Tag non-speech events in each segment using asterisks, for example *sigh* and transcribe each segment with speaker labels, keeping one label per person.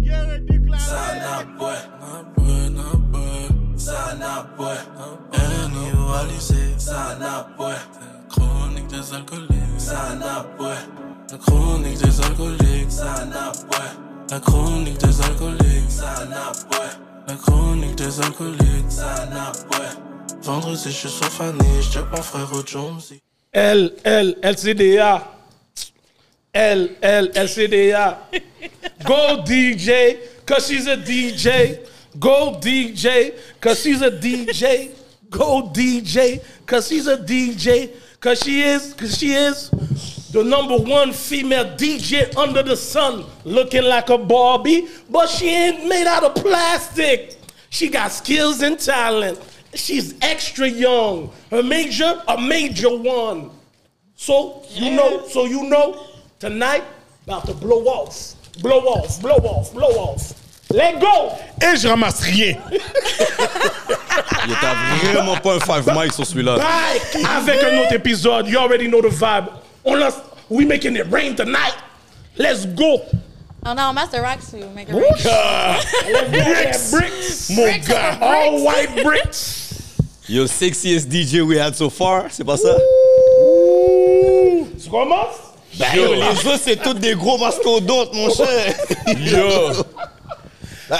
Speaker 1: guerre est déclarée.
Speaker 2: Sana boy, na boy, na boy, Sana boy, un rivalisé, Sana boy, La chronique des alcooliques, Sana boy, la chronique des alcooliques, Sana boy, la chronique des alcooliques, Sana boy, la chronique des alcooliques, Sana boy, vendredi je suis sur Fanny, je pas frère au Jonesy.
Speaker 3: L, L, LCDA. L, L, LCDA. Go DJ, cause she's a DJ. Go DJ, cause she's a DJ. Go DJ, cause she's a DJ. Cause she is, cause she is the number one female DJ under the sun, looking like a Barbie, but she ain't made out of plastic. She got skills and talent. She's extra young. Her major, a major one. So you know, so you know, tonight about to blow off, blow off, blow off, blow off. Let go.
Speaker 4: Et je ramasse rien.
Speaker 5: Il était vraiment pas un 5 mic sur celui-là.
Speaker 3: Back avec un autre épisode. You already know the vibe. On lance, we making it rain tonight. Let's go.
Speaker 6: Oh no, Master Rox will make a
Speaker 4: Oh,
Speaker 3: Whoosh.
Speaker 6: reach.
Speaker 3: Bricks. bricks.
Speaker 4: Mon
Speaker 6: Bricks
Speaker 4: gars.
Speaker 6: over
Speaker 3: All
Speaker 4: Oh.
Speaker 6: bricks.
Speaker 3: white bricks.
Speaker 5: Yo, sexiest DJ we had so far, c'est pas ça?
Speaker 3: Tu commences?
Speaker 4: Yo,
Speaker 5: Yo, les autres, c'est tous des gros mastodontes, mon cher.
Speaker 4: yo.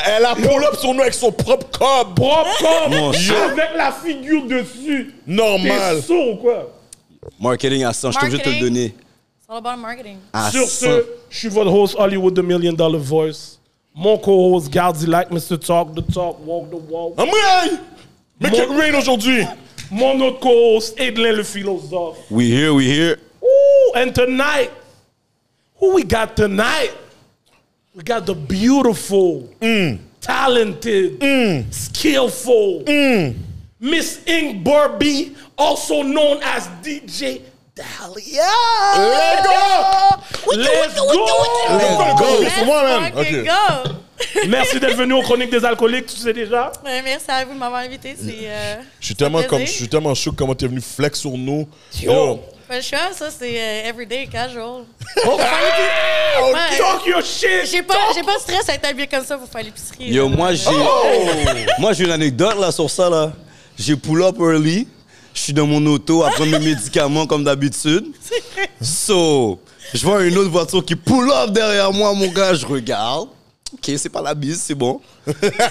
Speaker 4: Elle a pull-up sur nous avec son propre cob.
Speaker 3: Propre
Speaker 5: Mon Dieu.
Speaker 3: comme avec la figure dessus.
Speaker 4: Normal.
Speaker 3: T'es sourd ou quoi?
Speaker 5: Marketing à 100, je suis obligé de te le
Speaker 6: Marketing.
Speaker 5: donner.
Speaker 6: It's all about marketing.
Speaker 5: À
Speaker 3: Sur
Speaker 5: 100.
Speaker 3: ce, je suis votre host Hollywood The Million Dollar Voice. Mon co-host Gardi Like, Mr. Talk The Talk, Walk The Walk.
Speaker 4: Amray! Make it
Speaker 3: Mon-
Speaker 4: rain aujourd'hui.
Speaker 3: Mon autre co-host Edlin Le Philosophe.
Speaker 5: We here, we here.
Speaker 3: Ooh, and tonight, who we got tonight? We got the beautiful, talented, skillful Miss Ink Barbie, also known as DJ Dahlia.
Speaker 4: Let's go!
Speaker 3: Let's go!
Speaker 4: Let's go!
Speaker 6: Let's
Speaker 4: C'est moi, man.
Speaker 6: fucking
Speaker 4: Ok.
Speaker 6: go.
Speaker 3: Merci d'être venu aux Chroniques des Alcooliques, tu sais déjà.
Speaker 6: Ouais, Merci à vous de m'avoir invité. C'est euh,
Speaker 4: Je suis tellement
Speaker 6: plaisir.
Speaker 4: comme, je suis tellement chaud comment t'es venu flex sur nous. Yo.
Speaker 6: ben, je suis un, ça, c'est euh, everyday, casual.
Speaker 4: Euh,
Speaker 3: Oh,
Speaker 4: Ah, ok.
Speaker 6: Ouais.
Speaker 3: Talk your shit!
Speaker 6: J'ai pas, j'ai pas de stress à être habillé comme ça pour faire l'épicerie. Euh,
Speaker 5: Yo,
Speaker 6: là.
Speaker 5: moi, j'ai moi j'ai une anecdote là sur ça. là. J'ai pull-up early. Je suis dans mon auto à prendre mes médicaments comme d'habitude. So, je vois une autre voiture qui pull-up derrière moi, mon gars. Je regarde. Ok, c'est pas la bise, c'est bon.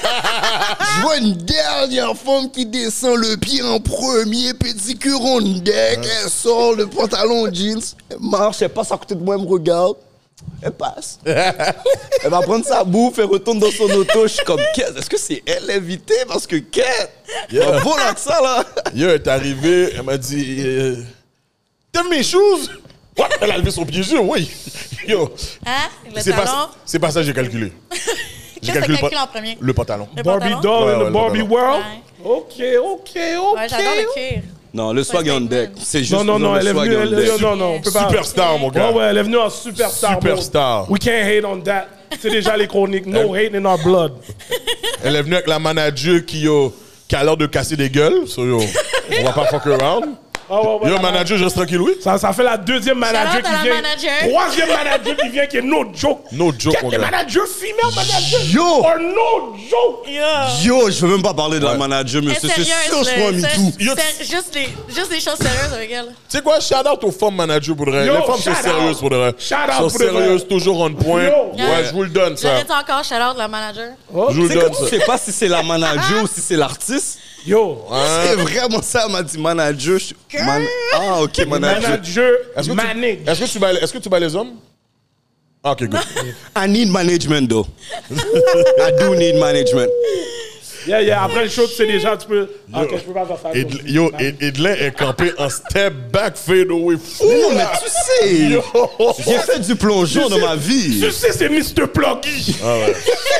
Speaker 5: je vois une dernière femme qui descend le pied en premier, pédicure en deck. Elle sort le pantalon jeans. Elle marche, elle passe à côté de moi, elle me regarde. Elle *laughs* passe. Elle va prendre sa bouffe, elle retourne dans son auto. Je suis comme, qu'est-ce est-ce que c'est elle l'invitée? Parce que qu'est-ce? Il y a un beau là que ça, là.
Speaker 4: Yo, elle est arrivée, elle m'a dit euh, T'as vu mes shoes What? Elle a levé son pied sûr, oui. Yo.
Speaker 6: Hein? Le
Speaker 4: C'est pas,
Speaker 6: talon?
Speaker 4: c'est pas ça que j'ai calculé.
Speaker 6: Qu'est-ce
Speaker 4: calculé
Speaker 6: que t'as
Speaker 4: le pa-
Speaker 6: calculé en premier?
Speaker 4: Le pantalon.
Speaker 6: Le
Speaker 3: Barbie
Speaker 6: pantalon?
Speaker 4: Ouais,
Speaker 3: doll in
Speaker 4: ouais,
Speaker 3: the
Speaker 4: le
Speaker 3: Barbie
Speaker 4: pantalon.
Speaker 3: world. Ok, ok, ok.
Speaker 6: Ouais, j'adore le cuir.
Speaker 5: Non, le swag est on deck. C'est juste
Speaker 3: Non, non, non,
Speaker 5: le
Speaker 3: elle est
Speaker 5: swag
Speaker 3: venue,
Speaker 5: on
Speaker 3: elle,
Speaker 5: deck.
Speaker 3: yo, non, non, on peut pas.
Speaker 4: Superstar, mon gars.
Speaker 3: Bah, Ouais, ouais, elle est venue en superstar. mode.
Speaker 4: Superstar.
Speaker 3: We can't hate on that. C'est déjà les chroniques. No hate in our blood.
Speaker 4: Elle est venue avec la manager qui, yo, qui a l'air de casser des gueules. So,
Speaker 6: *laughs*
Speaker 4: yo, on va pas fuck around.
Speaker 3: Ah, ouais, ouais,
Speaker 4: Yo,
Speaker 3: la-
Speaker 4: manager, je reste tranquille, oui.
Speaker 3: Ça, ça fait la deuxième manager
Speaker 6: Shout out à
Speaker 3: qui
Speaker 6: la
Speaker 3: vient.
Speaker 6: manager.
Speaker 3: Troisième manager qui vient qui est no joke.
Speaker 4: No joke,
Speaker 3: Get
Speaker 4: mon
Speaker 3: the
Speaker 4: gars.
Speaker 3: manager female manager.
Speaker 5: Yo!
Speaker 3: Or no joke.
Speaker 6: Yeah.
Speaker 5: Yo, je veux même pas parler de la manager, mais
Speaker 6: Eh,
Speaker 5: c'est c'est
Speaker 6: sérieuse,
Speaker 5: sûr, je prends
Speaker 6: là,
Speaker 5: un
Speaker 6: ça,
Speaker 5: MeToo.
Speaker 4: Yo,
Speaker 6: c'est- Juste les, juste les choses sérieuses avec elle.
Speaker 4: Tu sais quoi, shout out aux femmes managers pour de vrai.
Speaker 3: Yo,
Speaker 4: Les femmes sont
Speaker 3: shout out.
Speaker 4: sérieuses pour de vrai.
Speaker 3: Shout
Speaker 4: Elles
Speaker 3: out
Speaker 4: sont
Speaker 3: pour de vrai.
Speaker 4: sérieuses, toujours on point.
Speaker 3: Yo.
Speaker 4: Ouais, je vous le donne, ça. Oh,
Speaker 6: J'aurais dit encore shout out la manager.
Speaker 4: Je vous
Speaker 5: Tu
Speaker 4: le
Speaker 5: sais
Speaker 4: donne,
Speaker 5: comme Je
Speaker 4: ça.
Speaker 5: sais pas si c'est la manager ou si c'est l'artiste.
Speaker 3: Yo.
Speaker 6: Hein?
Speaker 5: C'est vraiment ça, elle m'a dit manager. je suis- man- Ah, ok, manager.
Speaker 3: Manager,
Speaker 4: Est-ce que,
Speaker 3: manage.
Speaker 4: tu, est-ce, que tu bats, est-ce que tu bats les hommes? Ah, ok,
Speaker 3: *laughs*
Speaker 4: good.
Speaker 5: I need management, though. I do need management.
Speaker 3: Yeah, yeah, après le show, tu sais déjà, tu peux. Ah, Ok, je peux pas faire ça.
Speaker 4: Ed- yo, Ed- Edlin est campé en step back fade away. Fou,
Speaker 5: Non, mais
Speaker 4: là.
Speaker 5: tu sais,
Speaker 4: Yo.
Speaker 5: j'ai fait du plongeon dans ma vie.
Speaker 3: Tu sais, c'est Mr. Pluggy.
Speaker 4: Ah ouais.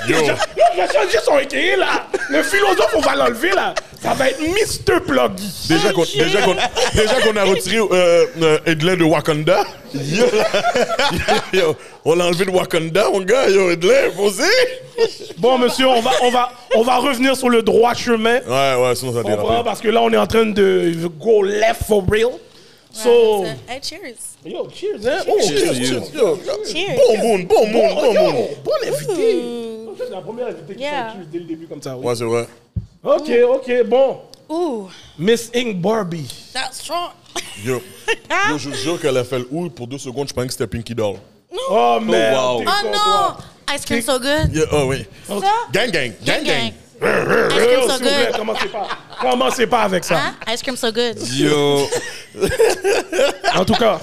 Speaker 3: *laughs*
Speaker 4: Yo.
Speaker 3: Déjà- Là, je vais changer son équipe là. Le philosophe, on va l'enlever, là. Ça va être Mr. Pluggy.
Speaker 4: Déjà qu'on, déjà, qu'on, déjà qu'on a retiré euh, euh, Edlin de Wakanda. Yo. *laughs* Yo. On l'a enlevé de Wakanda, mon gars. Yo, Edlin, posé.
Speaker 3: Bon, monsieur, on va, on, va, on va revenir sur le droit chemin.
Speaker 4: Ouais, ouais, sinon ça
Speaker 3: On
Speaker 4: dérape.
Speaker 3: prend parce que là, on est en train de go left for real. So,
Speaker 6: Ouais, c'est- hey, cheers.
Speaker 3: yo, cheers, hein? Oh,
Speaker 4: Yo,
Speaker 3: cheers,
Speaker 4: yo, yo.
Speaker 6: Cheers.
Speaker 4: Bon monde, bon monde, bon
Speaker 3: Yo,
Speaker 4: monde.
Speaker 3: bon invité. peut-être la première invitée qui
Speaker 6: Yeah.
Speaker 3: s'accuse dès le début comme ça. oui.
Speaker 4: Ouais, c'est vrai.
Speaker 3: Ok, ok, bon.
Speaker 6: Ooh,
Speaker 3: Miss Ink Barbie.
Speaker 6: that's strong.
Speaker 3: *laughs*
Speaker 4: Yo. Yo, je vous jure qu'elle a fait le ou pour deux secondes, je pensais que c'était Pinky Doll.
Speaker 3: Oh, merde.
Speaker 5: wow.
Speaker 3: t'es con,
Speaker 6: Oh
Speaker 3: toi.
Speaker 6: non! Ice cream so good.
Speaker 4: Yeah, oh oui.
Speaker 6: Ça?
Speaker 4: Gang, gang, gang, gang.
Speaker 6: Ice
Speaker 3: Yo,
Speaker 6: cream so
Speaker 3: s'il vous plaît,
Speaker 6: good.
Speaker 3: commencez pas. Commencez pas avec ça.
Speaker 6: Hein? Ice cream so good.
Speaker 5: Yo.
Speaker 3: En tout cas.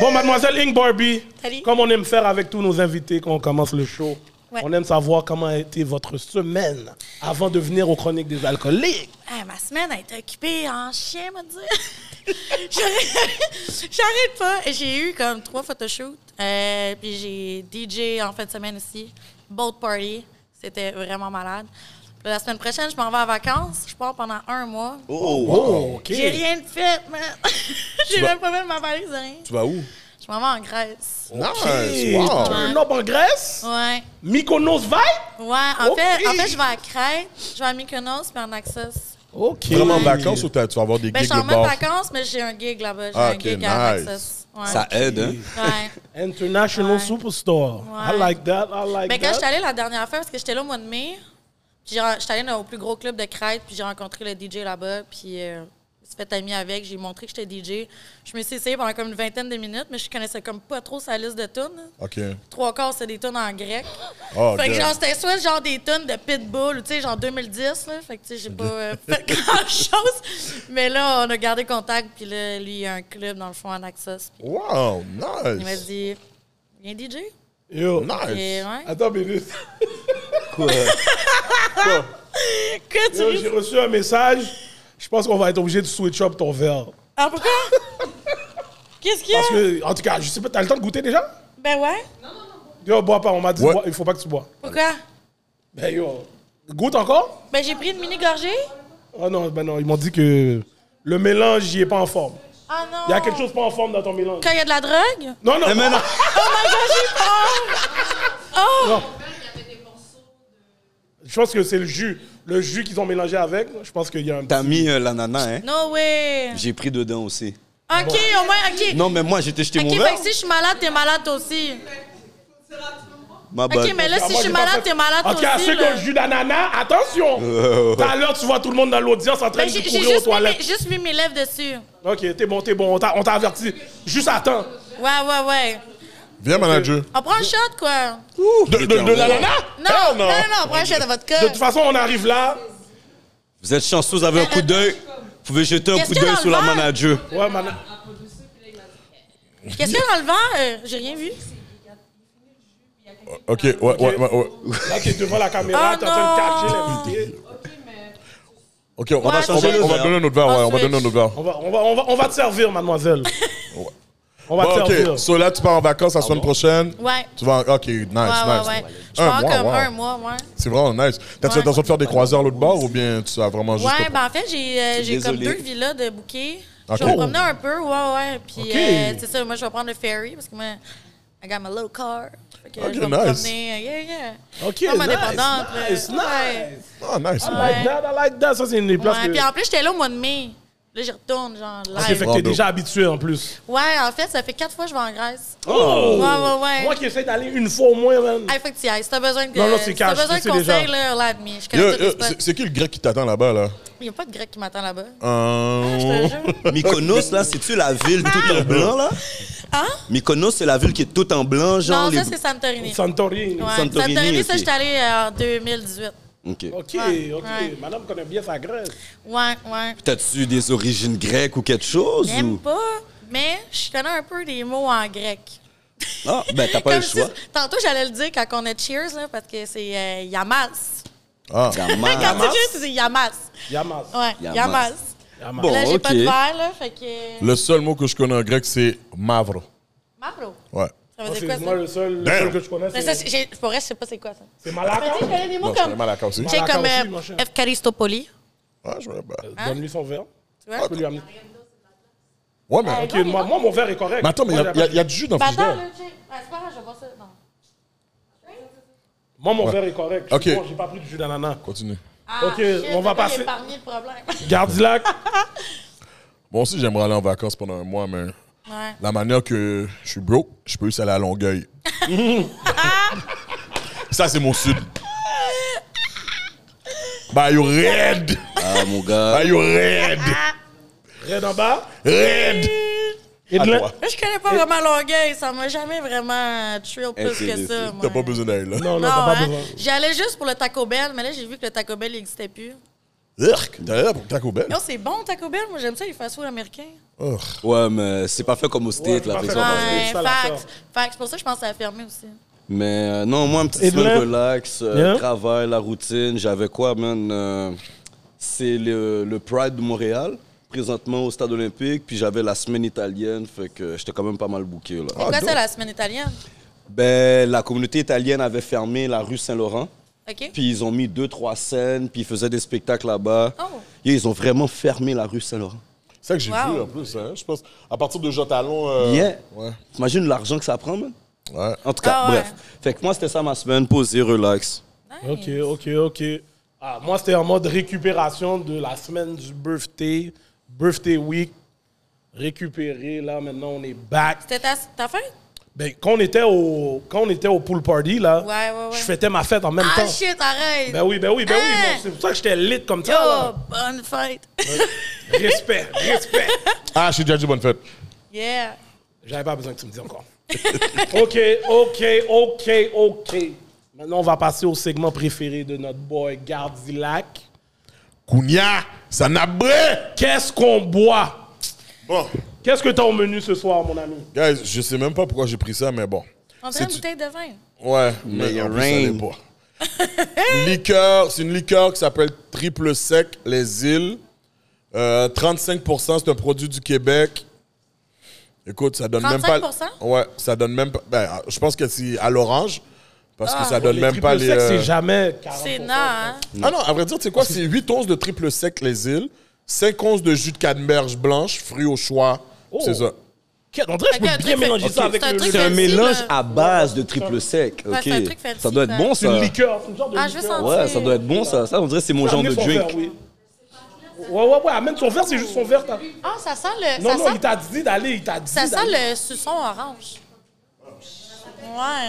Speaker 3: Bon, mademoiselle Ink Barbie,
Speaker 6: Salut.
Speaker 3: comme on aime faire avec tous nos invités quand on commence le show,
Speaker 6: Ouais.
Speaker 3: on aime savoir comment a été votre semaine avant de venir aux chroniques des alcooliques.
Speaker 6: Ah, ma semaine a été occupée en chien, m'a dit. *laughs* J'arrête *laughs* j'arrête pas. J'ai eu comme trois photoshoots. Euh, puis j'ai DJ en fin de semaine aussi. Boat party. C'était vraiment malade. Puis la semaine prochaine, je m'en vais en vacances. Je pars pendant un mois.
Speaker 3: Oh, ok.
Speaker 6: J'ai rien de fait, man. *laughs* j'ai
Speaker 4: vas-
Speaker 6: même pas fait ma valise, rien.
Speaker 4: Tu vas où?
Speaker 6: Je m'en vais en Grèce.
Speaker 4: Nice.
Speaker 3: Ok,
Speaker 4: Wow.
Speaker 3: Turn up en Grèce?
Speaker 6: Ouais.
Speaker 3: Mykonos vibe?
Speaker 6: Ouais. En
Speaker 3: Ok.
Speaker 6: fait, en fait, je vais à Crète. Je vais à Mykonos puis en Axos.
Speaker 3: Ok.
Speaker 4: Vraiment en vacances ou t'as- tu vas avoir des
Speaker 6: Ben, je
Speaker 4: gigs
Speaker 6: suis en
Speaker 4: de
Speaker 6: même
Speaker 4: bar?
Speaker 6: vacances, mais j'ai un gig là-bas. J'ai
Speaker 4: Ah,
Speaker 6: un
Speaker 4: ok,
Speaker 6: gig à
Speaker 4: nice.
Speaker 6: Texas. Ouais.
Speaker 5: Ça aide, hein?
Speaker 4: *laughs*
Speaker 6: Ouais.
Speaker 3: International
Speaker 6: Ouais.
Speaker 3: superstar. I
Speaker 6: Ouais.
Speaker 3: like that, I like
Speaker 6: Mais Ben, quand
Speaker 3: that.
Speaker 6: je suis allée la dernière fois, parce que j'étais là au mois de mai, puis j'ai- j'étais allée au plus gros club de Crète, puis j'ai rencontré le DJ là-bas, puis euh, je me suis fait amie avec, j'ai montré que j'étais DJ. Je me suis essayée pendant comme une vingtaine de minutes, mais je connaissais comme pas trop sa liste de tunes.
Speaker 4: OK.
Speaker 6: Trois quarts, c'est des tunes en grec.
Speaker 4: Oh,
Speaker 6: fait que
Speaker 4: good.
Speaker 6: genre, c'était soit genre des tunes de Pitbull, ou tu sais, genre 2010, là. Fait que tu sais, j'ai pas euh,
Speaker 3: *laughs*
Speaker 6: fait grand-chose. Mais là, on a gardé contact, puis là, lui, il a un club dans le fond en Axos. Puis
Speaker 4: Wow,
Speaker 6: il m'a
Speaker 4: nice.
Speaker 6: dit, viens DJ.
Speaker 3: Yo.
Speaker 6: Et
Speaker 4: Nice.
Speaker 6: ouais.
Speaker 3: Attends, mais *laughs* juste-
Speaker 5: Quoi?
Speaker 6: Que tu
Speaker 3: Yo,
Speaker 6: ris?
Speaker 3: j'ai reçu un message. Je pense qu'on va être obligé de switch up ton verre.
Speaker 6: Ah, pourquoi? Qu'est-ce qu'il y a?
Speaker 3: Parce que, en tout cas, je sais pas, t'as le temps de goûter déjà?
Speaker 6: Ben ouais.
Speaker 3: Yo, bois pas, on m'a dit,
Speaker 4: Ouais.
Speaker 3: bois, il faut pas que tu bois.
Speaker 6: Pourquoi?
Speaker 3: Ben yo, goûte encore?
Speaker 6: Ben j'ai pris une mini-gorgée.
Speaker 3: Oh non, ben non, ils m'ont dit que le mélange, il est pas en forme.
Speaker 6: Ah non.
Speaker 3: Il y a quelque chose pas en forme dans ton mélange.
Speaker 6: Quand il y a de la drogue?
Speaker 3: Non, non,
Speaker 5: Eh, mais non.
Speaker 6: Oh!
Speaker 3: je pense que c'est le jus. Le jus qu'ils ont mélangé avec, je pense qu'il y a un
Speaker 5: T'as mis euh, l'ananas, hein?
Speaker 6: No way!
Speaker 5: J'ai pris dedans aussi.
Speaker 6: Ok, au moins, ok.
Speaker 5: Non, mais moi, j'ai jeté
Speaker 6: ok,
Speaker 5: mon
Speaker 6: fait
Speaker 5: verre.
Speaker 6: que si je suis malade, t'es malade toi aussi.
Speaker 5: Ma
Speaker 6: Ok,
Speaker 5: bad.
Speaker 6: mais là,
Speaker 3: Ah,
Speaker 6: si
Speaker 3: moi,
Speaker 6: je suis
Speaker 3: j'ai pas
Speaker 6: malade,
Speaker 3: fait-
Speaker 6: t'es malade
Speaker 3: En
Speaker 6: toi
Speaker 3: tout cas,
Speaker 6: aussi.
Speaker 3: ceux qui ont
Speaker 6: là.
Speaker 3: le jus d'ananas,
Speaker 5: *laughs*
Speaker 3: attention! Tout à l'heure, tu vois tout le monde dans l'audience en train
Speaker 6: Ben,
Speaker 3: de
Speaker 6: j'ai j'ai
Speaker 3: courir aux
Speaker 6: juste, mis mes-
Speaker 3: toilettes.
Speaker 6: juste mis mes lèvres dessus.
Speaker 3: Ok, t'es bon, t'es bon, on t'a on t'a averti. Juste attends.
Speaker 6: Ouais, ouais, ouais.
Speaker 4: Viens, manager.
Speaker 6: On prend un shot, quoi.
Speaker 4: De, de, de l'ananas?
Speaker 6: Non,
Speaker 5: Oh,
Speaker 4: Hell
Speaker 6: non, non, non, on prend un shot à votre
Speaker 3: De
Speaker 6: colle.
Speaker 3: toute façon, on arrive là.
Speaker 5: Vous êtes chanceux, vous avez un coup d'œil. Vous pouvez jeter un
Speaker 6: Qu'est-ce
Speaker 5: coup
Speaker 6: qu'il y a
Speaker 5: d'œil
Speaker 6: dans
Speaker 5: sur
Speaker 6: le
Speaker 5: la
Speaker 6: verre?
Speaker 5: manager.
Speaker 3: Ouais, man-
Speaker 6: Qu'est-ce qu'il y a dans le verre? Euh, J'ai rien vu.
Speaker 4: OK, ouais, ouais, ouais. ouais.
Speaker 3: Là, t'es devant la caméra,
Speaker 6: Oh
Speaker 3: t'es en train de
Speaker 6: non.
Speaker 3: cacher l'invité.
Speaker 4: OK, on, va,
Speaker 6: Ouais,
Speaker 4: on,
Speaker 5: changer
Speaker 4: va,
Speaker 5: le
Speaker 4: on va
Speaker 5: verre.
Speaker 4: donner notre verre. Ouais, on va
Speaker 6: Ensuite.
Speaker 4: donner notre verre.
Speaker 3: On va, on va, on va, on va te servir,
Speaker 6: *laughs*
Speaker 3: mademoiselle. On va
Speaker 4: Bon,
Speaker 3: te servir.
Speaker 4: OK, so là, tu pars en vacances la semaine prochaine.
Speaker 6: Ouais.
Speaker 4: Tu vas en... OK, nice, nice.
Speaker 6: Ouais, ouais, ouais. Je prends
Speaker 4: mois,
Speaker 6: comme
Speaker 4: wow.
Speaker 6: un mois, ouais.
Speaker 4: C'est vraiment nice. T'as-tu
Speaker 6: Ouais.
Speaker 4: l'intention de faire des croisières à l'autre bord ou bien tu as vraiment juste...
Speaker 6: Ouais, ben en fait, j'ai euh, j'ai comme
Speaker 5: Désolé.
Speaker 6: deux villas de bouquets.
Speaker 4: Ok.
Speaker 6: Je vais me promener un peu, ouais, ouais. Puis,
Speaker 3: Ah, Ok.
Speaker 6: euh, c'est ça, moi, je vais prendre le ferry parce que moi, I got my little car. Fait que
Speaker 4: Ok,
Speaker 6: je vais me
Speaker 4: nice.
Speaker 6: promener, euh, yeah, yeah.
Speaker 3: Ok,
Speaker 6: Comme
Speaker 3: nice,
Speaker 6: indépendante, là.
Speaker 3: nice,
Speaker 6: Ouais.
Speaker 3: nice.
Speaker 4: Ah, nice.
Speaker 3: I like that, I like that. Ça, c'est une des places
Speaker 6: Ouais,
Speaker 3: que...
Speaker 6: puis en plus, j'étais là au mois de mai. Là, j'y retourne, genre,
Speaker 3: Ok,
Speaker 6: live.
Speaker 3: fait que t'es
Speaker 4: Bravo.
Speaker 3: déjà habitué, en plus.
Speaker 6: Ouais, en fait, ça fait quatre fois que je vais en Grèce.
Speaker 3: Oh!
Speaker 6: Ouais, ouais, ouais.
Speaker 3: Moi qui essaie d'aller une fois au moins, man.
Speaker 6: Ah, faut que tu y ailles. Si t'as besoin de,
Speaker 3: Non, non, c'est
Speaker 6: si t'as
Speaker 3: cash,
Speaker 6: besoin
Speaker 3: je
Speaker 6: de
Speaker 3: sais déjà.
Speaker 6: conseils, là, là, admis. Je
Speaker 4: Yo,
Speaker 6: connais tous les
Speaker 4: yo,
Speaker 6: spots.
Speaker 4: euh, c'est- c'est qui le grec qui t'attend là-bas, là?
Speaker 6: Il n'y a pas de grec qui m'attend là-bas.
Speaker 4: Euh,
Speaker 6: Ah, Je te jure.
Speaker 5: Mykonos, là, c'est-tu la ville toute
Speaker 6: Ah.
Speaker 5: en blanc, là?
Speaker 6: Hein?
Speaker 5: Mykonos, c'est la ville qui est toute en blanc, genre.
Speaker 6: Non, ça,
Speaker 5: les-
Speaker 6: c'est Santorini.
Speaker 3: Santorini.
Speaker 6: Ouais.
Speaker 5: Santorini,
Speaker 6: Santorini, ça,
Speaker 5: ok.
Speaker 6: j'étais allée euh, en 2018.
Speaker 5: Ok.
Speaker 3: Ok,
Speaker 6: Ouais,
Speaker 3: ok.
Speaker 6: ouais.
Speaker 3: Madame connaît bien sa Grèce.
Speaker 6: Ouais, ouais.
Speaker 5: T'as-tu des origines grecques ou quelque chose?
Speaker 6: J'aime
Speaker 5: Ou...
Speaker 6: pas, mais je connais un peu des mots en grec.
Speaker 5: Ah, ben, t'as pas
Speaker 6: Comme
Speaker 5: le choix.
Speaker 6: *laughs* si- tantôt, j'allais le dire quand on est cheers, là, parce que c'est euh, Yamas.
Speaker 4: Ah,
Speaker 5: Gamin.
Speaker 6: Quand c'est cheers, c'est Yamas.
Speaker 3: Yamas.
Speaker 6: Ouais,
Speaker 5: Yamas.
Speaker 6: Yamas.
Speaker 3: Yamas.
Speaker 5: Bon.
Speaker 6: là, j'ai pas de
Speaker 5: ok.
Speaker 6: verre, là, fait que.
Speaker 4: le seul mot que je connais en grec, c'est mavro.
Speaker 6: Mavro.
Speaker 4: Ouais.
Speaker 6: Ça
Speaker 3: Moi,
Speaker 6: veut
Speaker 3: c'est-
Speaker 6: dire quoi,
Speaker 3: moi,
Speaker 6: ça?
Speaker 3: le seul, le
Speaker 4: Damn.
Speaker 3: seul que je connais,
Speaker 6: Mais ça,
Speaker 3: c'est
Speaker 6: c'est- j'ai- pour vrai, je sais pas c'est quoi, ça.
Speaker 3: c'est
Speaker 6: Mais tu sais, je
Speaker 3: Malaka.
Speaker 6: connais des mots
Speaker 4: Non, je connais
Speaker 6: comme.
Speaker 4: mal à aussi.
Speaker 6: Tu sais, comme
Speaker 3: Malaka Ah, aussi, mon cher.
Speaker 6: euh, Efkaristopoli.
Speaker 4: Ah, je connais pas.
Speaker 6: Hein?
Speaker 3: Donne-lui son verre.
Speaker 6: Tu vois?
Speaker 4: Ah,
Speaker 3: Je peux lui amener.
Speaker 4: Ouais, mais...
Speaker 6: Ouais.
Speaker 3: Ok, moi, moi, mon verre est correct.
Speaker 4: Mais attends, mais il y,
Speaker 3: Moi,
Speaker 4: a-
Speaker 3: j'avais-
Speaker 4: y a- y a du jus dans le
Speaker 6: Bah,
Speaker 4: frigidaire.
Speaker 6: attends, là, tu sais. Ah, c'est pas grave, je vais voir ça. Non.
Speaker 3: Moi, mon verre est correct. Je suis
Speaker 4: Ok.
Speaker 3: Bon, j'ai pas pris de jus d'ananas.
Speaker 4: Continue.
Speaker 6: Ah,
Speaker 3: Ok,
Speaker 6: shit,
Speaker 3: on va
Speaker 6: attends,
Speaker 3: passer-
Speaker 6: J'ai épargné le
Speaker 4: *laughs*
Speaker 6: problème.
Speaker 3: Gardilac.
Speaker 4: Moi aussi, j'aimerais aller en vacances pendant un mois, mais
Speaker 6: Ouais.
Speaker 4: la manière que je suis broke, je peux juste aller à Longueuil. Ça, c'est mon sud. Bah, you red.
Speaker 5: Ah, mon gars.
Speaker 4: Bah, you red.
Speaker 3: Red en bas.
Speaker 4: Red.
Speaker 3: Et de
Speaker 4: À
Speaker 3: là-
Speaker 4: toi.
Speaker 6: Moi, je connais pas vraiment Longueuil. Ça m'a jamais vraiment thrill
Speaker 4: Eh,
Speaker 6: plus que ça. moi.
Speaker 4: T'as pas besoin d'aller là.
Speaker 3: Non, non,
Speaker 6: Non,
Speaker 3: t'as pas
Speaker 6: hein.
Speaker 3: besoin.
Speaker 6: J'y allais juste pour le Taco Bell, mais là, j'ai vu que le Taco Bell n'existait plus.
Speaker 4: Urk. D'ailleurs, pour Taco Bell.
Speaker 6: Non, c'est bon, Taco Bell. Moi, j'aime ça, les fast-food américains.
Speaker 3: Oh.
Speaker 6: Ah,
Speaker 4: Urk.
Speaker 5: Ouais, mais c'est pas fait comme au States, là.
Speaker 3: pas
Speaker 5: fait
Speaker 3: fait
Speaker 5: que ça
Speaker 3: comme
Speaker 5: va.
Speaker 3: au
Speaker 6: Ouais,
Speaker 3: ça, l'affaire.
Speaker 6: fax. Fax, c'est pour ça que je pense que ça a fermé aussi.
Speaker 4: Ah,
Speaker 5: Mais euh, non, moi, un petit
Speaker 3: Et de là?
Speaker 5: semaine relax, euh,
Speaker 3: Yeah.
Speaker 5: travail, la routine. J'avais quoi, man? euh, c'est le, le Pride de Montréal, présentement au stade olympique. Puis j'avais la semaine italienne, fait que j'étais quand même pas mal bouqué, là. Ah,
Speaker 6: Pourquoi
Speaker 4: donc.
Speaker 6: c'est la semaine italienne?
Speaker 5: Ben, la communauté italienne avait fermé la rue Saint-Laurent.
Speaker 6: OK?
Speaker 5: Puis ils ont mis deux, trois scènes, puis ils faisaient des spectacles là-bas.
Speaker 6: Oh.
Speaker 5: Et ils ont vraiment fermé la rue Saint-Laurent.
Speaker 4: C'est ça que j'ai
Speaker 6: Wow.
Speaker 4: vu en plus, hein. Je pense, à partir de Jean Talon. euh,
Speaker 5: Yeah.
Speaker 4: Ouais.
Speaker 5: T'imagines l'argent que ça prend, man?
Speaker 4: Ouais.
Speaker 5: En tout cas,
Speaker 6: Ah ouais.
Speaker 5: bref. Fait que moi, c'était ça ma semaine, posé, relax.
Speaker 3: Ok, ok, ok. Ah, moi, c'était en mode récupération de la semaine du birthday, birthday week. Récupéré, là, maintenant, on est back.
Speaker 6: C'était ta, ta fête?
Speaker 3: Ben, quand on était au, quand on était au pool party, là,
Speaker 6: Ouais, ouais, ouais.
Speaker 3: je fêtais ma fête en même
Speaker 6: Ah,
Speaker 3: temps.
Speaker 6: shit, arrête!
Speaker 3: Ben oui, ben oui, ben oui.
Speaker 6: Hein?
Speaker 3: bon, c'est pour ça que j'étais lit comme ça,
Speaker 6: Yo,
Speaker 3: là.
Speaker 6: bonne fête!
Speaker 3: Respect, respect.
Speaker 4: Ah, je suis déjà dit bonne fête.
Speaker 6: *laughs* yeah!
Speaker 3: J'avais pas besoin que tu me dises encore. *laughs* OK, OK, OK, OK. Maintenant, on va passer au segment préféré de notre boy Gardilac.
Speaker 4: Kounia, ça n'a bré.
Speaker 3: Qu'est-ce qu'on boit?
Speaker 4: Bon,
Speaker 3: Qu'est-ce que t'as au menu ce soir, mon ami?
Speaker 4: guys, je sais même pas pourquoi j'ai pris ça, mais bon.
Speaker 6: On
Speaker 4: C'est
Speaker 6: dirait une
Speaker 4: du-
Speaker 6: bouteille de vin.
Speaker 4: Ouais,
Speaker 5: Mais
Speaker 4: mais
Speaker 5: y a
Speaker 4: en plus, ça
Speaker 5: rain.
Speaker 4: l'est pas. liqueur, c'est une liqueur qui s'appelle Triple Sec Les Îles. Euh, 35%, c'est un produit du Québec. Écoute, ça donne même pas.
Speaker 6: 35%?
Speaker 4: Ouais, ça donne même pas. Ben, je pense que c'est à l'orange, parce que ça donne
Speaker 3: Les
Speaker 4: même pas
Speaker 3: triple
Speaker 4: les.
Speaker 3: sec,
Speaker 4: euh,
Speaker 3: c'est jamais 40%.
Speaker 6: C'est non, hein?
Speaker 4: Ah non, à vrai dire, tu sais quoi? C'est 8 onces de Triple Sec Les Îles, 5 onces de jus de canneberge blanche, fruits au choix. C'est ça.
Speaker 3: Ok, On dirait que
Speaker 6: Ok,
Speaker 3: je
Speaker 6: un
Speaker 3: peux bien
Speaker 6: truc-
Speaker 3: mélanger ça
Speaker 6: ok,
Speaker 3: avec
Speaker 6: c'est un
Speaker 3: le
Speaker 6: truc-
Speaker 5: C'est un
Speaker 6: fancy,
Speaker 5: mélange
Speaker 6: là.
Speaker 5: à base de triple sec.
Speaker 6: Ouais,
Speaker 5: ok.
Speaker 6: c'est un truc fancy,
Speaker 5: ça doit être
Speaker 6: ça.
Speaker 5: bon,
Speaker 3: C'est une
Speaker 5: ça.
Speaker 3: liqueur, c'est une sorte de
Speaker 6: Ah, je veux
Speaker 3: liqueur.
Speaker 6: sentir.
Speaker 5: Ouais, ça doit être bon, ça. Ça, on dirait que c'est mon genre
Speaker 3: Amène
Speaker 5: de
Speaker 3: son
Speaker 5: drink.
Speaker 3: verre, oui. Ouais, ouais, ouais, amène son verre, c'est juste son verre. t'as-
Speaker 6: Ah, ça sent le.
Speaker 3: Non,
Speaker 6: ça
Speaker 3: non,
Speaker 6: sent,
Speaker 3: il t'a dit d'aller, il t'a dit
Speaker 6: ça sent
Speaker 3: d'aller.
Speaker 6: le suçon orange. Ouais.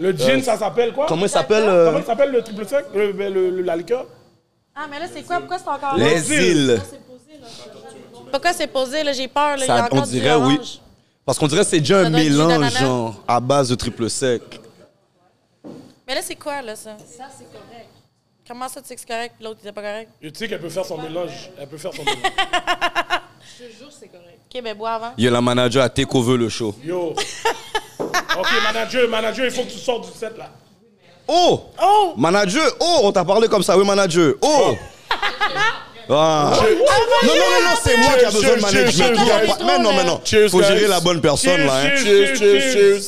Speaker 3: Le gin, ça s'appelle quoi?
Speaker 5: Comment il s'appelle
Speaker 3: Comment
Speaker 5: euh,
Speaker 3: il s'appelle le triple sec? Le, le- le- la liqueur?
Speaker 6: Ah, mais là, c'est quoi? Pourquoi c'est encore là?
Speaker 5: Les îles.
Speaker 6: Pourquoi c'est posé? Là, j'ai peur. Là, il y a
Speaker 5: Ça,
Speaker 6: encore
Speaker 5: on
Speaker 6: du
Speaker 5: dirait oui.
Speaker 6: orange.
Speaker 5: Parce qu'on dirait que c'est déjà
Speaker 6: Ça
Speaker 5: un
Speaker 6: doit être du
Speaker 5: mélange
Speaker 6: d'ananas.
Speaker 5: genre, à base de triple sec.
Speaker 6: Mais là, c'est quoi, là, ça? Ça, c'est correct. Comment ça, tu sais que c'est correct, puis l'autre, il était pas correct?
Speaker 3: Et tu sais qu'elle peut faire son mélange. Elle peut faire son mélange.
Speaker 6: OK, ben, bois avant.
Speaker 5: Il y a la manager à take over le show.
Speaker 3: Yo. OK, manager, manager, il faut que tu sortes du set, là.
Speaker 5: Oh!
Speaker 6: Oh!
Speaker 5: Manager! Oh! On t'a parlé comme ça, oui, manager! Oh! Ah. Non, non, non, non, c'est moi qui a
Speaker 4: Cheers,
Speaker 5: besoin de
Speaker 4: cheers, cheers,
Speaker 5: management.
Speaker 4: cheers.
Speaker 5: Mais non, mais non.
Speaker 4: Cheers,
Speaker 5: Faut gérer
Speaker 4: guys.
Speaker 5: la bonne personne, là. hein.
Speaker 4: Cheers, cheers, cheers.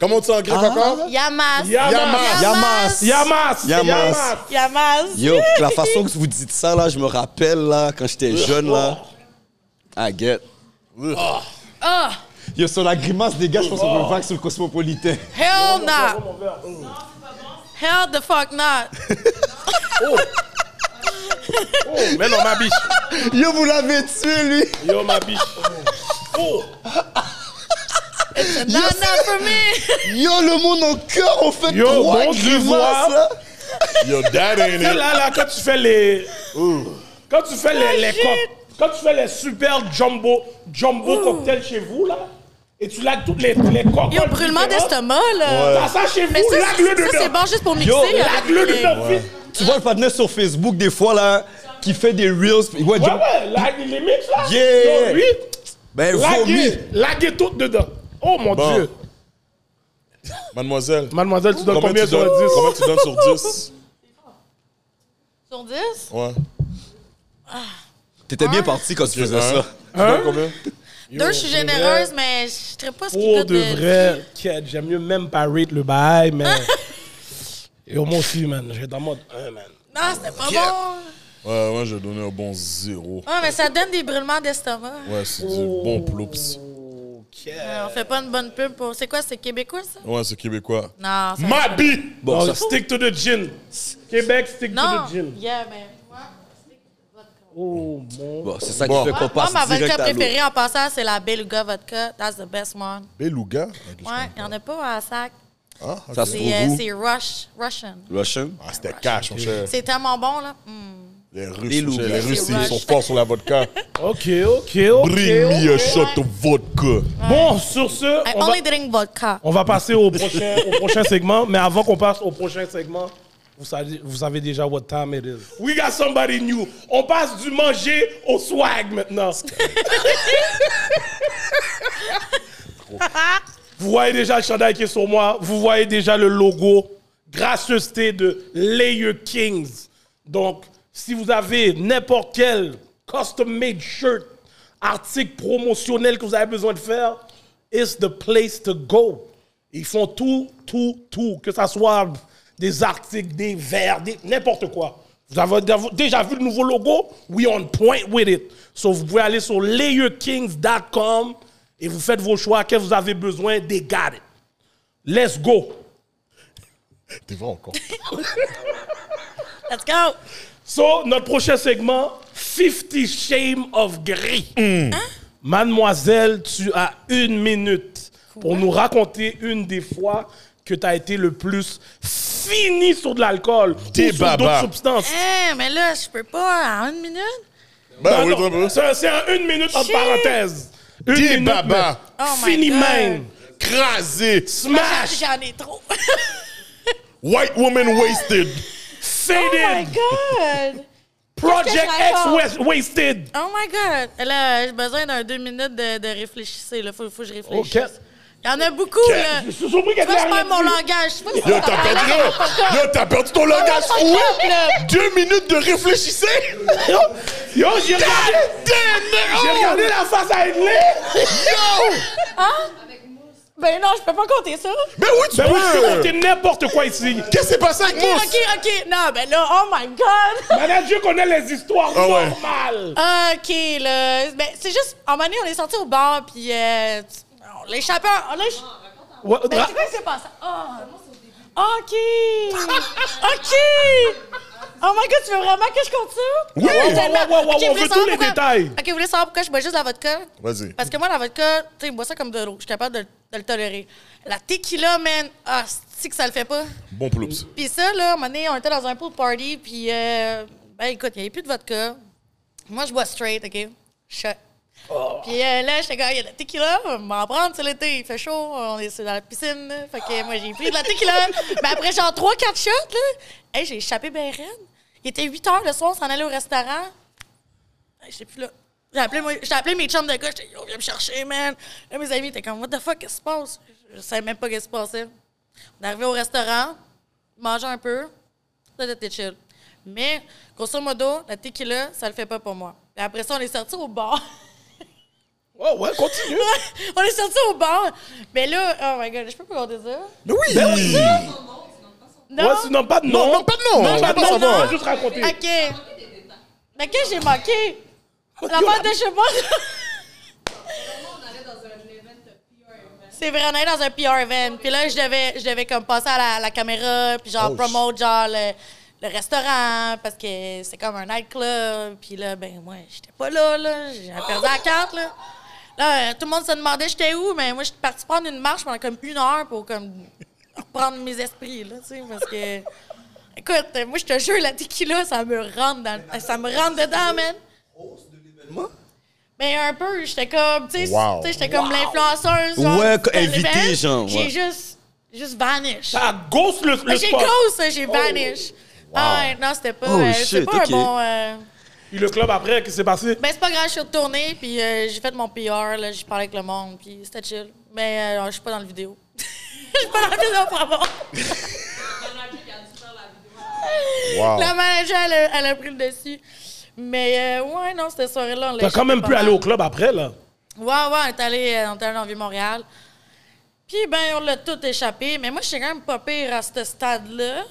Speaker 4: Comment on dit ça en grec encore?
Speaker 6: Yamas.
Speaker 3: Yamas.
Speaker 5: Yamas.
Speaker 3: Yamas.
Speaker 5: Yamas.
Speaker 6: Yamas.
Speaker 5: Yo, la façon que vous dites ça, là, je me rappelle, là, quand j'étais jeune, là. I get.
Speaker 6: Ah!
Speaker 5: Yo, sur la grimace des gars, je pense qu'on peut le vague sur le cosmopolitain.
Speaker 6: Hell no! Hell the fuck not!
Speaker 3: Mais non, ma biche.
Speaker 5: Yo, vous l'avez tué, lui!
Speaker 3: Yo, ma biche. Oh.
Speaker 6: Not, not for *laughs* me!
Speaker 5: Yo, le monde en cœur, on fait
Speaker 3: Yo,
Speaker 5: trois
Speaker 3: bon Dieu,
Speaker 5: grimaces,
Speaker 3: voir.
Speaker 5: là!
Speaker 4: Yo, that ain't
Speaker 3: Tu sais,
Speaker 4: it.
Speaker 3: là, là, quand tu fais les... Quand tu fais les, les coques, quand tu fais les super jumbo, jumbo cocktails chez vous, là, et tu lagues toutes les, les coques.
Speaker 6: Yo, brûlement d'estomac, là!
Speaker 3: T'as ça chez vous,
Speaker 6: Mais ça,
Speaker 3: lague-le
Speaker 6: c'est-
Speaker 3: dedans.
Speaker 6: ça, c'est bon juste pour mixer.
Speaker 5: Yo,
Speaker 6: avec
Speaker 3: Lague-le
Speaker 6: les-
Speaker 3: dedans, vite.
Speaker 5: Tu vois le partenaire sur Facebook, des fois, là, qui fait des reels. Ouais,
Speaker 3: Ouais,
Speaker 5: genre,
Speaker 3: ouais, lague les mix, là.
Speaker 5: Yeah.
Speaker 3: Yo, lui,
Speaker 5: Ben, vomi!
Speaker 3: Laguer, laguer tout dedans. Oh mon
Speaker 4: Bon.
Speaker 3: Dieu.
Speaker 4: Mademoiselle.
Speaker 3: Mademoiselle, tu donnes combien
Speaker 4: tu
Speaker 3: sur
Speaker 4: donnes-
Speaker 3: le
Speaker 4: combien tu donnes sur 10?
Speaker 6: Sur 10?
Speaker 4: Ouais.
Speaker 5: T'étais bien parti quand tu faisais
Speaker 4: Un.
Speaker 5: ça.
Speaker 4: Tu donnes combien?
Speaker 6: Deux, je suis généreuse, mais je ne pas ce
Speaker 3: 10
Speaker 6: qui
Speaker 3: Pour
Speaker 6: coûte
Speaker 3: Oh, de vrai, Ked, j'aime mieux même pas rate le bail,
Speaker 6: *laughs*
Speaker 3: mais. Et au moins aussi, man, j'ai dans mode 1, man.
Speaker 6: Non, c'était pas bon.
Speaker 4: Ouais, moi, j'ai donné un bon zéro.
Speaker 6: Ouais, mais ça donne des brûlements d'estomac.
Speaker 4: Ouais, c'est du
Speaker 3: Oh.
Speaker 4: bon ploups.
Speaker 3: Ok.
Speaker 6: On fait pas une bonne pub pour. C'est quoi, c'est québécois, ça?
Speaker 4: Ouais, c'est québécois.
Speaker 6: Non, ça.
Speaker 4: Mabi!
Speaker 5: Bon,
Speaker 3: Non,
Speaker 5: ça, c'est-
Speaker 3: stick to the gin. Québec, stick
Speaker 6: Non!
Speaker 3: to the Mmh. gin.
Speaker 6: Yeah, mais.
Speaker 3: Oh mon.
Speaker 5: bon, c'est ça
Speaker 4: Bon.
Speaker 5: qui fait qu'on
Speaker 6: Moi,
Speaker 5: passe
Speaker 6: Ah, ma vodka
Speaker 5: direct à l'eau.
Speaker 6: préférée en passant, c'est la Beluga Vodka. That's the best one.
Speaker 4: Beluga?
Speaker 6: Ouais, il n'y en a pas à sac.
Speaker 4: Ah, ok.
Speaker 5: Ça se trouve
Speaker 6: C'est euh,
Speaker 5: où?
Speaker 6: c'est Rush, Russian.
Speaker 5: Russian?
Speaker 4: Ah, c'était cash, mon cher.
Speaker 6: C'est tellement bon, là. Hmm.
Speaker 4: Les Russes,
Speaker 5: Les
Speaker 4: mon cher, les Russes,
Speaker 5: loups.
Speaker 6: Les
Speaker 4: ils sont
Speaker 6: Russes.
Speaker 4: forts sur la vodka.
Speaker 3: Ok, ok, ok.
Speaker 4: Bring me a
Speaker 3: ok.
Speaker 4: shot of vodka.
Speaker 3: Bon, sur ce,
Speaker 6: I
Speaker 3: on va,
Speaker 6: only drink vodka.
Speaker 3: on va passer au prochain, au prochain segment. Mais avant qu'on passe au prochain segment, vous savez, vous savez déjà what time it is. We got somebody new. On passe du manger au swag maintenant. vous voyez déjà le chandail qui est sur moi. Vous voyez déjà le logo. Gracieuseté de Layer Kings. Donc, si vous avez n'importe quel custom-made shirt, article promotionnel que vous avez besoin de faire, it's the place to go. Ils font tout, tout, tout, que ça soit des articles, des verres, des- n'importe quoi. Vous avez d'av- déjà vu le nouveau logo? We on point with it. So vous pouvez aller sur layerkings.com et vous faites vos choix, que vous avez besoin, they got it. Let's go.
Speaker 4: T'es vrai encore.
Speaker 6: Let's go!
Speaker 3: So, notre prochain segment, 50 Shame of Grey.
Speaker 4: Hmm.
Speaker 3: Mademoiselle, tu as une minute pour nous raconter une des fois que tu as été le plus fini sur de l'alcool
Speaker 4: Des
Speaker 3: ou sur d'autres
Speaker 4: babas.
Speaker 3: substances.
Speaker 6: Eh, mais là, je peux pas en une minute.
Speaker 4: Ben
Speaker 3: Non,
Speaker 4: oui,
Speaker 3: non,
Speaker 4: toi, bro.
Speaker 3: c'est un- c'est un une minute entre
Speaker 6: Shit.
Speaker 3: parenthèses. Une
Speaker 4: Des
Speaker 3: minute.
Speaker 4: babas.
Speaker 3: mais
Speaker 6: Oh my
Speaker 3: fini
Speaker 6: God.
Speaker 3: même.
Speaker 4: Crasé.
Speaker 3: Smash.
Speaker 6: Ah, J'en ai *laughs* trop. Oh
Speaker 4: White woman wasted.
Speaker 3: Faded.
Speaker 6: God!
Speaker 3: Project
Speaker 6: Qu'est-ce que je raconte?
Speaker 3: X wa- Wasted.
Speaker 6: Oh my God! Là, j'ai besoin d'un deux minutes de, de réfléchir. Il faut, faut que je réfléchisse.
Speaker 3: Ok.
Speaker 6: Il y en a beaucoup, là.
Speaker 3: Je suis surpris qu'elle
Speaker 6: Tu vois, je
Speaker 3: ait rien
Speaker 6: perds mon
Speaker 3: dit.
Speaker 6: langage. Je sais pas si
Speaker 4: Yo,
Speaker 6: ça
Speaker 4: t'as
Speaker 6: parle.
Speaker 4: perdu, yo, Yo, t'as perdu ton langage.
Speaker 6: fuck up, là.
Speaker 4: Ouais. Deux minutes de réfléchissez.
Speaker 3: Yo, yo, j'ai regardé, j'ai
Speaker 4: Damn,
Speaker 3: regardé la face à Edley.
Speaker 4: Yo!
Speaker 6: Ben non, je peux pas compter ça.
Speaker 4: Mais oui, tu
Speaker 3: Ben oui, je peux
Speaker 4: peux.
Speaker 3: compter n'importe quoi ici.
Speaker 4: Qu'est-ce qui s'est passé avec
Speaker 6: Ok,
Speaker 4: Mousse?
Speaker 6: ok, ok. Non, ben là, oh my God!
Speaker 3: Manager connaît les histoires
Speaker 4: Ah ouais.
Speaker 3: normales.
Speaker 6: Ok, là. Ben, c'est juste, en manière, on est sorti au bar, puis euh, tu- on l'échappait. on l'a-
Speaker 3: Ouais,
Speaker 6: Ben,
Speaker 3: ra-
Speaker 6: c'est quoi qui s'est passé? Ah! Ok! *laughs* Ok! Oh my god, tu veux vraiment que je compte ça?
Speaker 4: Oui.
Speaker 6: Ah,
Speaker 4: Ouais,
Speaker 6: tellement.
Speaker 3: ouais, ouais, ouais,
Speaker 6: Ok,
Speaker 3: on
Speaker 6: vous voulez
Speaker 3: veut
Speaker 6: savoir
Speaker 3: tous les
Speaker 6: pourquoi-
Speaker 3: détails.
Speaker 6: Ok, vous voulez savoir pourquoi je bois juste de la vodka?
Speaker 4: Vas-y.
Speaker 6: Parce que moi, la vodka, tu sais, je bois ça comme de l'eau. Je suis capable de, de le tolérer. La tequila, man, ah, c'est que ça le fait pas.
Speaker 4: Bon ploups.
Speaker 6: Puis ça, là, un moment donné, on était dans un pool party, puis, euh, ben écoute, il n'y avait plus de vodka. Moi, je bois straight, OK? Shot. Puis euh, là, j'étais comme, il y a de la tequila, on va m'en prendre, c'est l'été, il fait chaud, on est dans la piscine. là. Fait que moi, j'ai pris de la tequila. Mais après, genre, trois, quatre shots, là, hey, j'ai échappé bien raide. Il était 8 heures le soir, on s'en allait au restaurant. Hey, J'étais plus là. J'ai appelé, moi- j'ai appelé mes chums de gars, j'étais, yo, viens me chercher, man. Là, mes amis étaient comme, what the fuck, qu'est-ce qui se passe? Je savais même pas qu'est-ce qui se passait. On est arrivé au restaurant, manger un peu, ça c'était chill. Mais, grosso modo, la tequila, ça le fait pas pour moi. Et après ça, on est sorti au bar. *laughs*
Speaker 3: Oh, ouais, continue.
Speaker 6: on est sorti au bar. Mais là, oh my god, je peux pas garder ça.
Speaker 4: Mais oui! Ben oui!
Speaker 6: Non.
Speaker 3: Ouais, sinon, pas de nom.
Speaker 4: Non, non, pas de nom.
Speaker 3: Non,
Speaker 4: Je
Speaker 3: pas
Speaker 4: veux
Speaker 3: de
Speaker 4: pas
Speaker 3: nom.
Speaker 4: savoir.
Speaker 3: on va juste raconter.
Speaker 6: OK. Mais qu'est-ce que j'ai manqué?
Speaker 3: *laughs*
Speaker 6: La part de chez moi. C'est vrai, on est dans un PR event. Puis là, je devais, je devais comme passer à la, la caméra, puis genre
Speaker 4: Oh,
Speaker 6: promote genre le, le restaurant, parce que c'est comme un nightclub. Puis là, ben moi, j'étais pas là, là. J'ai perdu la carte, là. Là, euh, tout le monde se demandait j'étais où, mais moi, je suis partie prendre une marche pendant comme une heure pour comme reprendre mes esprits, là, tu sais, parce que... Écoute, euh, moi, je te jure, la tequila, ça me rentre, dans, euh, ça me rentre dedans, man. Ben, un peu, j'étais comme, tu sais,
Speaker 4: Wow.
Speaker 6: tu sais, j'étais comme l'influenceuse. genre,
Speaker 5: Ouais,
Speaker 6: de
Speaker 5: invitée,
Speaker 6: l'événement.
Speaker 5: genre,
Speaker 6: J'ai
Speaker 5: ouais.
Speaker 6: juste, juste vanish.
Speaker 3: Ça ghost le, le Oh.
Speaker 6: j'ai
Speaker 3: spot.
Speaker 6: ghost, hein, j'ai vanish. Ah, ouais, non, c'était pas,
Speaker 5: Oh,
Speaker 6: euh, c'était
Speaker 5: shit,
Speaker 6: pas
Speaker 5: ok.
Speaker 6: un bon... euh,
Speaker 3: Puis le club après, qu'est-ce qui s'est passé?
Speaker 6: ben, c'est pas grave, je suis retournée, puis euh, j'ai fait mon PR, là, j'ai parlé avec le monde, puis c'était chill. Mais euh, je suis pas dans le vidéo. *laughs* Je suis pas dans la vidéo, bravo.
Speaker 3: Ah.
Speaker 4: Wow.
Speaker 6: La manager, elle a, elle a pris le dessus. Mais euh, ouais, non, cette soirée-là, on l'a
Speaker 3: T'as quand même pu
Speaker 6: échappé pas
Speaker 3: aller au
Speaker 6: mal.
Speaker 3: club après, là.
Speaker 6: Ouais, ouais, on est allé, euh, on est allé dans Vieux-Montréal. Puis, ben, on l'a tout échappé. Mais moi, je suis quand même pas pire à ce stade-là.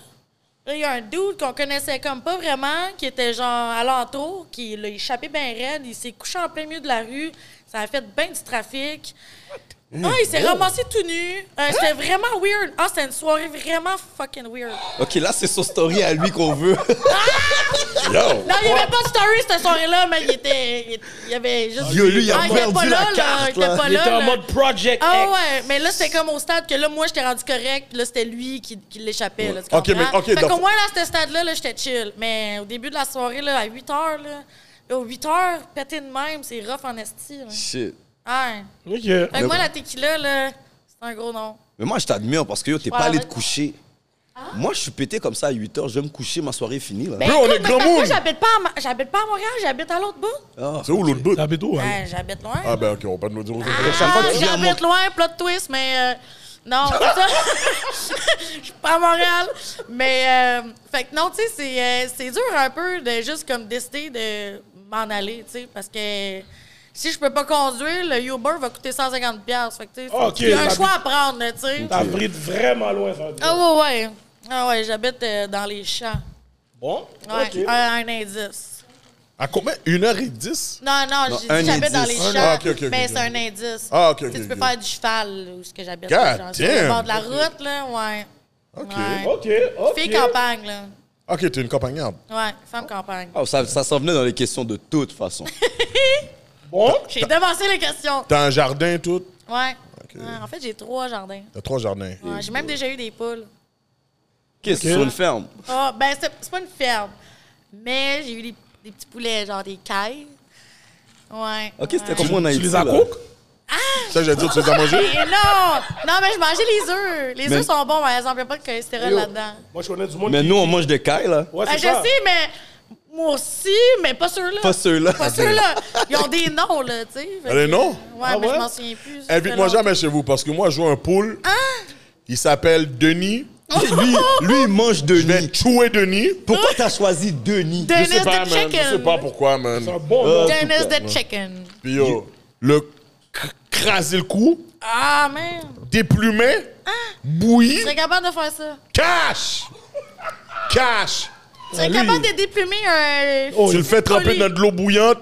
Speaker 6: Là, il y a un dude qu'on connaissait comme pas vraiment, qui était genre alentour, qui ben l'a échappé bien raide. Il s'est couché en plein milieu de la rue. Ça a fait bien du ben trafic. Ah, il s'est ramassé tout nu. Euh, C'était vraiment weird. Ah, c'était une soirée vraiment fucking weird.
Speaker 5: OK, là, c'est son story à lui qu'on
Speaker 3: *laughs*
Speaker 5: veut.
Speaker 6: Non, il n'y avait pas de story cette soirée-là, mais il était. Il y avait juste.
Speaker 5: Yo, lui, il a
Speaker 6: Ah, était
Speaker 5: perdu
Speaker 6: pas
Speaker 5: la
Speaker 6: là,
Speaker 5: carte,
Speaker 6: Il était
Speaker 5: là.
Speaker 3: Il
Speaker 6: pas Ah, là.
Speaker 3: était en
Speaker 6: là.
Speaker 3: mode Project
Speaker 6: Ah
Speaker 3: X.
Speaker 6: ouais, mais là, c'était comme au stade que là, moi, j'étais rendu correct, puis là, c'était lui qui, qui l'échappait. là, tu
Speaker 4: Ok, mais-
Speaker 6: comprends?
Speaker 4: ok,
Speaker 6: fait
Speaker 4: donc-
Speaker 6: qu'au moins, là, à ce stade-là, là, j'étais chill. Mais au début de la soirée, là, à 8 heures, là, là, aux 8 heures, péter de même, c'est rough en esti. là.
Speaker 5: Shit.
Speaker 6: Ouais.
Speaker 3: Ok.
Speaker 6: Fait que moi, la tequila, là, c'est un gros nom.
Speaker 5: Mais moi, je t'admire parce que yo, t'es
Speaker 6: Ouais,
Speaker 5: pas allé
Speaker 6: ouais.
Speaker 5: te coucher. Moi, je suis pété comme ça à 8 h. Je vais me coucher, ma soirée est finie, là.
Speaker 6: Ben,
Speaker 4: Bro, on est
Speaker 6: mais
Speaker 4: grand
Speaker 6: parce que moi,
Speaker 4: monde.
Speaker 6: J'habite pas, à Ma- j'habite pas à Montréal, j'habite à l'autre bout.
Speaker 5: Ah.
Speaker 4: C'est où l'autre bout?
Speaker 3: T'habites où, hein?
Speaker 6: Ouais, j'habite loin.
Speaker 4: Ah, ben, ok, on va pas nous dire autre chose.
Speaker 5: Chaque fois
Speaker 6: Ah,
Speaker 5: que tu viens à Mont-
Speaker 6: j'habite loin, plot twist, mais euh, non, *laughs* c'est ça. Je suis pas à Montréal. Mais, euh, fait que non, tu sais, c'est, euh, c'est dur un peu de juste comme décider de m'en aller, tu sais, parce que si je peux pas conduire, le Uber va coûter 150$. piastres. Fait que, tu sais,
Speaker 3: Ok,
Speaker 6: il y a un
Speaker 3: t'as-
Speaker 6: choix à prendre, là, tu sais.
Speaker 3: T'as pris de vraiment loin, ça.
Speaker 6: Ah, ouais, ouais. Ah, ouais, j'habite euh, dans les champs.
Speaker 3: Bon?
Speaker 6: Ouais, Ah.
Speaker 3: Ok.
Speaker 6: un, un indice.
Speaker 4: À combien? 1h10?
Speaker 6: Non, non,
Speaker 5: Non,
Speaker 6: j'ai
Speaker 5: un
Speaker 6: dit j'habite dans les
Speaker 5: indice.
Speaker 6: champs,
Speaker 4: Ah, ok, ok, ok,
Speaker 6: mais
Speaker 4: ok.
Speaker 6: c'est un indice.
Speaker 4: Ah, ok,
Speaker 6: Tu sais,
Speaker 4: ok,
Speaker 6: Tu peux
Speaker 4: ok.
Speaker 6: faire du cheval, là, où ce que j'habite.
Speaker 4: God
Speaker 6: là, genre, sur le
Speaker 4: damn!
Speaker 6: bord de la route, là, ouais. OK. Ouais.
Speaker 3: Ok, ok.
Speaker 6: Fille campagne, là.
Speaker 4: Ok, t'es une compagnarde.
Speaker 6: Ouais, femme campagne.
Speaker 5: Ah, ça, ça s'en venait dans les questions de toute
Speaker 6: *laughs*
Speaker 5: façon.
Speaker 3: Bon?
Speaker 6: J'ai devancé les questions.
Speaker 4: T'as un jardin, tout?
Speaker 6: Ouais. Ouais, En fait, j'ai trois jardins.
Speaker 4: T'as trois jardins.
Speaker 6: Ouais, j'ai même déjà eu des poules.
Speaker 5: Qu'est-ce que c'est sur une ferme?
Speaker 6: Ah, ben, c'est c'est pas une ferme, mais j'ai eu des, des petits poulets, genre des cailles. Ouais.
Speaker 5: OK,
Speaker 6: ouais.
Speaker 5: c'était comme moi en
Speaker 3: Tu
Speaker 5: Haïti,
Speaker 3: les as
Speaker 5: là.
Speaker 3: cook?
Speaker 4: Ça, j'ai dit, tu les as
Speaker 6: *laughs*
Speaker 4: mangés?
Speaker 6: Et non! Non, mais je mangeais les œufs. Les œufs
Speaker 5: Mais-
Speaker 6: sont bons, par exemple. Il n'y a pas de cholestérol là-dedans.
Speaker 3: Moi, je connais du monde
Speaker 5: Mais
Speaker 3: qui-
Speaker 5: nous, on mange des cailles, là.
Speaker 3: Ouais,
Speaker 6: Ben,
Speaker 3: c'est
Speaker 6: je
Speaker 3: ça.
Speaker 6: sais, mais moi aussi, mais pas ceux-là.
Speaker 5: Pas ceux-là.
Speaker 6: Pas ceux-là. Ils ont des noms, là, tu sais. Fait
Speaker 4: Ah, des
Speaker 6: que-
Speaker 4: noms?
Speaker 6: Ouais,
Speaker 3: Ah
Speaker 6: mais
Speaker 3: ouais?
Speaker 6: je m'en souviens plus. Ça fait
Speaker 4: Invite-moi
Speaker 6: longtemps.
Speaker 4: jamais chez vous parce que moi, je joue un pool. Il s'appelle Denis.
Speaker 5: Lui, lui, il mange
Speaker 4: Je vais
Speaker 5: Denis.
Speaker 4: tuer Denis.
Speaker 5: Pourquoi t'as choisi Denis?
Speaker 4: Je sais pas,
Speaker 6: Dennis the
Speaker 4: man. Je sais
Speaker 6: Chicken.
Speaker 4: pas pourquoi, man.
Speaker 3: C'est un bon
Speaker 5: Euh,
Speaker 3: nom.
Speaker 6: Dennis the Chicken.
Speaker 4: Puis yo, le cr- craser le cou,
Speaker 6: Ah, man.
Speaker 4: déplumer, bouilli,
Speaker 6: Tu serais capable de faire ça.
Speaker 4: cash! Cash!
Speaker 6: Tu serais
Speaker 3: lui-
Speaker 6: capable de déplumer un.
Speaker 3: Oh,
Speaker 4: Ah, Tu le fais tremper
Speaker 6: Poli.
Speaker 4: dans de l'eau bouillante,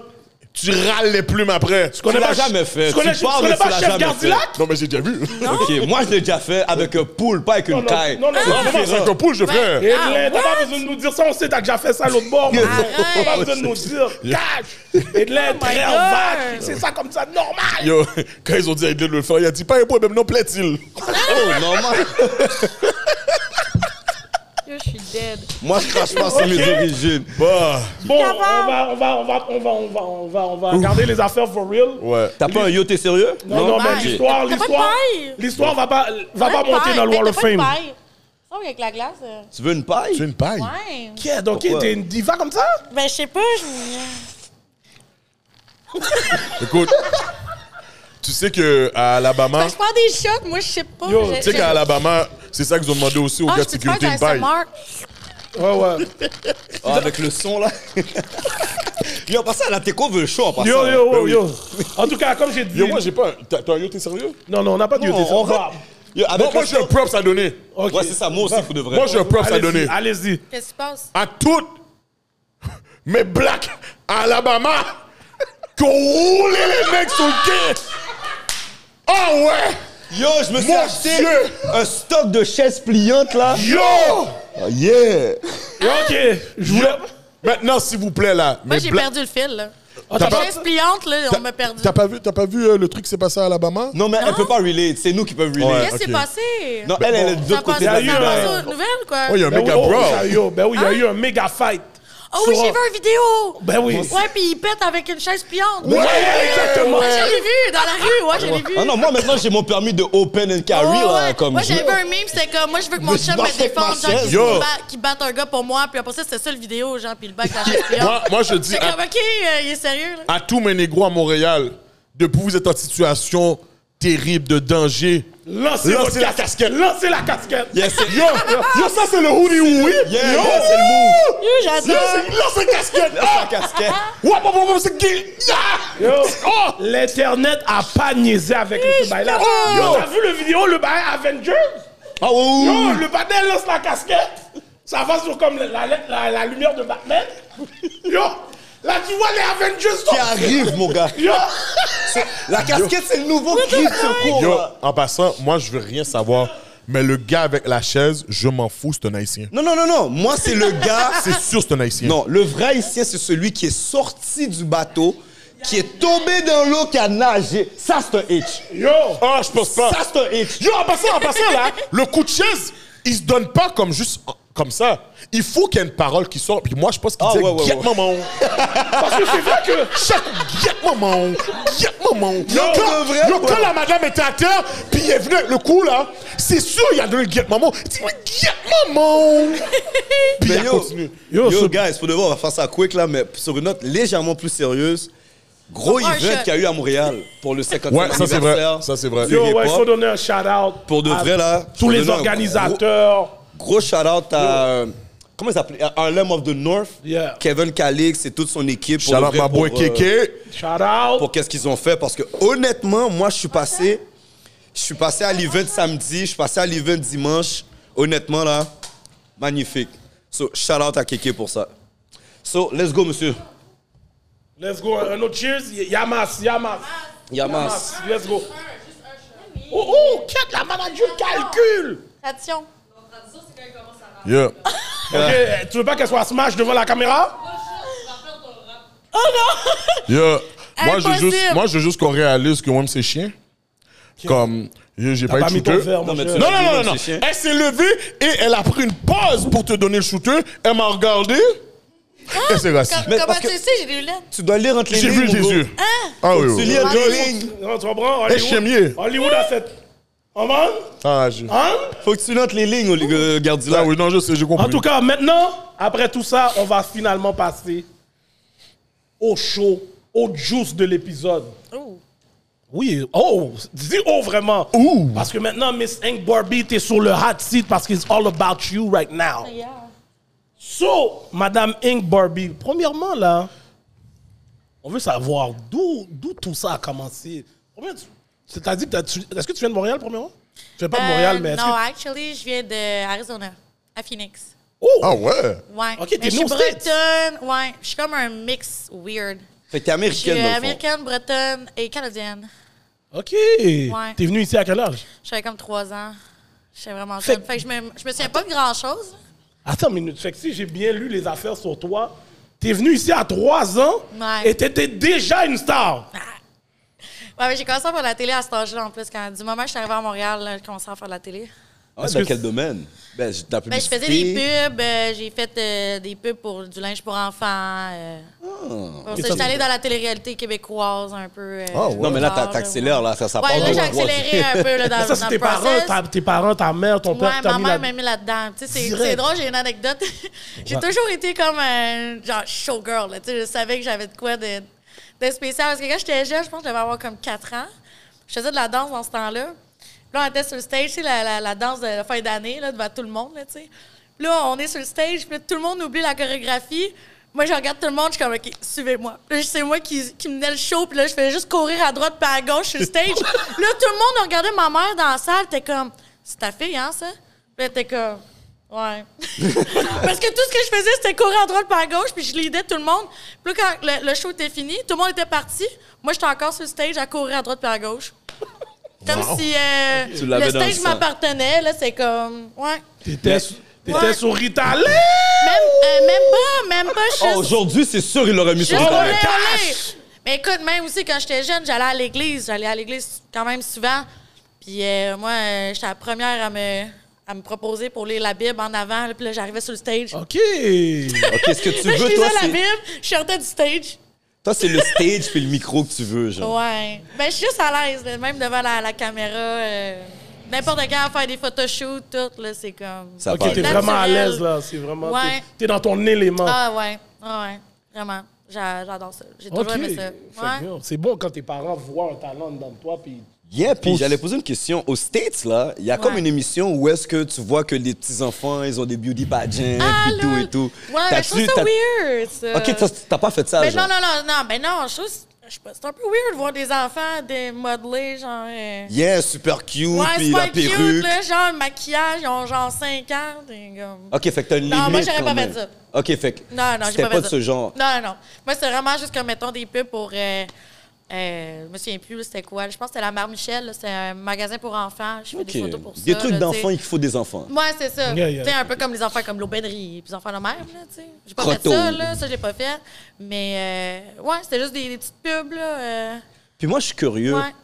Speaker 4: tu râles les plumes après. Tu
Speaker 5: Tu
Speaker 4: connais
Speaker 5: l'as jamais fait.
Speaker 3: Tu connais,
Speaker 5: Tu
Speaker 3: tu
Speaker 5: parles,
Speaker 3: connais
Speaker 5: mais tu l'as
Speaker 3: pas Chef
Speaker 5: jamais
Speaker 3: Gardilac?
Speaker 4: Non, mais j'ai déjà vu. *laughs*
Speaker 5: OK, moi, je l'ai déjà fait avec un poule, pas avec une
Speaker 3: non,
Speaker 5: caille.
Speaker 3: non, non,
Speaker 5: C'est
Speaker 3: non, non,
Speaker 5: différent.
Speaker 4: Comment ça, un poule, je frère?
Speaker 3: Et
Speaker 6: Ah,
Speaker 3: là, Eh, t'as pas besoin de nous dire ça, on sait, t'as déjà fait ça à l'autre bord. man. T'as pas
Speaker 6: Arrête. Oh
Speaker 3: besoin de nous dire. Cash! Et là, très
Speaker 6: God.
Speaker 3: vague, c'est ça comme ça, normal!
Speaker 4: Yo, *laughs* quand ils ont dit à Edley de le faire, il a dit pas un problème, non, plaît-il.
Speaker 5: Oh, normal.
Speaker 6: Yo, je suis dead.
Speaker 5: Moi, je crache pas sur mes origines.
Speaker 4: Bah,
Speaker 3: Bon, on va, on va, on va, on va, on va, on va, on va regarder les affaires for real.
Speaker 4: ouais.
Speaker 5: T'as pas un yo, t'es sérieux?
Speaker 3: Non, non, mais
Speaker 6: Paille.
Speaker 3: l'histoire,
Speaker 6: T'as pas de
Speaker 3: l'histoire,
Speaker 6: paille?
Speaker 3: l'histoire va pas,
Speaker 4: Ah,
Speaker 3: va
Speaker 4: bah,
Speaker 6: Pas
Speaker 3: pas
Speaker 6: de
Speaker 3: monter
Speaker 6: paille.
Speaker 3: dans le
Speaker 6: Hey,
Speaker 3: Wall
Speaker 6: t'as
Speaker 3: of
Speaker 6: pas de
Speaker 3: Fame.
Speaker 6: paille. Ça, avec la glace. euh,
Speaker 5: Tu veux une paille?
Speaker 4: Tu es une paille.
Speaker 6: Ouais.
Speaker 3: Ok, donc
Speaker 5: Pourquoi?
Speaker 3: t'es une diva comme ça?
Speaker 6: Ben, je sais pas. je-
Speaker 4: Écoute, tu sais que à Alabama,
Speaker 6: Je prends des shots, moi, je sais pas.
Speaker 3: Yo,
Speaker 6: Je-
Speaker 4: tu sais
Speaker 6: je-
Speaker 4: qu'à Alabama, c'est ça qu'ils ont demandé aussi aux
Speaker 6: Ah,
Speaker 4: gars
Speaker 6: je
Speaker 4: de
Speaker 6: peux te faire
Speaker 4: sécurité une
Speaker 6: de
Speaker 4: paille.
Speaker 6: la
Speaker 3: Ouais, ouais.
Speaker 5: Ah, avec le
Speaker 4: *laughs*
Speaker 5: son, là. Yo, en passant, la teco veut le show, en passant.
Speaker 3: Yo, yo,
Speaker 4: Ben
Speaker 3: yo,
Speaker 4: oui.
Speaker 3: yo. En tout cas, comme j'ai dit.
Speaker 4: Yo, moi, j'ai pas. un- T'as t'as un yo, t'es sérieux?
Speaker 3: Non, non, on n'a pas de
Speaker 5: Non,
Speaker 3: yoté.
Speaker 5: on va- Yo, avec
Speaker 4: Moi, moi,
Speaker 5: le
Speaker 4: j'ai un
Speaker 5: son...
Speaker 4: props à donner.
Speaker 3: Ok.
Speaker 5: Ouais, c'est ça, moi aussi, il faut de vrai.
Speaker 4: Moi, j'ai un props à donner.
Speaker 3: Allez-y, allez-y.
Speaker 6: Qu'est-ce qui se passe?
Speaker 4: à toutes mes blacks à Alabama qui ont roulé les mecs sur le quai. Ah ouais!
Speaker 5: Yo, je me suis
Speaker 4: Mon
Speaker 5: acheté
Speaker 4: Dieu.
Speaker 5: un stock de chaises pliantes, là.
Speaker 4: Yo!
Speaker 5: Oh, yeah!
Speaker 3: Ok, je voulais.
Speaker 4: Maintenant, s'il vous plaît, là.
Speaker 6: Moi,
Speaker 4: mes
Speaker 6: j'ai
Speaker 4: bla-
Speaker 6: perdu le fil, là.
Speaker 3: Ah,
Speaker 4: T'as
Speaker 3: t'as
Speaker 6: Les
Speaker 4: pas-
Speaker 3: pas-
Speaker 6: chaises pliantes, là, on
Speaker 4: T'as-
Speaker 6: m'a perdu.
Speaker 4: T'as pas vu, t'as pas vu euh, le truc qui s'est passé à Alabama?
Speaker 5: Non, mais
Speaker 6: Hein?
Speaker 5: elle peut pas relate. C'est nous qui peuvent relate.
Speaker 4: Ouais.
Speaker 6: Qu'est-ce qui
Speaker 4: ok.
Speaker 6: s'est passé?
Speaker 5: Non, elle, elle est de ben,
Speaker 6: Ça
Speaker 5: l'autre
Speaker 6: passe
Speaker 5: côté.
Speaker 3: y a
Speaker 6: ça
Speaker 3: eu
Speaker 6: passe
Speaker 3: un-
Speaker 6: aux nouvelles, quoi.
Speaker 4: Oh, il y a un
Speaker 3: Ben oui,
Speaker 4: méga
Speaker 3: oh,
Speaker 4: bro.
Speaker 3: ça, yo, ben oui, il y a eu
Speaker 6: Hein?
Speaker 3: un méga fight.
Speaker 6: Oh oui,
Speaker 3: Sur-
Speaker 6: j'ai vu une vidéo!
Speaker 3: Ben oui.
Speaker 6: Ouais, puis il pète avec une chaise pliante.
Speaker 4: Ouais, exactement.
Speaker 6: Ouais, je l'ai vu dans la rue, ouais, je l'ai vu.
Speaker 5: Ah non, moi maintenant j'ai mon permis de open and carry
Speaker 6: Ouais,
Speaker 5: là,
Speaker 6: ouais.
Speaker 5: comme
Speaker 6: moi,
Speaker 5: je-
Speaker 6: j'avais vu un meme, c'était comme, moi, je veux que mon
Speaker 5: Mais je
Speaker 6: chum
Speaker 5: marche
Speaker 6: me
Speaker 5: avec ma
Speaker 6: défende, genre,
Speaker 5: chaise.
Speaker 6: qui,
Speaker 4: Yo.
Speaker 6: bat- qui batte un gars pour moi, puis après ça, c'était ça le vidéo, genre, puis il bat avec la chaise pliante.
Speaker 4: Moi, moi, je dis
Speaker 6: C'est
Speaker 4: à,
Speaker 6: comme, OK, euh, il est sérieux, là.
Speaker 4: à tous mes négros à Montréal, depuis que vous êtes en situation terrible de danger,
Speaker 3: Lancez, votre
Speaker 4: Lancez la
Speaker 3: casquette. Lancez la casquette.
Speaker 5: Yes, c'est-
Speaker 4: yo, yo, ça c'est le hoodie oui!
Speaker 5: Yeah,
Speaker 4: yo,
Speaker 5: yeah, c'est le move.
Speaker 4: yo,
Speaker 6: Yo, j'adore.
Speaker 4: c'est- là c'est casquette! Ah.
Speaker 5: Là, c'est la casquette.
Speaker 4: Wap, wap, wap, wap, c'est gay! Ah!
Speaker 3: Yo,
Speaker 4: Oh!
Speaker 3: L'Internet a pas niaisé avec ce bail-là.
Speaker 4: Oh.
Speaker 3: Yo, t'as vu le vidéo, le bail Avengers?
Speaker 5: Ah ouais, ouais,
Speaker 3: Yo,
Speaker 5: ouais.
Speaker 3: le panel lance la casquette. Ça va sur comme la, la- la- la lumière de Batman. Yo, là, tu vois les Avengers
Speaker 5: Qui
Speaker 3: sont-
Speaker 5: arrive, mon gars.
Speaker 3: Yo,
Speaker 5: c'est- La casquette, c'est le nouveau cri de secours.
Speaker 4: Yo,
Speaker 5: là.
Speaker 4: en passant, moi, je veux rien savoir. Mais le gars avec la chaise, je m'en fous, c'est un haïtien.
Speaker 5: Non, non, non, non. Moi, c'est le gars.
Speaker 4: *laughs* C'est sûr, c'est un haïtien.
Speaker 5: Non, le vrai haïtien, c'est celui qui est sorti du bateau, qui est tombé dans l'eau, qui a nagé. Ça, c'est un hitch.
Speaker 4: Yo! Ah, je pense pas.
Speaker 5: Ça, c'est un hitch.
Speaker 4: Yo, en passant, en passant, là, le coup de chaise, il se donne pas comme juste comme ça. Il faut qu'il y ait une parole qui sorte. Puis moi, je pense qu'il
Speaker 5: Ah,
Speaker 4: dit
Speaker 5: ouais, ouais,
Speaker 4: guette
Speaker 5: ouais.
Speaker 4: maman. Parce que c'est vrai que chaque guette maman, guette maman. Yo,
Speaker 5: de vrai,
Speaker 4: yo,
Speaker 5: ouais.
Speaker 4: quand la madame était à terre, puis il est venu avec le coup, là, c'est sûr, il a donné le guette maman. Il dit, mais guette maman. Puis
Speaker 5: Mais
Speaker 4: il a
Speaker 5: yo,
Speaker 4: continué.
Speaker 5: Yo,
Speaker 3: ce-
Speaker 5: guys, pour de vrai, on va faire ça quick là, mais sur une note légèrement plus sérieuse. Gros
Speaker 6: Ah,
Speaker 5: event
Speaker 6: je-
Speaker 5: qu'il y a eu à Montréal pour le 50e
Speaker 4: Ouais, ça, c'est vrai.
Speaker 5: anniversaire
Speaker 4: Ça, c'est vrai.
Speaker 5: du
Speaker 4: Yo,
Speaker 3: Yo, ouais, il
Speaker 5: hip-hop.
Speaker 3: faut donner un shout-out.
Speaker 5: Pour de
Speaker 3: à
Speaker 5: vrai, là, faut
Speaker 3: Tous les
Speaker 5: donner un
Speaker 3: organisateurs.
Speaker 5: Gros shout-out à. euh, Comment il s'appelait À Harlem of the North.
Speaker 3: Yeah.
Speaker 5: Kevin Calix et toute son équipe. pour
Speaker 4: Shout
Speaker 5: le
Speaker 4: out
Speaker 5: vrai,
Speaker 4: my boy
Speaker 5: pour, euh,
Speaker 4: Kéké.
Speaker 3: Shout-out.
Speaker 5: pour qu'est-ce qu'ils ont fait parce que honnêtement, moi je suis passé je suis passé à l'event samedi, je suis passé à l'event dimanche. Honnêtement là, magnifique. So shout out à Kéké pour ça. So let's go monsieur.
Speaker 3: Let's go. Un autre cheers. Y- Yamas, Yamas.
Speaker 5: Yamas.
Speaker 3: Let's go. Oh, oh, Kate, la maman du calcul.
Speaker 6: Attention.
Speaker 4: Yo.
Speaker 3: Ok, eh, Tu veux pas qu'elle soit smash devant la caméra?
Speaker 4: Yo, moi je, veux
Speaker 6: Impossible.
Speaker 4: juste, moi je veux juste qu'on réalise que moi c'est chien. Comme, yo, j'ai pas,
Speaker 3: Pas
Speaker 4: eu de
Speaker 3: mis ton
Speaker 4: shooter.
Speaker 3: verre,
Speaker 5: Non,
Speaker 3: mon
Speaker 5: mais
Speaker 3: cher.
Speaker 5: tu-
Speaker 4: Non, non, non, non,
Speaker 5: Même
Speaker 4: non.
Speaker 5: ses chiens.
Speaker 4: Elle s'est levée et elle a pris une pause pour te donner le shooter. Elle m'a regardé. Elle s'est
Speaker 6: Com-
Speaker 4: rassée.
Speaker 5: Mais
Speaker 6: Hein? comment
Speaker 5: parce
Speaker 6: tu
Speaker 5: que-
Speaker 6: sais, j'ai des lunettes.
Speaker 5: Tu dois lire entre les
Speaker 4: J'ai vu
Speaker 5: lignes,
Speaker 4: tes
Speaker 5: mon gars.
Speaker 4: yeux.
Speaker 6: Hein?
Speaker 4: Ah oui,
Speaker 5: Tu
Speaker 4: oui.
Speaker 5: lis
Speaker 4: oui.
Speaker 5: entre les lignes.
Speaker 3: Non, tu comprends?
Speaker 4: Eh, chien-mier.
Speaker 3: Hollywood, Hollywood a cette... Comment?
Speaker 4: Ah, j'ai-
Speaker 3: Hein?
Speaker 5: Faut que tu lis entre les lignes, on garde
Speaker 4: Ah
Speaker 5: là.
Speaker 4: oui, non, je sais, j'ai compris.
Speaker 3: En tout cas, maintenant, après tout ça, on va finalement passer au show, au juice de l'épisode.
Speaker 6: Oh.
Speaker 3: Oui, oh, dis oh vraiment. Parce que maintenant, Miss Hank Barbie, t'es sur le hot seat parce que it's all about you right now.
Speaker 6: Yeah.
Speaker 3: So, Madame Hank Barbie, premièrement là, on veut savoir d'où d'où tout ça a commencé. Combien tu- C'est-à-dire, que t'as- tu- est-ce que tu viens de Montréal, premièrement? Tu viens pas de Montréal,
Speaker 6: Euh,
Speaker 3: mais est-ce
Speaker 6: Non,
Speaker 3: que...
Speaker 6: actually, je viens de Arizona, à Phoenix.
Speaker 3: Oh!
Speaker 4: Ah ouais.
Speaker 6: Ouais.
Speaker 3: Ok, t'es
Speaker 6: Mais
Speaker 3: né
Speaker 6: je suis
Speaker 3: aux States.
Speaker 6: bretonne. Ouais, je suis comme un mix weird.
Speaker 5: Fait que t'es
Speaker 6: Je suis
Speaker 5: américaine dans le fond.
Speaker 6: américaine, bretonne et canadienne.
Speaker 3: OK! T'es venu ici à quel âge?
Speaker 6: J'avais comme trois ans. J'étais vraiment
Speaker 3: Fait-
Speaker 6: jeune. Fait que je me, je me souviens pas de grand-chose.
Speaker 3: Attends une minute. Fait que si j'ai bien lu les affaires sur toi, t'es venu ici à 3 ans
Speaker 6: Ouais.
Speaker 3: et t'étais déjà une star.
Speaker 6: Ouais, mais j'ai commencé à faire de la télé à cet âge-là, en plus. Quand, du moment que je suis arrivée à Montréal, là, j'ai commencé à faire de la télé.
Speaker 5: Ah,
Speaker 3: Parce
Speaker 5: dans
Speaker 3: que-
Speaker 5: quel domaine Ben, j'ai de la
Speaker 6: Ben, je
Speaker 5: publicité.
Speaker 6: faisais des pubs. euh, j'ai fait euh, des pubs pour du linge pour enfants. euh.
Speaker 3: Ah.
Speaker 6: Pour ça,
Speaker 3: ça,
Speaker 6: j'étais
Speaker 3: c'est-
Speaker 6: allée dans la télé-réalité québécoise un peu. euh,
Speaker 3: Ah
Speaker 4: ouais.
Speaker 5: Non mais là
Speaker 6: tard,
Speaker 5: t'as- t'accélères là, ça ça
Speaker 6: Ouais,
Speaker 5: part
Speaker 6: là,
Speaker 5: de
Speaker 6: j'ai
Speaker 5: droite.
Speaker 6: accéléré un peu là, dans,
Speaker 3: ça,
Speaker 6: dans
Speaker 3: c'est
Speaker 6: le
Speaker 3: tes parents,
Speaker 6: process.
Speaker 3: ta, tes parents, ta mère, ton père,
Speaker 6: Ouais,
Speaker 3: t'as
Speaker 6: ma
Speaker 3: mis
Speaker 6: mère
Speaker 3: la-
Speaker 6: m'a mis là-dedans. Tu sais, c'est-
Speaker 3: Direct.
Speaker 6: c'est drôle, j'ai une anecdote. *laughs* j'ai toujours été comme euh, genre showgirl. là. Tu sais, je savais que j'avais de quoi de, de spécial. Parce que quand j'étais jeune, je pense que j'avais avoir comme 4 ans. Je faisais de la danse dans ce temps-là. Puis là, on était sur le stage, tu sais, la, la- la danse de la fin d'année, là, devant tout le monde, là, tu sais. Puis là, on est sur le stage, puis là, tout le monde oublie la chorégraphie. Moi, je regarde tout le monde, je suis comme, OK, suivez-moi. Puis là, c'est moi qui, qui menais le show, puis là, je faisais juste courir à droite puis à gauche sur le stage. là, tout le monde regardait ma mère dans la salle, t'es comme, c'est ta fille, hein, ça? Puis là, t'es comme, ouais. *laughs* Parce que tout ce que je faisais, c'était courir à droite par à gauche, puis je lidais tout le monde. Puis là, quand le, le show était fini, tout le monde était parti. Moi, j'étais encore sur le stage à courir à droite par à gauche. Comme si euh,
Speaker 5: Tu l'avais
Speaker 6: le
Speaker 5: dans le
Speaker 6: stage
Speaker 5: sang.
Speaker 6: m'appartenait, là, c'est comme, ouais.
Speaker 3: T'étais, sur- t'étais
Speaker 6: Ouais.
Speaker 3: sur Ritalin!
Speaker 6: Même, euh, même pas, même pas, je suis
Speaker 5: Oh, aujourd'hui, c'est sûr il l'aurait mis sur
Speaker 6: Juste
Speaker 5: le
Speaker 6: pour
Speaker 3: ouais.
Speaker 5: carré.
Speaker 6: les
Speaker 3: cash.
Speaker 6: relais. Mais écoute, même aussi, quand j'étais jeune, j'allais à l'église. J'allais à l'église quand même souvent. Puis euh, moi, euh, j'étais la première à me, à me proposer pour lire la Bible en avant. là. Puis là, j'arrivais sur le stage.
Speaker 3: OK!
Speaker 5: Ok, ce que tu
Speaker 6: Là, *laughs* je
Speaker 5: veux toi
Speaker 6: lisais la
Speaker 5: c'est
Speaker 6: Bible, je sortais du stage.
Speaker 5: toi c'est le stage puis le micro que tu veux genre.
Speaker 6: Ouais. Ben, je suis juste à l'aise, là, même devant la, la caméra. euh, N'importe quand, faire des photoshoots, tout, là, c'est comme...
Speaker 5: Ça
Speaker 3: OK,
Speaker 5: parle.
Speaker 3: t'es vraiment à
Speaker 6: Naturel.
Speaker 3: l'aise, là. C'est vraiment... t'es-
Speaker 6: Ouais.
Speaker 3: T'es dans ton élément.
Speaker 6: Ah ouais, ah ouais, vraiment. J'a- J'adore ça. J'ai toujours
Speaker 3: OK.
Speaker 6: aimé ça.
Speaker 3: Fait que,
Speaker 6: Ouais.
Speaker 3: yo, C'est bon quand tes parents voient un talent dans toi, puis...
Speaker 5: Yeah, puis
Speaker 3: Pousse.
Speaker 5: j'allais poser une question. Aux States, là, il y a comme
Speaker 6: Ouais.
Speaker 5: une émission où est-ce que tu vois que les petits-enfants, ils ont des beauty pageants,
Speaker 6: Ah,
Speaker 5: puis tout
Speaker 6: lol.
Speaker 5: et tout.
Speaker 6: Ouais, mais je
Speaker 5: T'as-tu-
Speaker 6: trouve ça
Speaker 5: t'as-
Speaker 6: weird, ça.
Speaker 5: Ok, t'as- t'as pas fait ça,
Speaker 6: Ben
Speaker 5: genre.
Speaker 6: non, non, non, non, ben non, je trouve je sais pas, c'est un peu weird de voir des enfants démodelés, genre. euh,
Speaker 5: Yeah, super cute,
Speaker 6: ouais,
Speaker 5: puis
Speaker 6: c'est
Speaker 5: la
Speaker 6: pas cute,
Speaker 5: perruque.
Speaker 6: là, genre, le maquillage, ils ont genre 5 ans, t'es comme.
Speaker 5: ok, fait que t'as une
Speaker 6: Non, moi,
Speaker 5: limite
Speaker 6: j'aurais
Speaker 5: quand
Speaker 6: pas fait
Speaker 5: même.
Speaker 6: ça.
Speaker 5: Ok, fait que
Speaker 6: Non, non, j'ai
Speaker 5: c'était
Speaker 6: pas,
Speaker 5: pas,
Speaker 6: fait
Speaker 5: de
Speaker 6: ça.
Speaker 5: ce genre.
Speaker 6: Non, non. Moi, c'est vraiment juste comme, mettons, des pubs pour euh, Euh, je me souviens plus, là, c'était quoi. Je pense que c'était la Mare Michel, là, c'est un magasin pour enfants. Je fais
Speaker 5: Ok.
Speaker 6: des photos pour ça.
Speaker 5: Des trucs
Speaker 6: là,
Speaker 5: d'enfants,
Speaker 6: tu
Speaker 5: il faut des enfants.
Speaker 6: sais. Ouais, c'est ça.
Speaker 3: Yeah, yeah.
Speaker 6: Tu sais, un peu comme les enfants, comme l'aubainerie, puis les enfants de même, là, tu sais. J'ai pas
Speaker 5: Croteau.
Speaker 6: fait ça, là. Ça, je l'ai pas fait. Mais, euh, ouais, c'était juste des, des petites pubs, là. euh,
Speaker 5: Puis moi, je suis curieux.
Speaker 6: ouais.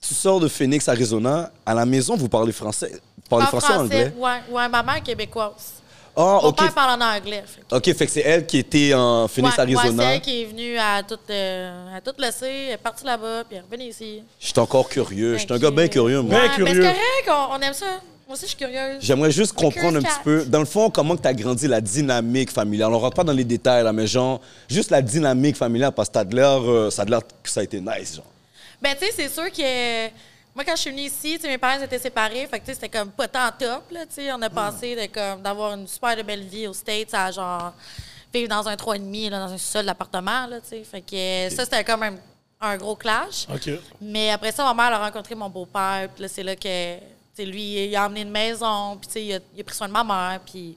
Speaker 5: Tu sors de Phoenix, Arizona. À la maison, vous parlez français. Vous parlez
Speaker 6: En
Speaker 5: français, ou anglais.
Speaker 6: Ouais, ouais, ma mère est québécoise.
Speaker 5: Ah,
Speaker 6: Mon
Speaker 5: OK.
Speaker 6: père parle en anglais. fait que-
Speaker 5: OK, fait que c'est elle qui était en Phoenix,
Speaker 6: Ouais, ouais,
Speaker 5: Arizona.
Speaker 6: c'est elle qui est venue à tout, euh, à tout laisser, elle est partie là-bas, puis elle est revenue ici.
Speaker 5: Je suis encore curieux. Je suis un
Speaker 6: Fait
Speaker 5: gars
Speaker 6: que-
Speaker 5: bien curieux, moi.
Speaker 3: Ben
Speaker 6: Ouais,
Speaker 3: curieux.
Speaker 6: Mais c'est correct, on, on aime ça. Moi aussi, je suis curieuse.
Speaker 5: J'aimerais juste comprendre un
Speaker 6: Curious
Speaker 5: petit peu,
Speaker 6: cat.
Speaker 5: dans le fond, comment tu as grandi la dynamique familiale. On rentre pas dans les détails, là, mais genre, juste la dynamique familiale, parce que t'as de l'air, euh, ça a de l'air que ça a été nice, genre.
Speaker 6: Ben, tu sais, c'est sûr que. Moi, quand je suis venue ici, tu sais, mes parents étaient séparés. Fait que, tu sais, c'était comme pas tant top, là. Tu sais, on a pensé de, comme, d'avoir une super de belle vie aux States à genre vivre dans un 3,5, là, dans un seul appartement, là. Tu sais, fait que ça, c'était quand même un gros clash.
Speaker 3: OK.
Speaker 6: Mais après ça, ma mère elle a rencontré mon beau-père. Puis là, c'est là que, tu sais, lui, il a emmené une maison. Puis, tu sais, il a, il a pris soin de ma mère. Puis,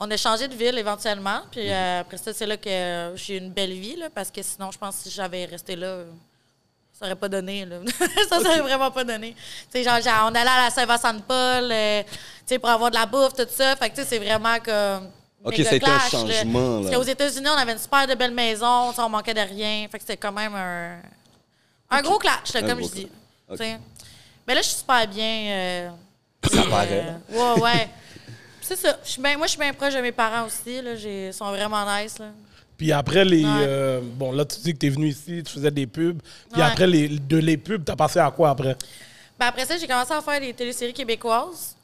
Speaker 6: on a changé de ville éventuellement. Puis,
Speaker 5: Mhm.
Speaker 6: euh, après ça, c'est là que euh, j'ai eu une belle vie, là, parce que sinon, je pense que si j'avais resté là, euh, ça aurait pas donné, là. *laughs* ça, ça aurait vraiment pas donné. Tu sais, genre, genre, on allait à la Saint-Vincent-de-Paul, euh, tu sais, pour avoir de la bouffe, tout ça. Fait que, tu sais, c'est vraiment comme.
Speaker 5: Ok,
Speaker 6: méga
Speaker 5: c'était un
Speaker 6: clash, là.
Speaker 5: changement, là.
Speaker 6: Parce qu'aux États-Unis, on avait une super de belle maison, tu sais, on manquait de rien. Fait que c'était quand même un. Un gros clash, là,
Speaker 5: Un
Speaker 6: comme
Speaker 5: gros
Speaker 6: je dis.
Speaker 5: clash.
Speaker 6: Tu sais. Mais là, je suis super bien. euh,
Speaker 5: Ça
Speaker 6: euh,
Speaker 5: paraît, là.
Speaker 6: ouais, ouais. C'est ça. Je suis bien- moi, je suis bien proche de mes parents aussi. Là. J'ai- Ils sont vraiment nice. Là.
Speaker 3: Puis après, les.
Speaker 6: Ouais.
Speaker 3: euh, bon, là, tu dis que tu es venu ici, tu faisais des pubs. Puis
Speaker 6: Ouais.
Speaker 3: après, les, de les pubs, tu as passé à quoi après?
Speaker 6: Ben, après ça, j'ai commencé à faire des téléséries québécoises.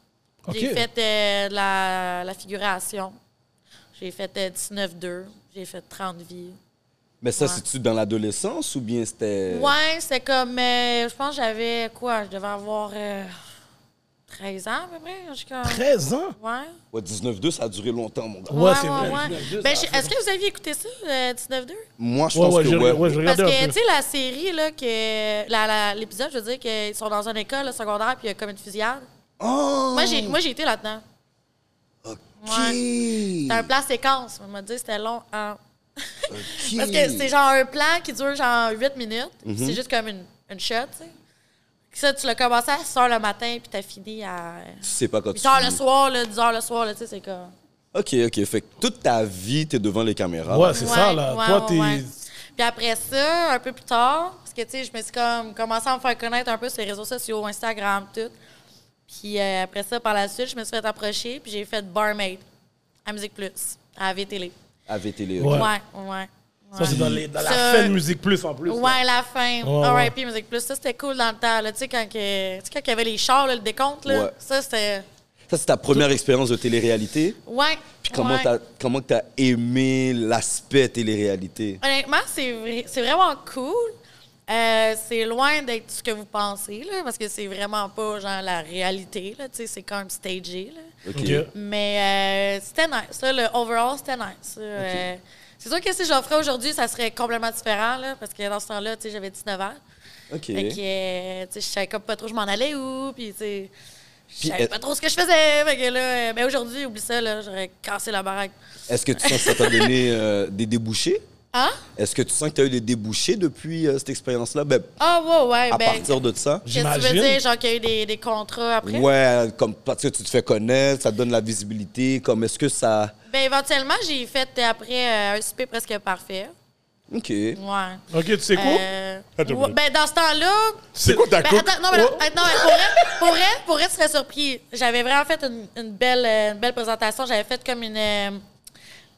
Speaker 6: J'ai
Speaker 3: Ok.
Speaker 6: fait euh, de la, la figuration. J'ai fait euh, 19-2. J'ai fait 30 vies.
Speaker 5: Mais ça,
Speaker 6: Ouais.
Speaker 5: c'est-tu dans l'adolescence ou bien c'était.
Speaker 6: Ouais, c'était comme. euh, je pense que j'avais quoi? Je devais avoir euh, 13 ans à peu près. Je suis comme-
Speaker 3: 13 ans?
Speaker 6: Ouais.
Speaker 5: Ouais, 19-2, ça a duré longtemps, mon gars.
Speaker 3: Ouais, c'est vrai.
Speaker 6: Ben, je- Est-ce que vous aviez écouté ça, euh, 19-2?
Speaker 5: Moi, je
Speaker 3: Ouais,
Speaker 5: pense
Speaker 3: ouais,
Speaker 5: que
Speaker 3: je,
Speaker 5: ouais.
Speaker 3: ouais, je
Speaker 6: Parce
Speaker 3: regardais
Speaker 6: que,
Speaker 3: un
Speaker 6: tu
Speaker 3: peu.
Speaker 6: sais, la série, là, que. la- la- L'épisode, je veux dire, qu'ils sont dans une école là, secondaire, puis il y a comme une fusillade.
Speaker 5: Oh!
Speaker 6: Moi, j'ai moi, j'ai été là-dedans.
Speaker 5: OK!
Speaker 6: Ouais. C'était un plan séquence. On m'a dit c'était long. en- Parce que c'est genre un plan qui dure genre 8 minutes. puis
Speaker 3: Mm-hmm.
Speaker 6: C'est juste comme une, une shot, tu sais. Ça, tu l'as commencé à 6 h le matin, puis t'as fini à
Speaker 5: Tu sais pas quand tu.
Speaker 6: 8 h le
Speaker 5: finis.
Speaker 6: soir, là, 10 h le soir, là, tu sais, c'est comme.
Speaker 5: OK, OK. Fait que toute ta vie, t'es devant les caméras.
Speaker 3: Ouais, Ah, c'est
Speaker 6: Ouais,
Speaker 3: ça, là.
Speaker 6: ouais,
Speaker 3: Toi,
Speaker 6: ouais,
Speaker 3: t'es.
Speaker 6: ouais. Puis après ça, un peu plus tard, parce que, tu sais, je me suis comme commencé à me faire connaître un peu sur les réseaux sociaux, Instagram, tout. Puis euh, après ça, par la suite, je me suis fait approcher, puis j'ai fait Barmaid à Musique Plus, à VTL.
Speaker 5: À VTL.
Speaker 3: Ouais.
Speaker 6: Ouais, ouais.
Speaker 3: Ça, c'est dans, les- dans la
Speaker 6: Ça-
Speaker 3: fin de Musique Plus en plus. là.
Speaker 6: Ouais, la fin.
Speaker 3: Ouais, ouais.
Speaker 6: R.I.P. Musique Plus. Ça, c'était cool dans le temps. là. Tu sais, quand, que- tu sais, quand il y avait les chars, là, le décompte, là,
Speaker 5: Ouais.
Speaker 6: ça, c'était.
Speaker 5: Ça, c'est ta première expérience de télé-réalité.
Speaker 6: Ouais.
Speaker 5: Puis comment
Speaker 6: ouais.
Speaker 5: t'as comment que t'as aimé l'aspect télé-réalité?
Speaker 6: Honnêtement, c'est vrai- c'est vraiment cool. Euh, c'est loin d'être ce que vous pensez, là, parce que c'est vraiment pas genre la réalité. là. Tu sais, C'est quand même stagé. Là.
Speaker 5: OK.
Speaker 3: Ok.
Speaker 6: Mais euh, c'était nice. là, le overall, c'était nice. Euh, c'est sûr que si j'en ferais aujourd'hui, ça serait complètement différent, là, parce que dans ce temps-là, tu sais, j'avais 19 ans.
Speaker 5: OK.
Speaker 6: Fait que, euh, tu sais, je savais comme pas trop je m'en allais où, puis, tu sais, je
Speaker 5: Puis,
Speaker 6: savais
Speaker 5: euh,
Speaker 6: pas trop ce que je faisais. Fait que là, euh, mais aujourd'hui, oublie ça, là, j'aurais cassé la baraque.
Speaker 5: Est-ce que tu sens que ça t'a donné euh, des débouchés?
Speaker 6: Hein?
Speaker 5: Est-ce que tu sens que tu as eu des débouchés depuis euh, cette expérience-là? Ben,
Speaker 6: Ah, ouais, ouais,
Speaker 5: à
Speaker 6: ben,
Speaker 5: partir de ça?
Speaker 6: qu'est-ce que tu veux
Speaker 3: J'imagine.
Speaker 6: dire, genre qu'il y a eu des, des contrats après?
Speaker 5: Ouais, comme parce que tu te fais connaître, ça te donne la visibilité. Comme est-ce que ça.
Speaker 6: Ben, éventuellement, j'ai fait euh, après euh, un souper presque parfait.
Speaker 5: OK.
Speaker 6: Ouais.
Speaker 3: Ok, tu sais quoi?
Speaker 6: Euh,
Speaker 4: Attends,
Speaker 6: ouais, ben, dans ce temps-là,
Speaker 4: C'est quoi ta
Speaker 6: Ben,
Speaker 4: cook? Oh.
Speaker 6: attends, non, mais non, attends, non, mais pour elle, pour elle, pour elle, tu serais surpris. J'avais vraiment fait une, une belle, euh, une belle présentation. J'avais fait comme une. euh,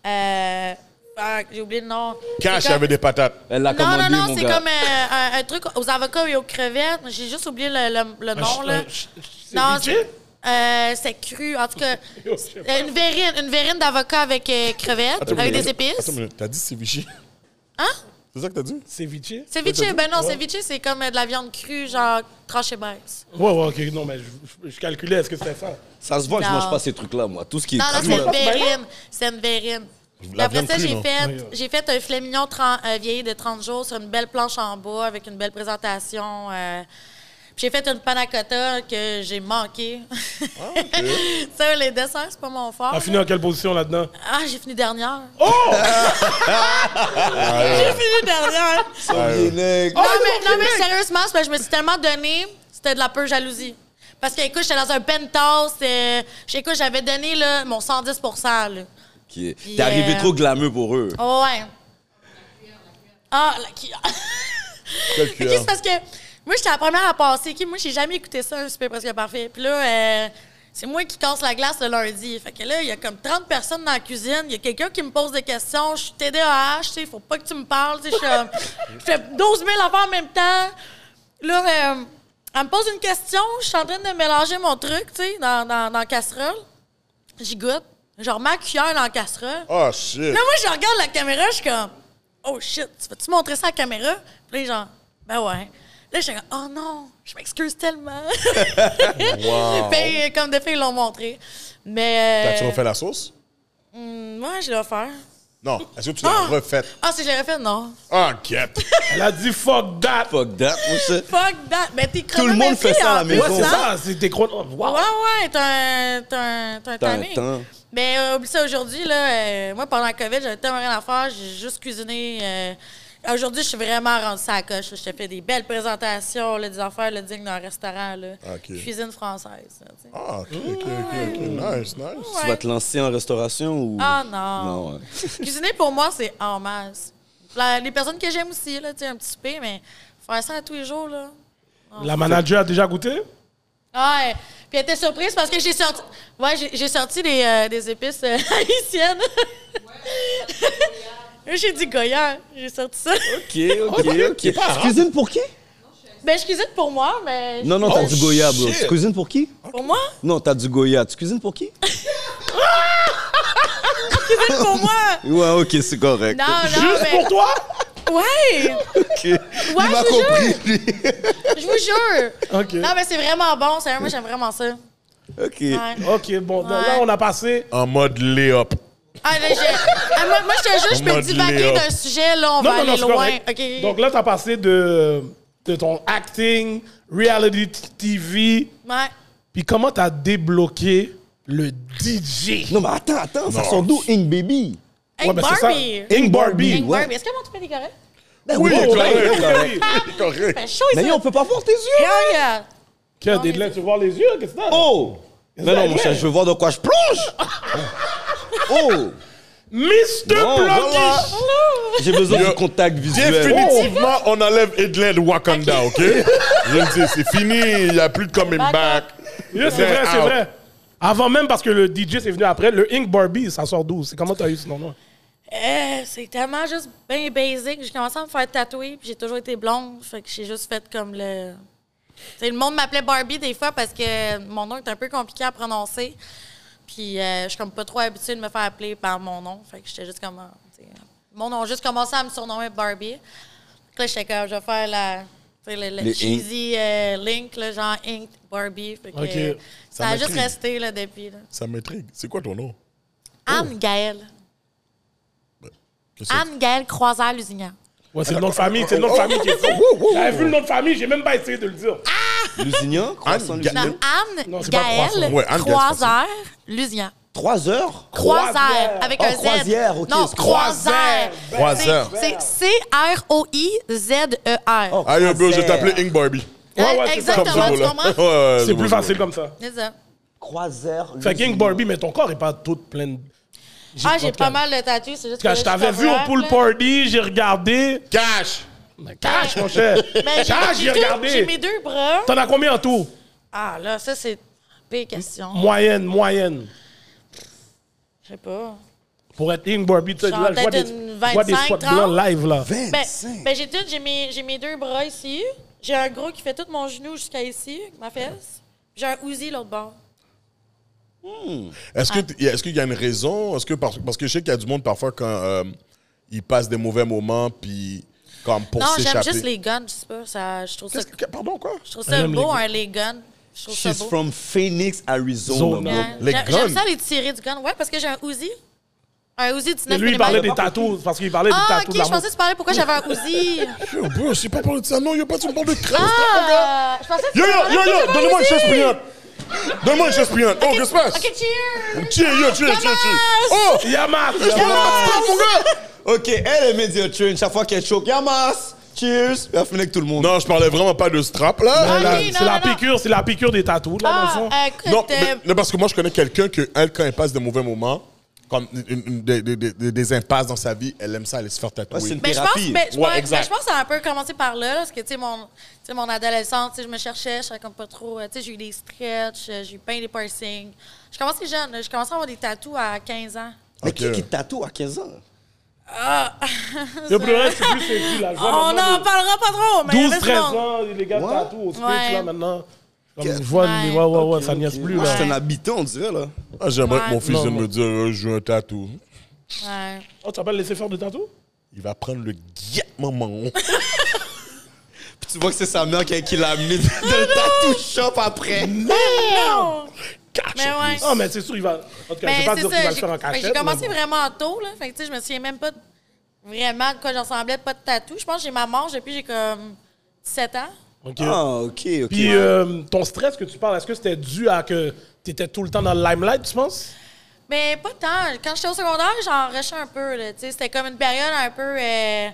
Speaker 6: euh, ah, j'ai oublié le nom.
Speaker 4: Cash
Speaker 6: C'est comme-
Speaker 4: avait des patates.
Speaker 5: Elle l'a
Speaker 6: Non,
Speaker 5: commandé,
Speaker 6: non, non,
Speaker 5: mon
Speaker 6: c'est
Speaker 5: gars.
Speaker 6: comme euh, un, un truc aux avocats et aux crevettes. J'ai juste oublié le, le- le nom,
Speaker 3: ch-
Speaker 6: là.
Speaker 3: un ch- ch-
Speaker 6: Non,
Speaker 3: ceviche? *laughs*
Speaker 6: c'est euh, c'est cru. En tout cas,
Speaker 3: Yo, je sais pas.
Speaker 6: une verrine, une verrine d'avocat avec euh, crevettes,
Speaker 4: Attends une
Speaker 6: avec
Speaker 4: minute.
Speaker 6: des épices.
Speaker 4: Attends une minute, t'as dit ceviche?
Speaker 6: Hein?
Speaker 4: C'est ça que t'as dit?
Speaker 3: Ceviche?
Speaker 6: Ceviche, ben non, ceviche, c'est comme euh, de la viande crue, genre tranchée mince.
Speaker 3: Ouais, ouais, ok. Non, mais je, je- je calculais, est-ce que c'était ça?
Speaker 5: Ça se voit que je
Speaker 6: Non.
Speaker 5: mange pas ces trucs-là, moi. Tout ce qui est
Speaker 6: Non, non,
Speaker 5: cru,
Speaker 6: c'est
Speaker 5: là.
Speaker 6: une verrine. C'est une verrine. Puis Après
Speaker 4: viande
Speaker 6: ça,
Speaker 4: crue,
Speaker 6: j'ai
Speaker 4: non?
Speaker 3: Oui, oui.
Speaker 6: fait, j'ai fait un filet mignon tren- euh, vieilli de 30 jours sur une belle planche en bois avec une belle présentation. euh, Puis j'ai fait une panna cotta que j'ai manqué.
Speaker 4: Ah,
Speaker 6: *laughs* ça, les desserts, c'est pas mon fort.
Speaker 3: T'as fini en quelle position là-dedans?
Speaker 6: Ah, j'ai fini dernière.
Speaker 3: Ah, Oh!
Speaker 6: *laughs* J'ai fini dernière.
Speaker 5: Nègre.
Speaker 6: non, mais, non, mais sérieusement, c'est parce que je me suis tellement donné, c'était de la peur jalousie. Parce que, écoute, j'étais dans un penthouse. euh, Écoute, j'avais donné là, mon 110 là.
Speaker 5: Ok. T'es arrivé
Speaker 6: euh,
Speaker 5: trop glamour pour eux.
Speaker 6: Oh, ouais. Ah, la cuillère.
Speaker 4: Quelle
Speaker 6: *laughs* Ok,
Speaker 4: cuillère?
Speaker 6: c'est parce que moi, j'étais la première à passer. Ok, moi, j'ai jamais écouté ça, un super presque parfait. Puis là, euh, c'est moi qui casse la glace le lundi. Fait que là, il y a comme 30 personnes dans la cuisine. Il y a quelqu'un qui me pose des questions. Je suis TDAH, tu sais, il faut pas que tu me parles. Tu sais, je suis, euh, *laughs* je fais 12 000 affaires en même temps. Là, euh, elle me pose une question. Je suis en train de mélanger mon truc, tu sais, dans, dans, dans la casserole. J'y goûte. Je remets la cuillère dans la casserole.
Speaker 4: Oh, shit.
Speaker 6: Là, moi, je regarde la caméra, je suis comme, oh shit, tu vas-tu montrer ça à la caméra? Puis là, genre, ben ouais. Là, je suis comme, oh non, je
Speaker 5: *laughs*
Speaker 6: m'excuse tellement.
Speaker 4: Wow.
Speaker 6: Puis, comme des filles l'ont montré. Mais.
Speaker 4: T'as-tu
Speaker 6: euh,
Speaker 4: refait la sauce?
Speaker 6: Moi, je l'ai offert.
Speaker 4: Non. Est-ce que tu l'as
Speaker 6: Ah!
Speaker 4: refaite?
Speaker 6: Ah, si je l'ai refait, non.
Speaker 4: Ah, get.
Speaker 3: Elle a dit fuck that!
Speaker 5: Fuck that, mon shit.
Speaker 6: Fuck that. Mais t'es
Speaker 5: Tout le monde fait ça à la
Speaker 3: Ouais,
Speaker 5: maison.
Speaker 6: hein?
Speaker 3: c'est ça, c'est tes gros.
Speaker 6: Ouais,
Speaker 3: Wow!
Speaker 6: ouais, t'es un, t'es un, t'es un
Speaker 5: T'as un
Speaker 6: tanné.
Speaker 5: temps.
Speaker 6: Mais euh, oublie ça aujourd'hui, là. euh, moi, pendant la COVID, j'avais tellement rien à faire. J'ai juste cuisiné. euh, aujourd'hui, je suis vraiment rendue ça à la coche. là. Je te fais des belles présentations, là, des affaires là, dignes d'un restaurant, là.
Speaker 4: Ok.
Speaker 6: Cuisine française. là, tu sais.
Speaker 4: Ah, ok, ok, ok, ok. Nice, nice.
Speaker 5: Tu vas te lancer en restauration ou.
Speaker 6: Ah non.
Speaker 5: Non, ouais. *laughs*
Speaker 6: Cuisiner, pour moi, c'est en masse. La- les personnes que j'aime aussi, là, tu sais, un petit peu, mais faire ça à tous les jours, là.
Speaker 3: La manager a déjà goûté?
Speaker 6: Ouais. Puis elle était surprise parce que j'ai sorti. Ouais, j'ai- j'ai sorti des, euh, des épices euh, *laughs* haïtiennes. j'ai dit goyard. J'ai sorti ça.
Speaker 5: Ok, ok, ok. Tu cuisines pour qui?
Speaker 6: Ben, je cuisine pour moi, mais.
Speaker 5: Non, non, t'as
Speaker 4: Oh,
Speaker 5: du Goya, bro.
Speaker 4: shit.
Speaker 5: Tu cuisines pour qui?
Speaker 6: Pour moi?
Speaker 5: Non, t'as du Goya. Tu cuisines pour qui?
Speaker 6: Cuisine
Speaker 3: *laughs*
Speaker 6: pour
Speaker 5: *laughs*
Speaker 6: moi!
Speaker 5: Ouais, ok, c'est correct.
Speaker 6: Non, non,
Speaker 3: Juste
Speaker 6: mais.
Speaker 3: pour toi? *laughs*
Speaker 6: Ouais!
Speaker 5: Ok.
Speaker 6: Ouais, je vous jure! Je vous jure!
Speaker 3: Ok.
Speaker 6: Non, mais c'est vraiment bon, sérieux, moi, j'aime vraiment ça.
Speaker 5: Ok.
Speaker 6: Ouais.
Speaker 3: Ok, bon, donc
Speaker 6: Ouais.
Speaker 3: là, on a passé.
Speaker 4: En mode lay-up.
Speaker 6: Ah, là, j'ai- Ah, moi, moi, je te jure, je peux
Speaker 4: Mode
Speaker 6: divaguer
Speaker 4: Léa.
Speaker 6: d'un sujet, là,
Speaker 3: Non,
Speaker 6: on va
Speaker 3: non, non,
Speaker 6: aller
Speaker 3: c'est
Speaker 6: loin.
Speaker 3: correct.
Speaker 6: OK.
Speaker 3: Donc là, t'as passé de, de ton acting, reality t- TV,
Speaker 6: Ouais.
Speaker 3: puis comment t'as débloqué le DJ?
Speaker 5: Non, mais attends, attends, ça
Speaker 4: Non.
Speaker 5: sort d'où, Ink Baby?
Speaker 6: Hey,
Speaker 3: Ouais, ben, c'est ça.
Speaker 6: Barbie!
Speaker 5: Ink Barbie,
Speaker 6: Hey,
Speaker 5: ouais.
Speaker 6: Barbie, est-ce que mon toupet est correct?
Speaker 5: Ben
Speaker 3: Oui,
Speaker 5: ouais,
Speaker 3: oui,
Speaker 5: ouais,
Speaker 3: oui,
Speaker 5: ouais.
Speaker 3: oui. *laughs*
Speaker 4: Correct.
Speaker 6: Ben, chaud,
Speaker 5: Mais
Speaker 6: ici.
Speaker 5: yo, on peut pas voir tes yeux!
Speaker 6: Regarde.
Speaker 3: Qu'est-ce que là, tu vois les yeux? Qu'est-ce que c'est?
Speaker 5: Oh! Non, non, mon cher, je veux voir de quoi je plonge! Oh!
Speaker 3: Mr.
Speaker 5: Bon, voilà.
Speaker 3: Blockish!
Speaker 5: J'ai besoin
Speaker 4: Yo,
Speaker 5: du contact visuel.
Speaker 4: Définitivement, on enlève Edley de Wakanda, OK? Je le dis, c'est fini, il n'y a plus de coming
Speaker 6: Back
Speaker 4: back.
Speaker 3: Yeah, c'est vrai,
Speaker 4: Out.
Speaker 3: c'est vrai. Avant même, parce que le DJ, c'est venu après, le Ink Barbie, ça sort d'où? C'est comment t'as eu ce nom-là?
Speaker 6: Euh, c'est tellement juste bien basic. J'ai commencé à me faire tatouer, puis j'ai toujours été blonde. Fait que j'ai juste fait comme le. Tu sais, le monde m'appelait Barbie des fois parce que mon nom est un peu compliqué à prononcer. Puis euh, je suis comme pas trop habituée de me faire appeler par mon nom. Fait que j'étais juste comme. euh, tu sais, Mon nom a juste commencé à me surnommer Barbie. Fait que là, j'étais comme, je vais faire la. tu sais, Le, le
Speaker 5: Les
Speaker 6: cheesy euh, link, là, genre Ink Barbie. Fait que,
Speaker 3: Ok.
Speaker 6: euh,
Speaker 4: Ça
Speaker 6: ça a juste
Speaker 4: m'intrigue.
Speaker 6: resté là, depuis. là.
Speaker 4: Ça m'intrigue. C'est quoi ton nom? Ben,
Speaker 6: Anne Gaëlle.
Speaker 4: Qu'est-ce que
Speaker 6: Anne Gaëlle Croisard-Lusignan.
Speaker 3: Ouais, c'est le nom de famille, c'est le nom de famille qui est fou. J'avais vu le nom de famille, j'ai même pas essayé de le dire.
Speaker 5: Oh. Lusignan, croissant
Speaker 4: Anne
Speaker 6: Non,
Speaker 5: Lusignan.
Speaker 6: Anne
Speaker 3: Non, c'est pas
Speaker 6: Gaëlle
Speaker 3: croissant.
Speaker 4: Ouais, Anne Gaëlle, c'est
Speaker 6: Croiseur Lusignan.
Speaker 5: Trois heures?
Speaker 6: Croiseur avec
Speaker 5: Oh,
Speaker 6: un Z.
Speaker 5: croisière, ok,
Speaker 6: Non,
Speaker 5: c'est-
Speaker 6: croiseur.
Speaker 4: c'est? Croiseur.
Speaker 6: C'est C-R-O-I-Z-E-R.
Speaker 5: Oh,
Speaker 4: Ah, yo, bro, je vais
Speaker 5: croisière.
Speaker 4: t'appeler Ink Barbie.
Speaker 3: ouais, ouais, c'est
Speaker 6: Exactement, tu
Speaker 4: là.
Speaker 6: comprends?
Speaker 4: Ouais,
Speaker 3: *laughs*
Speaker 4: ouais,
Speaker 3: C'est
Speaker 4: bon,
Speaker 3: plus
Speaker 4: bon.
Speaker 3: facile comme ça.
Speaker 6: C'est ça.
Speaker 5: Croiseur.
Speaker 3: Fait King Barbie, mais ton corps est pas tout plein de.
Speaker 6: Ah, j'ai pas
Speaker 3: Quand-
Speaker 6: mal de tatouages, c'est juste que
Speaker 3: Quand je t'avais vu au pool party, j'ai regardé.
Speaker 4: Cash!
Speaker 3: Mais cash, mon cher. Cash, Ah, j'ai
Speaker 6: J'ai
Speaker 3: regardé.
Speaker 6: mes deux bras.
Speaker 3: T'en as combien en tout?
Speaker 6: Ah, là, ça, c'est pire question.
Speaker 3: Moyenne, moyenne.
Speaker 6: Je sais pas.
Speaker 3: Pour être King Barbie, tu sais,
Speaker 6: Genre
Speaker 3: là, je vois
Speaker 6: peut-être
Speaker 3: des,
Speaker 6: une
Speaker 3: je vois des
Speaker 6: 25,
Speaker 3: spots
Speaker 6: 30.
Speaker 3: blancs live, là.
Speaker 6: Ben, ben, j'ai tout, j'ai mes, j'ai mes deux bras ici. J'ai un gros qui fait tout mon genou jusqu'à ici, ma fesse. J'ai un ouzi l'autre bord.
Speaker 4: Est-ce
Speaker 6: Ah.
Speaker 4: que t- est-ce qu'il y a une raison? Est-ce que parce, parce que je sais qu'il y a du monde parfois quand euh, ils passent des mauvais moments, puis comme pour
Speaker 6: non,
Speaker 4: s'échapper.
Speaker 6: j'aime juste les guns, je sais pas. Ça, je trouve ça,
Speaker 4: Qu'est-ce que- Pardon, quoi?
Speaker 6: je trouve ça
Speaker 3: Elle aime les
Speaker 6: beau,
Speaker 3: guns.
Speaker 6: un les guns. Je trouve
Speaker 5: She's
Speaker 6: ça beau.
Speaker 5: from Phoenix, Arizona.
Speaker 3: Zona.
Speaker 5: bro.
Speaker 6: Ouais.
Speaker 4: Les
Speaker 6: J'a-
Speaker 4: guns.
Speaker 6: J'aime ça les tirer du gun. Ouais, parce que j'ai un ouzi. Un Uzi 19
Speaker 3: Et lui, il
Speaker 6: mm.
Speaker 3: parlait des tatous, parce qu'il parlait des
Speaker 6: Ah,
Speaker 3: tatous
Speaker 6: ok,
Speaker 3: de
Speaker 6: je
Speaker 3: l'amour.
Speaker 6: pensais que tu parlais pourquoi j'avais un
Speaker 4: *laughs*
Speaker 6: Uzi.
Speaker 4: Yo, bro, je sais pas parler de ça. Non, yo, pas, tu me parles de crème.
Speaker 6: Ah, je pensais que tu
Speaker 4: Yo, yo,
Speaker 6: parlais
Speaker 4: yo,
Speaker 6: pourquoi j'avais
Speaker 4: yo,
Speaker 6: un
Speaker 4: donne-moi une
Speaker 6: Uzi.
Speaker 4: chaise pliante. Donne-moi une chaise pliante. Oh, qu'est-ce qui se passe?
Speaker 6: Ok, cheers.
Speaker 4: Tiens, yo, tiens, tiens, tiens. Oh,
Speaker 3: Yamas!
Speaker 4: Yamas, mon gars.
Speaker 5: Ok, elle est médiocrine. Chaque fois qu'elle choque, Yamas, cheers. Elle finit avec tout le monde.
Speaker 4: Non, je parlais vraiment pas de strap, là.
Speaker 6: Ah,
Speaker 3: Là,
Speaker 6: oui, non,
Speaker 3: C'est la
Speaker 6: non, non.
Speaker 3: piqûre, c'est la piqûre des tatous, là, dans le fond.
Speaker 6: Ah,
Speaker 4: Non,
Speaker 6: écoute,
Speaker 4: mais,
Speaker 6: euh,
Speaker 4: mais parce que moi, je connais quelqu'un que, elle, quand elle passe des mauvais moments, comme une- une- des, des- des- des impasses dans sa vie, elle aime ça aller se faire tatouer.
Speaker 5: Ouais, c'est une-
Speaker 6: Mais ben, je pense,
Speaker 5: Thérapie.
Speaker 6: mais je,
Speaker 4: Ouais,
Speaker 6: pense-
Speaker 4: exact.
Speaker 6: mais je pense que ça a un peu commencé par là, là, parce que, tu sais, mon, tu sais, mon adolescence, tu sais, je me cherchais, je savais comme pas trop. euh, Tu sais, j'ai eu des stretches, euh, j'ai eu peint des piercings. Je commençais jeune, là, je commençais à avoir des tatous à 15 ans.
Speaker 5: Mais qui
Speaker 4: Ok.
Speaker 5: qui tatoue à 15 ans?
Speaker 3: Le plus vrai, c'est plus sexy, là. Je vois
Speaker 6: Ah, On
Speaker 3: maintenant
Speaker 6: n'en parlera pas trop, mais Ben, il y avait
Speaker 3: 12,
Speaker 6: du
Speaker 3: 13
Speaker 6: monde.
Speaker 3: ans, les gars de
Speaker 5: Ouais.
Speaker 3: tatous au States,
Speaker 6: Ouais.
Speaker 3: là, maintenant. Comme je vois, les- ouais, ouais, ouais, ça niaise plus,
Speaker 5: Moi,
Speaker 3: là.
Speaker 5: je suis un habitant, on dirait, là.
Speaker 4: Ah, J'aimerais que mon
Speaker 6: Ouais.
Speaker 4: fils vienne me dire, euh, je veux un tatou.
Speaker 6: Ouais.
Speaker 3: Oh, tu vas pas le laisser faire de tatou?
Speaker 4: Il va prendre le guillet, maman.
Speaker 5: Puis tu vois que c'est sa mère qui, qui l'a amené dans le tattoo shop après.
Speaker 6: Non!
Speaker 4: Cache
Speaker 6: Mais ouais.
Speaker 3: Ah, mais c'est sûr, il va. En tout cas, je vais
Speaker 6: Mais
Speaker 3: pas
Speaker 6: Ben, c'est
Speaker 3: dire qu'il va
Speaker 6: ça,
Speaker 3: le faire en
Speaker 6: j'ai-
Speaker 3: cachette.
Speaker 6: j'ai commencé
Speaker 3: mais bon.
Speaker 6: vraiment tôt, là. Fait que, tu sais, je me souviens même pas de- vraiment de quoi j'en semblais, pas de tatou. Je pense que j'ai ma manche depuis j'ai comme 17 ans.
Speaker 3: Ok.
Speaker 5: Ah, ok, ok.
Speaker 3: Puis euh, ton stress que tu parles, est-ce que c'était dû à que tu étais tout le temps dans le limelight, tu penses?
Speaker 6: Mais pas tant. Quand j'étais au secondaire, j'en rushais un peu. là, tu sais. C'était comme une période un peu euh,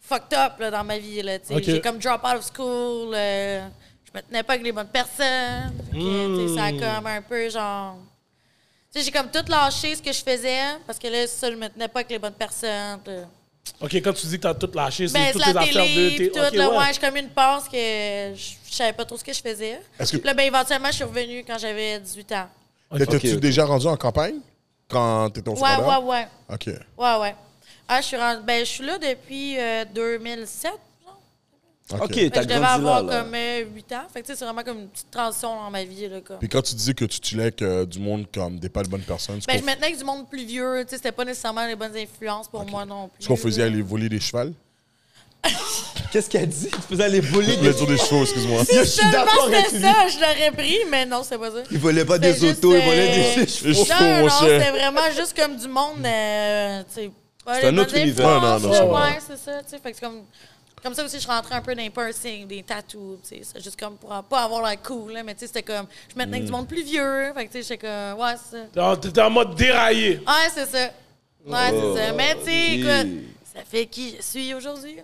Speaker 6: fucked up là, dans ma vie. là, tu sais.
Speaker 3: Ok.
Speaker 6: J'ai comme drop out of school. euh, je me tenais pas avec les bonnes personnes. Fait que,
Speaker 3: Hmm.
Speaker 6: tu sais, Ça a comme un peu genre. tu sais, J'ai comme tout lâché ce que je faisais parce que là, ça, je me tenais pas avec les bonnes personnes. puis-
Speaker 3: Ok, quand tu dis que t'as tout lâché, c'est
Speaker 6: Ben,
Speaker 3: toutes
Speaker 6: c'est
Speaker 3: les
Speaker 6: la
Speaker 3: affaires
Speaker 6: télé,
Speaker 3: de
Speaker 6: puis
Speaker 3: tes.
Speaker 6: tout.
Speaker 3: ok,
Speaker 6: là,
Speaker 3: ouais.
Speaker 6: ouais, j'ai comme eu une passe que je je savais pas trop ce que je faisais.
Speaker 4: Est-ce que-
Speaker 6: Puis Là, ben, éventuellement, je suis revenue quand j'avais 18 ans.
Speaker 4: T'étais-tu
Speaker 5: Ok.
Speaker 4: déjà rendu en campagne quand t'étais au
Speaker 6: Ouais,
Speaker 4: secondaire?
Speaker 6: ouais, ouais.
Speaker 4: OK.
Speaker 6: Ouais, ouais. Ah, je suis rendu- ben, je suis là depuis euh, 2007.
Speaker 4: OK.
Speaker 6: genre.
Speaker 5: ok, t'as
Speaker 6: Fait que Ben, je
Speaker 5: grandi
Speaker 6: devais
Speaker 5: là,
Speaker 6: avoir
Speaker 5: là.
Speaker 6: comme euh, 8 ans. Fait que, tu sais, c'est vraiment comme une petite transition dans ma vie. Là, comme.
Speaker 4: Puis quand tu disais que tu chillais avec euh, du monde comme des pas de bonnes personnes, ce
Speaker 6: Ben,
Speaker 4: qu'on-
Speaker 6: je me tenais avec du monde plus vieux. Tu sais, c'était pas nécessairement les bonnes influences pour moi non plus.
Speaker 4: ce qu'on faisait, aller voler des chevaux?
Speaker 5: Qu'est-ce qu'elle dit? Tu faisais les voler
Speaker 4: Le
Speaker 5: des...
Speaker 4: tour des chevaux, excuse-moi.
Speaker 5: Yo, je
Speaker 6: Je
Speaker 5: suis d'accord avec lui.
Speaker 6: ça, je l'aurais pris, mais non, c'est pas ça.
Speaker 5: Il volait pas
Speaker 6: C'était
Speaker 5: des autos, il
Speaker 6: juste,
Speaker 5: volait
Speaker 6: euh,
Speaker 5: des
Speaker 4: Des
Speaker 5: chevaux.
Speaker 4: chevaux,
Speaker 6: Non,
Speaker 4: mon
Speaker 6: non,
Speaker 4: cher.
Speaker 6: c'était vraiment juste comme du monde. euh, tu sais, pas
Speaker 5: C'est
Speaker 6: les
Speaker 5: un autre
Speaker 6: bonnes
Speaker 5: univers.
Speaker 6: influences,
Speaker 4: Ouais, non, non,
Speaker 6: là,
Speaker 4: non.
Speaker 6: ouais, c'est ça. tu sais. Fait que c'est comme, comme ça aussi, je rentrais un peu dans les piercings, des tattoos. tu sais, c'est Juste comme pour pas avoir la cool. là, mais tu sais, c'était comme, je me tenais
Speaker 5: Mm.
Speaker 6: avec du monde plus vieux. Fait que tu sais, j'étais comme, ouais, c'est ça.
Speaker 3: Non, T'étais en mode déraillé.
Speaker 6: Ouais, c'est ça. Ouais, c'est
Speaker 5: Oh,
Speaker 6: ça. Mais tu sais,
Speaker 5: ok.
Speaker 6: écoute, ça fait qui je suis aujourd'hui.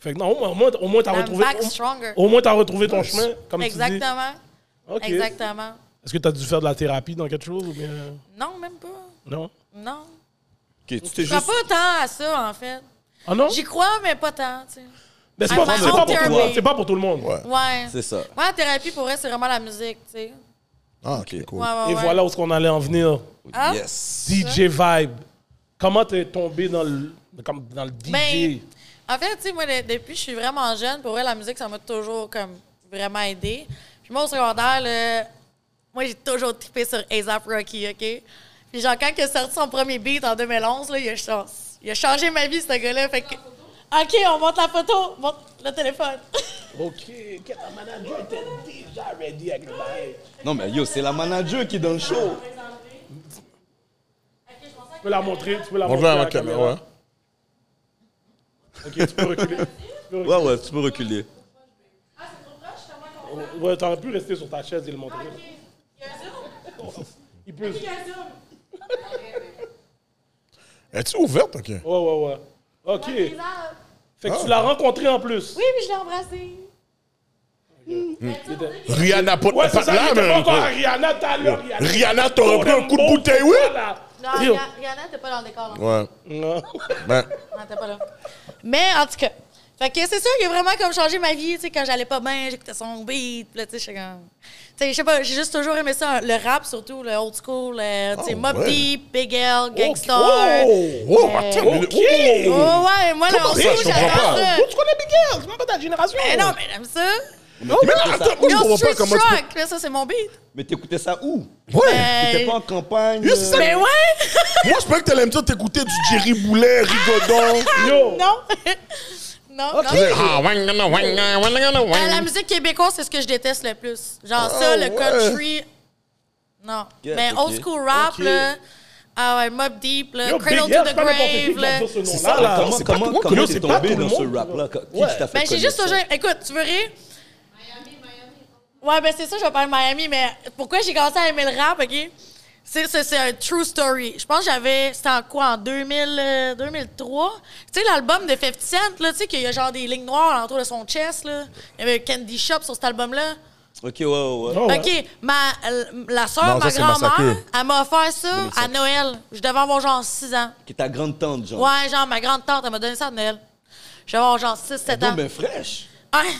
Speaker 3: Fait que non, au moins, au moins t'as
Speaker 6: I'm
Speaker 3: retrouvé.
Speaker 6: back
Speaker 3: au-
Speaker 6: stronger.
Speaker 3: Au moins, t'as retrouvé ton chemin, comme tu dis.
Speaker 6: Exactement.
Speaker 3: Ok.
Speaker 6: Exactement.
Speaker 3: Est-ce que t'as dû faire de la thérapie dans quelque chose ou bien. euh,
Speaker 6: Non, même pas.
Speaker 3: Non?
Speaker 6: Non.
Speaker 5: Ok, tu t'es
Speaker 6: Je crois
Speaker 5: juste...
Speaker 6: pas tant à ça, en fait.
Speaker 3: Ah non?
Speaker 6: J'y crois, mais pas tant, tu sais.
Speaker 3: Mais c'est pas,
Speaker 6: Ah,
Speaker 3: c'est pas pour
Speaker 6: thérapie.
Speaker 3: toi. C'est pas pour tout le monde.
Speaker 6: Ouais.
Speaker 5: C'est ça.
Speaker 6: Ouais, la thérapie, pour elle, c'est vraiment la musique, tu sais.
Speaker 4: Ah, OK, cool.
Speaker 6: Ouais, ouais,
Speaker 3: Et
Speaker 6: Oh, ouais.
Speaker 3: voilà où est-ce qu'on allait en venir.
Speaker 6: Hein?
Speaker 5: Yes.
Speaker 3: DJ Vibe. Comment t'es tombé dans le, comme dans le DJ?
Speaker 6: Ben, en fait, tu sais, moi, de- depuis que je suis vraiment jeune, pour vrai, la musique, ça m'a toujours comme vraiment aidé. Puis moi, au secondaire, là, moi, j'ai toujours trippé sur ASAP Rocky, OK? Puis genre, quand il a sorti son premier beat en 2011, là, il, a, cha- il a changé ma vie, ce gars-là. Fait que... OK, on monte la photo. Monte le téléphone.
Speaker 3: OK, quel manager était déjà ready avec le bail.
Speaker 5: Non, mais yo, c'est la manager qui est dans le show.
Speaker 3: Tu peux la montrer, tu peux la
Speaker 4: On
Speaker 3: montrer
Speaker 4: va à
Speaker 3: à
Speaker 4: ma caméra.
Speaker 3: OK, tu peux reculer. *laughs*
Speaker 5: Ouais, ouais, tu peux reculer.
Speaker 3: Ouais, t'aurais pu rester sur ta chaise et le montrer. Il peut... Ouais,
Speaker 4: Es-tu ouverte? OK.
Speaker 3: ouais, ouais. OK. Fait que tu
Speaker 4: Ah.
Speaker 3: l'as rencontré en plus.
Speaker 6: Oui, puis je l'ai embrassé.
Speaker 4: Rihanna, pas
Speaker 3: Ouais, c'est
Speaker 4: pas-
Speaker 3: ça, il
Speaker 4: là,
Speaker 3: était
Speaker 4: mais-
Speaker 3: pas encore à Rihanna tout à l'heure. Rihanna.
Speaker 4: Rihanna, t'aurais pris un coup de bouteille, oui?
Speaker 3: Voilà.
Speaker 6: Non,
Speaker 3: Yo.
Speaker 6: Rihanna, Rihanna, t'es pas dans le décor. là.
Speaker 4: Ouais.
Speaker 3: Non.
Speaker 4: Ben,
Speaker 6: Non, t'es pas là. Mais en tout cas, fait que c'est sûr qu'il a vraiment comme changé ma vie, tu sais, quand j'allais pas bien, j'écoutais son beat, puis là, tu sais, j'étais comme... Tu sais, je sais pas, j'ai juste toujours aimé ça, le rap surtout, le old school, le, tu sais,
Speaker 4: Ah,
Speaker 6: Mobb
Speaker 4: ouais.
Speaker 6: Deep, Big L, Gangstar.
Speaker 3: Oh,
Speaker 4: oh, attends, mais-
Speaker 3: OK.
Speaker 4: oh, oh,
Speaker 6: Oh ouais, moi, là, on
Speaker 4: ça, je comprends
Speaker 6: j'adore
Speaker 4: pas?
Speaker 6: ça.
Speaker 3: Où tu connais Big Girl? C'est même pas ta génération.
Speaker 6: Mais non, mais j'aime ça.
Speaker 4: oh. Mais là, attends, moi, je
Speaker 6: Yo,
Speaker 4: comprends pas
Speaker 6: Street
Speaker 4: comment tu
Speaker 6: Struck, là, ça, c'est mon beat.
Speaker 5: Mais t'écoutais ça où?
Speaker 4: peux... oh. Ouais.
Speaker 5: T'étais
Speaker 6: Euh,
Speaker 5: pas en campagne? euh,
Speaker 4: Yo, c'est ça.
Speaker 6: mais ouais! *laughs*
Speaker 4: Moi, je pensais que t'allais me dire t'écoutais du Jerry Boulet,
Speaker 6: *laughs*
Speaker 4: Rigodon.
Speaker 3: Yo.
Speaker 6: non! non,
Speaker 4: Tu
Speaker 6: non.
Speaker 4: sais, ah, wang, gana, wang, gana, wang, gana,
Speaker 6: Euh, la
Speaker 4: wang.
Speaker 6: musique québécoise, c'est ce que je déteste le
Speaker 3: Oh,
Speaker 6: plus. Genre ça, le
Speaker 4: ouais.
Speaker 6: country. Non.
Speaker 5: Yeah,
Speaker 6: Mais
Speaker 5: ok.
Speaker 6: old school rap,
Speaker 3: Ok.
Speaker 6: là. Ah ouais, Mob Deep, là,
Speaker 3: Yo, Big L,
Speaker 6: Cradle
Speaker 3: je
Speaker 6: to the
Speaker 3: connais pas qui
Speaker 6: Grave.
Speaker 3: va
Speaker 6: là.
Speaker 3: dire ce
Speaker 5: C'est
Speaker 3: nom-là.
Speaker 5: ça,
Speaker 3: là.
Speaker 4: c'est
Speaker 5: comment
Speaker 4: pas tout
Speaker 5: comment
Speaker 4: le monde,
Speaker 5: comment
Speaker 3: yo,
Speaker 5: t'es
Speaker 3: c'est pas
Speaker 5: tombé
Speaker 3: tout le
Speaker 5: dans ce
Speaker 3: monde.
Speaker 5: rap-là? Qui qui
Speaker 3: Ouais.
Speaker 5: t'a fait
Speaker 6: Ben, j'ai
Speaker 5: connaître
Speaker 6: juste
Speaker 5: ça?
Speaker 6: toujours. Écoute, tu veux rire? Ouais, ben c'est ça, je vais parler de Miami, mais pourquoi j'ai commencé à aimer le rap, OK? C'est, c'est, c'est un true story. Je pense que j'avais. C'était en quoi? En 2000, euh, 2003? Tu sais, l'album de 50 Cent, là, tu sais, qu'il y a genre des lignes noires autour de son chest, là. Il y avait Candy Shop sur cet album-là.
Speaker 5: OK, ouais, ouais, ouais.
Speaker 3: Oh, ouais.
Speaker 6: OK, ma, l- la soeur,
Speaker 4: Non, ça,
Speaker 6: ma
Speaker 4: c'est Massacre.
Speaker 6: grand-mère, elle m'a offert ça à Noël. Je devais avoir genre 6 ans.
Speaker 5: Qui est ta grande tante, genre.
Speaker 6: Ouais, genre, ma grande-tante, elle m'a donné ça à Noël. Je devais avoir genre 6-7 ans.
Speaker 5: Non, mais ben, fraîche.
Speaker 6: Ouais.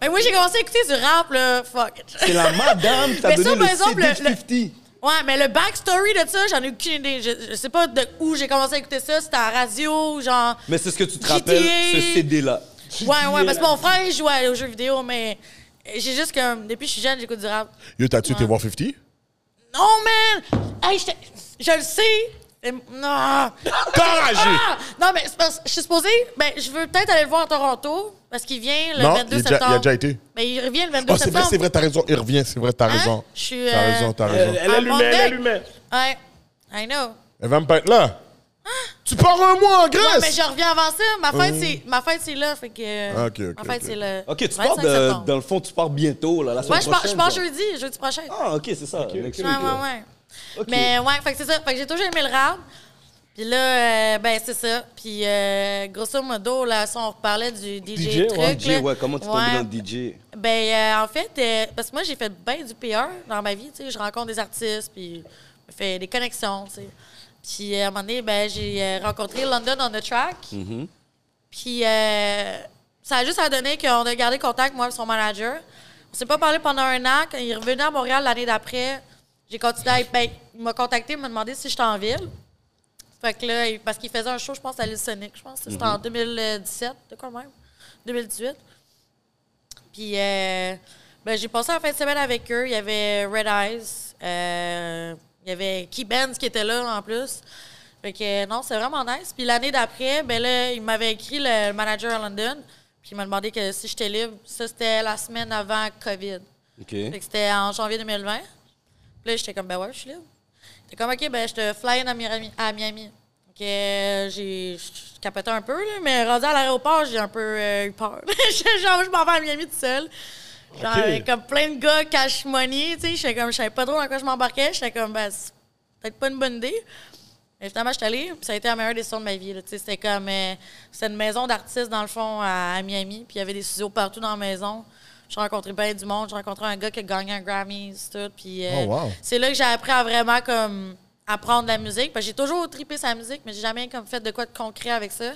Speaker 6: Ben moi, j'ai commencé à écouter du rap, là. Fuck. *laughs*
Speaker 5: C'est la madame qui t'a
Speaker 6: Mais
Speaker 5: donné
Speaker 6: ça,
Speaker 5: le
Speaker 6: par exemple,
Speaker 5: CD
Speaker 6: le-
Speaker 5: de 50.
Speaker 6: Ouais, mais le backstory de ça, j'en ai aucune idée. Je, je sais pas de où j'ai commencé à écouter ça. C'était à la radio, genre.
Speaker 5: Mais c'est ce que tu te
Speaker 6: GTA.
Speaker 5: rappelles, ce CD-là.
Speaker 6: Ouais, ouais, parce que mon frère, il jouait aux jeux vidéo, mais j'ai juste comme. Depuis que je suis jeune, j'écoute du rap.
Speaker 4: Yo, t'as-tu été
Speaker 6: Ouais.
Speaker 4: voir 50?
Speaker 6: Non, man! Hey, j'étais- je le sais! Et- Non!
Speaker 4: T'enragé!
Speaker 6: Ah! Non, mais c'est parce- je suis supposée. Ben, je veux peut-être aller le voir à Toronto, parce qu'il vient le
Speaker 4: Non,
Speaker 6: 22
Speaker 4: il est déjà- il a
Speaker 6: septembre.
Speaker 4: déjà été.
Speaker 6: Mais il revient le 22
Speaker 4: Oh, c'est
Speaker 6: septembre.
Speaker 4: vrai, c'est vrai, t'as raison. Il revient, c'est vrai, t'as
Speaker 6: Hein?
Speaker 4: raison.
Speaker 6: Je suis,
Speaker 4: T'as
Speaker 6: euh,
Speaker 4: raison, t'as
Speaker 3: Elle
Speaker 4: raison.
Speaker 3: elle allumait, elle allumait.
Speaker 6: Ouais. I know.
Speaker 4: Elle va me pas être là. Tu pars un mois en
Speaker 6: Ouais, mais
Speaker 4: Grèce!
Speaker 6: je reviens avant ça. Ma fête, c'est, ma fête, c'est là. Fait que,
Speaker 4: Ah, Oh. ok, ok,
Speaker 6: ma fête,
Speaker 4: ok.
Speaker 6: c'est le.
Speaker 5: OK, tu
Speaker 6: 25
Speaker 5: pars, de,
Speaker 6: septembre.
Speaker 5: dans le fond, tu pars bientôt, là, la semaine
Speaker 6: Ouais, je pars, je
Speaker 5: prochaine,
Speaker 6: pars
Speaker 5: genre.
Speaker 6: jeudi, jeudi prochain.
Speaker 5: Ah, OK, c'est ça. next
Speaker 6: ouais,
Speaker 5: week,
Speaker 6: ouais,
Speaker 5: là.
Speaker 6: ouais.
Speaker 5: Ok.
Speaker 6: Mais ouais, fait que c'est ça. Fait que j'ai toujours aimé le rap. Puis là, euh, ben, c'est ça. Puis euh, grosso modo, là, si on reparlait du DJ,
Speaker 3: DJ,
Speaker 6: truc.
Speaker 3: ouais.
Speaker 5: DJ,
Speaker 6: là,
Speaker 5: ouais, comment tu tombes
Speaker 6: ouais.
Speaker 5: dans le DJ?
Speaker 6: Ben, euh, en fait, euh, parce que moi, j'ai fait bien du PR dans ma vie. tu sais. Je rencontre des artistes, puis je fais des connexions. tu sais. Puis euh, à un moment donné, ben, j'ai euh, rencontré London on the track. Puis euh, ça a juste à donner qu'on a gardé contact, moi et son manager. On s'est pas parlé pendant un an. Quand il est revenu à Montréal l'année d'après, j'ai continué à. Ben, il m'a contacté, il m'a demandé si j'étais en ville. Fait que là, il- parce qu'il faisait un show, je pense, à l'île Sonic, je pense. C'était en 2017, de quoi même? 2018. Puis, euh, ben, j'ai passé la fin de semaine avec eux. Il y avait Red Eyes. euh, il y avait Key Benz qui était là, en plus. Fait que, euh, non, c'est vraiment nice. Puis l'année d'après, ben là, il m'avait écrit le manager à London. Puis il m'a demandé que si j'étais libre. Ça, c'était la semaine avant COVID.
Speaker 5: OK.
Speaker 6: Fait que c'était en janvier 2020. Puis là, j'étais comme, ben ouais, je suis libre. J'étais comme, OK, ben je te fly in à Miami. À Miami. Fait que, euh, j'ai je capotais un peu, là, mais rendu à l'aéroport, j'ai un peu euh, eu peur. *laughs* Genre, je m'en vais à Miami toute seule. Genre,
Speaker 3: OK.
Speaker 6: euh, comme plein de gars cash money, tu sais. J'étais comme, je savais pas trop dans quoi je m'embarquais. J'étais comme, ben, c'est peut-être pas une bonne idée. Et finalement, je suis allée, puis ça a été la meilleure décision de ma vie. là. Tu sais, C'était comme. euh, c'était une maison d'artistes, dans le fond, à, à Miami, puis il y avait des studios partout dans la maison. J'ai rencontré bien du monde. J'ai rencontré un gars qui a gagné un Grammy, c'est tout. Puis, euh,
Speaker 4: Oh, wow.
Speaker 6: c'est là que j'ai appris à vraiment comme apprendre la musique. Parce que j'ai toujours tripé sa musique, mais j'ai jamais comme fait de quoi de concret avec ça.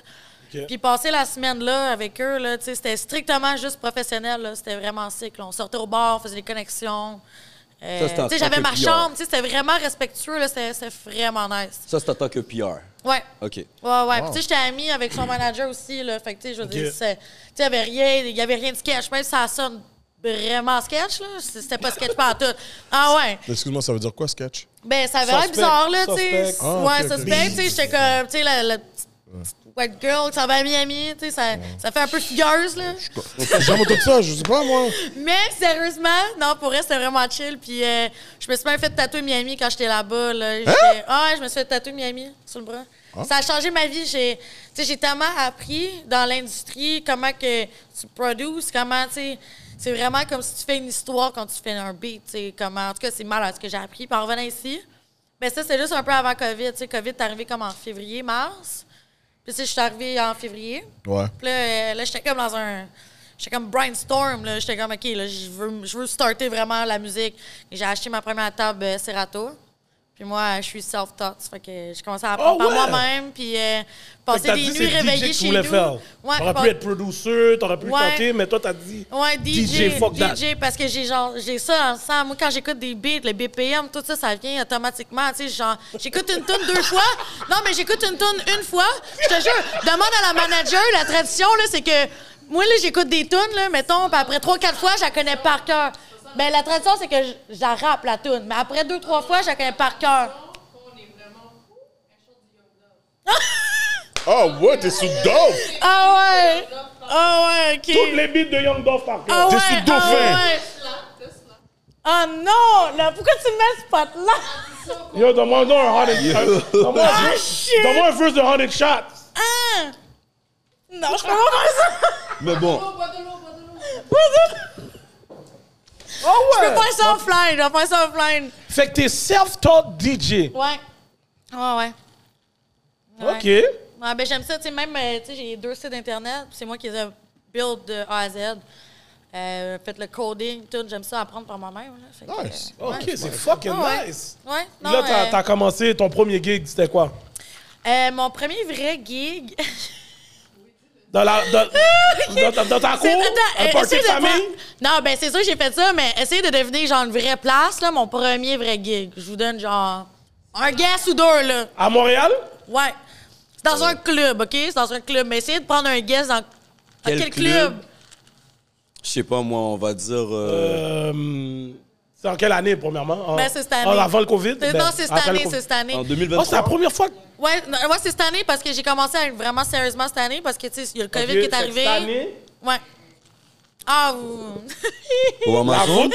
Speaker 6: Puis passer la semaine là avec eux, là, tu sais, c'était strictement juste professionnel. là. C'était vraiment sick. là. On sortait au bar, on faisait des connexions. Euh,
Speaker 5: Ça, c'était en
Speaker 6: tu sais,
Speaker 5: tant
Speaker 6: j'avais
Speaker 5: que
Speaker 6: ma
Speaker 5: PR.
Speaker 6: chambre, tu sais, c'était vraiment respectueux, là, c'était c'était vraiment nice.
Speaker 5: Ça, c'est en tant que PR.
Speaker 6: Ouais.
Speaker 5: OK.
Speaker 6: Ouais, ouais. Puis, tu sais, j'étais amie avec son manager aussi, là. Fait que, tu sais, je veux
Speaker 3: Ok.
Speaker 6: dire, c'est- tu sais, il y avait rien, il y avait rien de sketch. Même si ça sonne vraiment sketch, là, c'est- c'était pas sketch pas en tout. Ah ouais.
Speaker 4: Excuse-moi, ça veut dire quoi, sketch?
Speaker 6: Ben, ça avait l'air
Speaker 3: Suspect,
Speaker 6: bizarre, là, tu sais.
Speaker 3: suspect.
Speaker 4: Ah,
Speaker 6: Ouais,
Speaker 4: ok, ok.
Speaker 6: suspect, tu sais, j'étais comme, tu sais, la, la petite white girl qui s'en va à Miami, tu sais, ça, ça fait un peu figueuse, là.
Speaker 4: J'aime tout ça, je sais pas, moi.
Speaker 6: Mais sérieusement, non, pour vrai, c'était vraiment chill. Puis euh, je me suis même fait tatouer Miami quand j'étais là-bas. Là. J'étais- Ah, ouais, je me suis fait tatouer Miami sur le bras. Ça a changé ma vie. J'ai, tu sais, j'ai tellement appris dans l'industrie comment que tu produces, comment, tu sais, c'est vraiment comme si tu fais une histoire quand tu fais un beat, tu sais, comment. En tout cas, c'est malade ce que j'ai appris. Puis en revenant ici, ben ça, c'est juste un peu avant COVID. Tu sais, COVID est arrivé comme en février, mars. Puis tu sais, je suis arrivée en février.
Speaker 4: Ouais.
Speaker 6: Puis là, euh, là j'étais comme dans un. J'étais comme brainstorm, là. J'étais comme, OK, là, je veux, je veux starter vraiment la musique. Et J'ai acheté ma première table euh, Serato. Puis moi, je suis self-taught. Fait que j'ai commencé à apprendre
Speaker 3: Ah ouais!
Speaker 6: par moi-même. Puis euh,
Speaker 3: Fait que
Speaker 6: passer
Speaker 3: t'as
Speaker 6: des
Speaker 3: dit,
Speaker 6: nuits
Speaker 3: c'est DJ
Speaker 6: réveillées
Speaker 3: que
Speaker 6: chez
Speaker 3: tu voulais
Speaker 6: nous.
Speaker 3: faire. T'aurais
Speaker 6: pas-
Speaker 3: pu être producer, t'aurais pu
Speaker 6: Ouais.
Speaker 3: chanter, mais toi, t'as dit...
Speaker 6: Ouais, DJ,
Speaker 3: DJ, fuck that.
Speaker 6: DJ, parce que j'ai genre j'ai ça ensemble. Moi, quand j'écoute des beats, le BPM, tout ça, ça vient automatiquement. Tu sais, genre, j'écoute une tune deux fois. Non, mais j'écoute une tune une fois. Je te jure, demande à la manager, la tradition, là, c'est que moi, là, j'écoute des tunes, là, mettons, puis après trois, quatre fois, je la connais par cœur. Ben, la tradition, c'est que je- je la rappe, la tune. Mais après deux, trois fois, je la connais par cœur.
Speaker 4: Oh, ouais, t'es sous dope!
Speaker 6: Ah ouais! Ah ouais, OK.
Speaker 3: Toutes les beats de Young Dolph par cœur.
Speaker 6: Ah ouais,
Speaker 4: T'es sous le
Speaker 6: ah
Speaker 4: dauphin.
Speaker 6: ouais.
Speaker 1: Oh non! Là, pourquoi tu me mets ce spot-là?
Speaker 3: Yo, demande-nous un hundred. un- Demande-nous
Speaker 1: Ah,
Speaker 3: un-
Speaker 1: shit!
Speaker 3: demande-nous un first de hundred shots.
Speaker 1: Hein? Non, je peux pas faire ça!
Speaker 5: Mais bon,
Speaker 1: Oh
Speaker 6: Je peux
Speaker 1: ouais!
Speaker 6: faire ça offline, je vais faire ça offline.
Speaker 3: Ah Fait que t'es self-taught DJ.
Speaker 6: Ouais. Ouais, ouais. Ouais.
Speaker 3: Ok.
Speaker 6: Ouais, ben j'aime ça. Tu sais, même, euh, tu sais, j'ai deux sites internet. C'est moi qui les ai build de A à Z. Euh, fait le coding, tout. J'aime ça apprendre par moi-même. là. Fait que,
Speaker 4: Nice.
Speaker 6: euh, ouais.
Speaker 3: Ok, c'est fucking
Speaker 6: Ouais, ouais.
Speaker 3: nice.
Speaker 6: Ouais, non,
Speaker 3: Là, t'as-
Speaker 6: euh,
Speaker 3: t'as commencé ton premier gig, c'était quoi?
Speaker 6: euh, mon premier vrai gig. *laughs*
Speaker 3: Dans, la, dans, dans, ta- dans ta cour?
Speaker 6: C'est- attends,
Speaker 3: Oh, Un
Speaker 6: euh,
Speaker 3: party
Speaker 6: essaye
Speaker 3: de
Speaker 6: de
Speaker 3: famille?
Speaker 6: faire- Non, ben c'est sûr que j'ai fait ça, mais essayez de deviner genre une vraie place, là, mon premier vrai gig. Je vous donne genre un guess ou deux, là.
Speaker 3: À Montréal?
Speaker 6: Ouais. C'est dans
Speaker 3: Euh.
Speaker 6: un club, OK? C'est dans un club. Mais essayez de prendre un guess dans
Speaker 5: Quel
Speaker 6: à quel
Speaker 5: club?
Speaker 6: club?
Speaker 5: je sais pas, moi, on va dire. euh,
Speaker 3: Euh, c'est en quelle année, premièrement? En-
Speaker 6: Ben, c'est cette année.
Speaker 3: en avant le COVID?
Speaker 6: C'est-
Speaker 3: Ben,
Speaker 6: non, c'est cette
Speaker 3: après le
Speaker 6: année,
Speaker 3: COVID.
Speaker 6: c'est cette année.
Speaker 5: en
Speaker 3: Oh, c'est
Speaker 5: 2023.
Speaker 3: la première fois que
Speaker 6: Ouais, non, ouais, c'est cette année parce que j'ai commencé à être vraiment sérieusement cette année parce que, tu sais, il y a le COVID
Speaker 3: Ok,
Speaker 6: qui est
Speaker 3: fait que
Speaker 6: arrivé.
Speaker 3: Cette année,
Speaker 6: Ouais. Ah, vous... *laughs*
Speaker 5: Au
Speaker 3: la
Speaker 5: Amazon.
Speaker 3: voûte?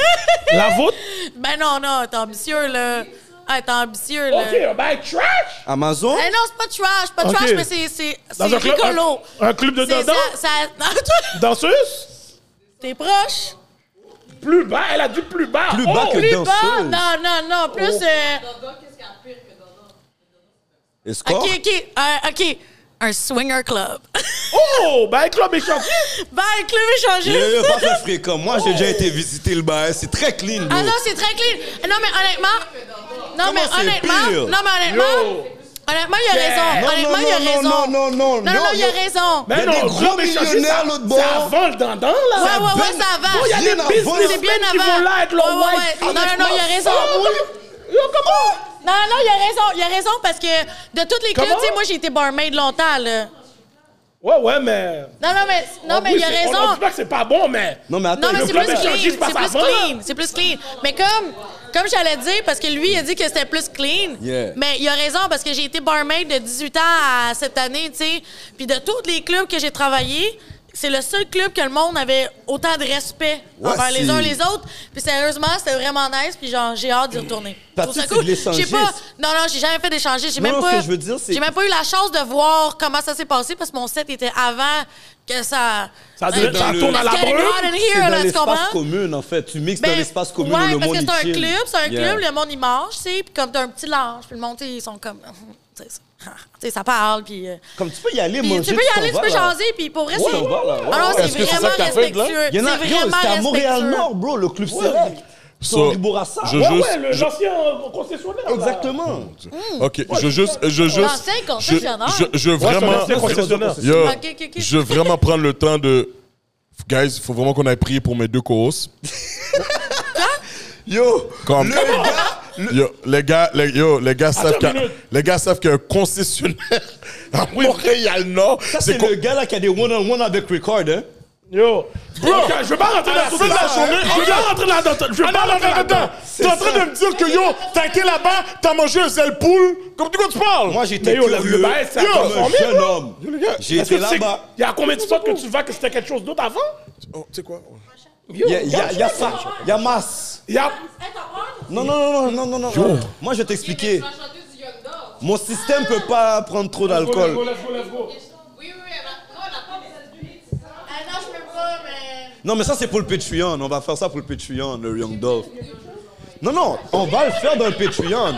Speaker 3: la voûte?
Speaker 6: ben non, non, t'es ambitieux, là. Ah, t'es ambitieux, là.
Speaker 3: *laughs* Ok, ben trash!
Speaker 5: Amazon?
Speaker 6: Eh non, c'est pas trash, pas
Speaker 3: Ok.
Speaker 6: trash, mais c'est c'est c'est
Speaker 3: Dans un club,
Speaker 6: rigolo.
Speaker 3: un, un club de
Speaker 6: C'est ça,
Speaker 3: dedans?
Speaker 6: ça, *laughs* non, toi,
Speaker 3: Danseuse?
Speaker 6: t'es proche.
Speaker 3: Plus bas, elle a dit plus bas.
Speaker 5: Plus bas
Speaker 3: Oh!
Speaker 5: que
Speaker 6: Plus bas,
Speaker 5: danseuse.
Speaker 6: non, non, non, plus. euh,
Speaker 5: Escort?
Speaker 6: ok, ok, euh, ok, un swinger club. *laughs*
Speaker 3: Oh, ben club échangé.
Speaker 6: ben, le club échangé.
Speaker 5: Yo, yo, pas fait fréquent. Moi, j'ai déjà été visiter le bar. C'est très clean, bro.
Speaker 6: *laughs* Ah non, c'est très clean. Non, mais honnêtement. Non,
Speaker 5: Comment
Speaker 6: mais
Speaker 5: c'est
Speaker 6: honnêtement.
Speaker 5: pire?
Speaker 6: Non, mais honnêtement.
Speaker 3: Yo.
Speaker 6: Honnêtement, il a raison. Honnêtement, il a raison.
Speaker 5: non, non, non,
Speaker 6: Non, non, il a raison.
Speaker 5: y a
Speaker 3: Ben
Speaker 5: des gros
Speaker 3: club échangé,
Speaker 5: millionnaires,
Speaker 3: ça-
Speaker 5: l'autre bord.
Speaker 3: C'est avant le dandan, là.
Speaker 6: Ouais, ouais, ouais,
Speaker 5: ben-
Speaker 6: ça va.
Speaker 3: Il y a
Speaker 5: Bien avant.
Speaker 3: des
Speaker 5: C'est
Speaker 3: businessmen
Speaker 6: bien
Speaker 3: qui
Speaker 6: avant.
Speaker 3: vont là être leur
Speaker 6: Ouais, ouais,
Speaker 3: white.
Speaker 6: ouais. Non, non, non, il a raison.
Speaker 3: Oh, Yo, comment?
Speaker 6: Non, non, il a raison. Il a raison parce que de toutes les clubs,
Speaker 3: Comment?
Speaker 6: tu sais, moi, j'ai été barmaid longtemps, là.
Speaker 3: Ouais, ouais, mais.
Speaker 6: Non, non, mais, non, mais
Speaker 3: Oui,
Speaker 6: il a
Speaker 3: c'est- On on
Speaker 6: raison.
Speaker 3: dit pas que c'est pas bon, mais.
Speaker 5: Non, mais
Speaker 6: Non,
Speaker 5: attends,
Speaker 6: mais
Speaker 5: le
Speaker 6: c'est
Speaker 5: club
Speaker 6: plus
Speaker 5: est-
Speaker 6: clean.
Speaker 3: échangé,
Speaker 6: C'est
Speaker 3: je passe
Speaker 6: plus
Speaker 3: avant, là.
Speaker 6: clean. C'est plus clean. Mais comme, comme j'allais dire, parce que lui, il a dit que c'était plus clean.
Speaker 5: Yeah.
Speaker 6: Mais il a raison, parce que j'ai été barmaid de 18 ans à cette année, tu sais. Puis de tous les clubs que j'ai travaillé, c'est le seul club que le monde avait autant de respect
Speaker 5: Ouais,
Speaker 6: envers les
Speaker 5: c'est-
Speaker 6: uns les autres. Puis sérieusement, c'était vraiment nice. Puis genre, j'ai hâte d'y
Speaker 5: *clears throat*
Speaker 6: retourner. Je trouve
Speaker 5: Parce que
Speaker 6: ça
Speaker 5: c'est
Speaker 6: cool.
Speaker 5: de l'échangiste.
Speaker 6: J'ai pas- Non, non, j'ai jamais fait d'échanger. J'ai
Speaker 5: Non,
Speaker 6: même
Speaker 5: non,
Speaker 6: pas.
Speaker 5: ce que je veux dire, c'est-
Speaker 6: J'ai même pas eu la chance de voir comment ça s'est passé parce que mon set était avant que ça.
Speaker 3: Ça,
Speaker 6: Euh,
Speaker 3: devait- ça
Speaker 5: le-
Speaker 3: tourne à la
Speaker 6: Let's get it
Speaker 3: brune.
Speaker 6: right in
Speaker 5: C'est
Speaker 6: here,
Speaker 5: dans
Speaker 6: là, tu
Speaker 5: l'espace
Speaker 6: comprends?
Speaker 5: commun, en fait. Tu mixes dans
Speaker 6: Ben,
Speaker 5: l'espace commun
Speaker 6: ouais,
Speaker 5: où le
Speaker 6: parce
Speaker 5: monde
Speaker 6: que c'est un
Speaker 5: chill.
Speaker 6: club, c'est un
Speaker 5: Yeah.
Speaker 6: club, le monde il mange, tu sais, puis comme t'as un petit linge, puis le monde, tu sais, ils sont comme. *laughs* Tu sais, ça- *laughs* tu sais, ça parle, puis. euh,
Speaker 5: Comme tu peux y aller,
Speaker 6: puis
Speaker 5: manger.
Speaker 6: tu peux y
Speaker 5: t'en
Speaker 6: aller, tu
Speaker 5: vas,
Speaker 6: peux
Speaker 5: là.
Speaker 6: jaser, puis pour rester.
Speaker 5: Ouais, ouais, ouais, ouais.
Speaker 6: Alors,
Speaker 4: Est-ce que c'est
Speaker 6: c'est
Speaker 4: ça
Speaker 6: vraiment
Speaker 4: que t'as fait, là?
Speaker 6: respectueux.
Speaker 5: Il y en a,
Speaker 6: C'est
Speaker 5: yo,
Speaker 6: vraiment
Speaker 5: c'était à Montréal-Nord,
Speaker 6: *laughs* respectueux.
Speaker 5: bro, le club select.
Speaker 4: Ça,
Speaker 5: Sur Ribourassa.
Speaker 4: je-
Speaker 3: Ouais,
Speaker 4: Juste-
Speaker 3: ouais, le- l'ancien euh, concessionnaire. là.
Speaker 5: Exactement.
Speaker 4: Ok, je juste, je juste,
Speaker 6: L'ancien
Speaker 4: je,
Speaker 6: concessionnaire.
Speaker 4: je, je
Speaker 3: Ouais, c'est un
Speaker 4: vraiment,
Speaker 3: ancien concessionnaire.
Speaker 4: Yo,
Speaker 6: Ok, ok, ok.
Speaker 4: je veux vraiment prendre le temps de. Guys, il faut vraiment qu'on aille prier pour mes deux co-hosts.
Speaker 5: Yo,
Speaker 4: Comme.
Speaker 5: le gars,
Speaker 4: Yo, les gars, les, yo, les gars savent
Speaker 3: Attends
Speaker 4: qu'il y
Speaker 3: une
Speaker 4: a-
Speaker 3: minute.
Speaker 4: les gars savent qu'il y a un concessionnaire à Montréal Nord.
Speaker 5: ça, c'est le gars là qui a des one-on-one avec Ricard, hein.
Speaker 3: Yo. Bro, je veux pas rentrer dans toute la journée. Je veux pas rentrer là-dedans. Je veux pas rentrer là-dedans.
Speaker 4: T'es en train de me dire que yo, t'as été là-bas, t'as mangé un zèle poule. Comme de quoi tu parles?
Speaker 5: Moi,
Speaker 3: Mais
Speaker 5: j'étais
Speaker 3: yo, le- le
Speaker 5: curieux.
Speaker 3: bail, ça a
Speaker 5: comme un
Speaker 3: transformé,
Speaker 5: jeune
Speaker 3: là.
Speaker 5: homme. J'ai été là-bas.
Speaker 3: Il y a combien de spots que tu vas que c'était quelque chose d'autre avant?
Speaker 4: Oh, tu sais quoi?
Speaker 3: Yo,
Speaker 5: Il y a- il y a- il y a ça. Il y a masse.
Speaker 3: Il y a-
Speaker 5: Non, non, non, non, non, non, non. Moi, je vais t'expliquer. Mon système peut pas prendre trop d'alcool. Non, mais ça, c'est pour le Patreon. On va faire ça pour le Patreon, le Young Dove. Non, non, on va le faire dans le Patreon.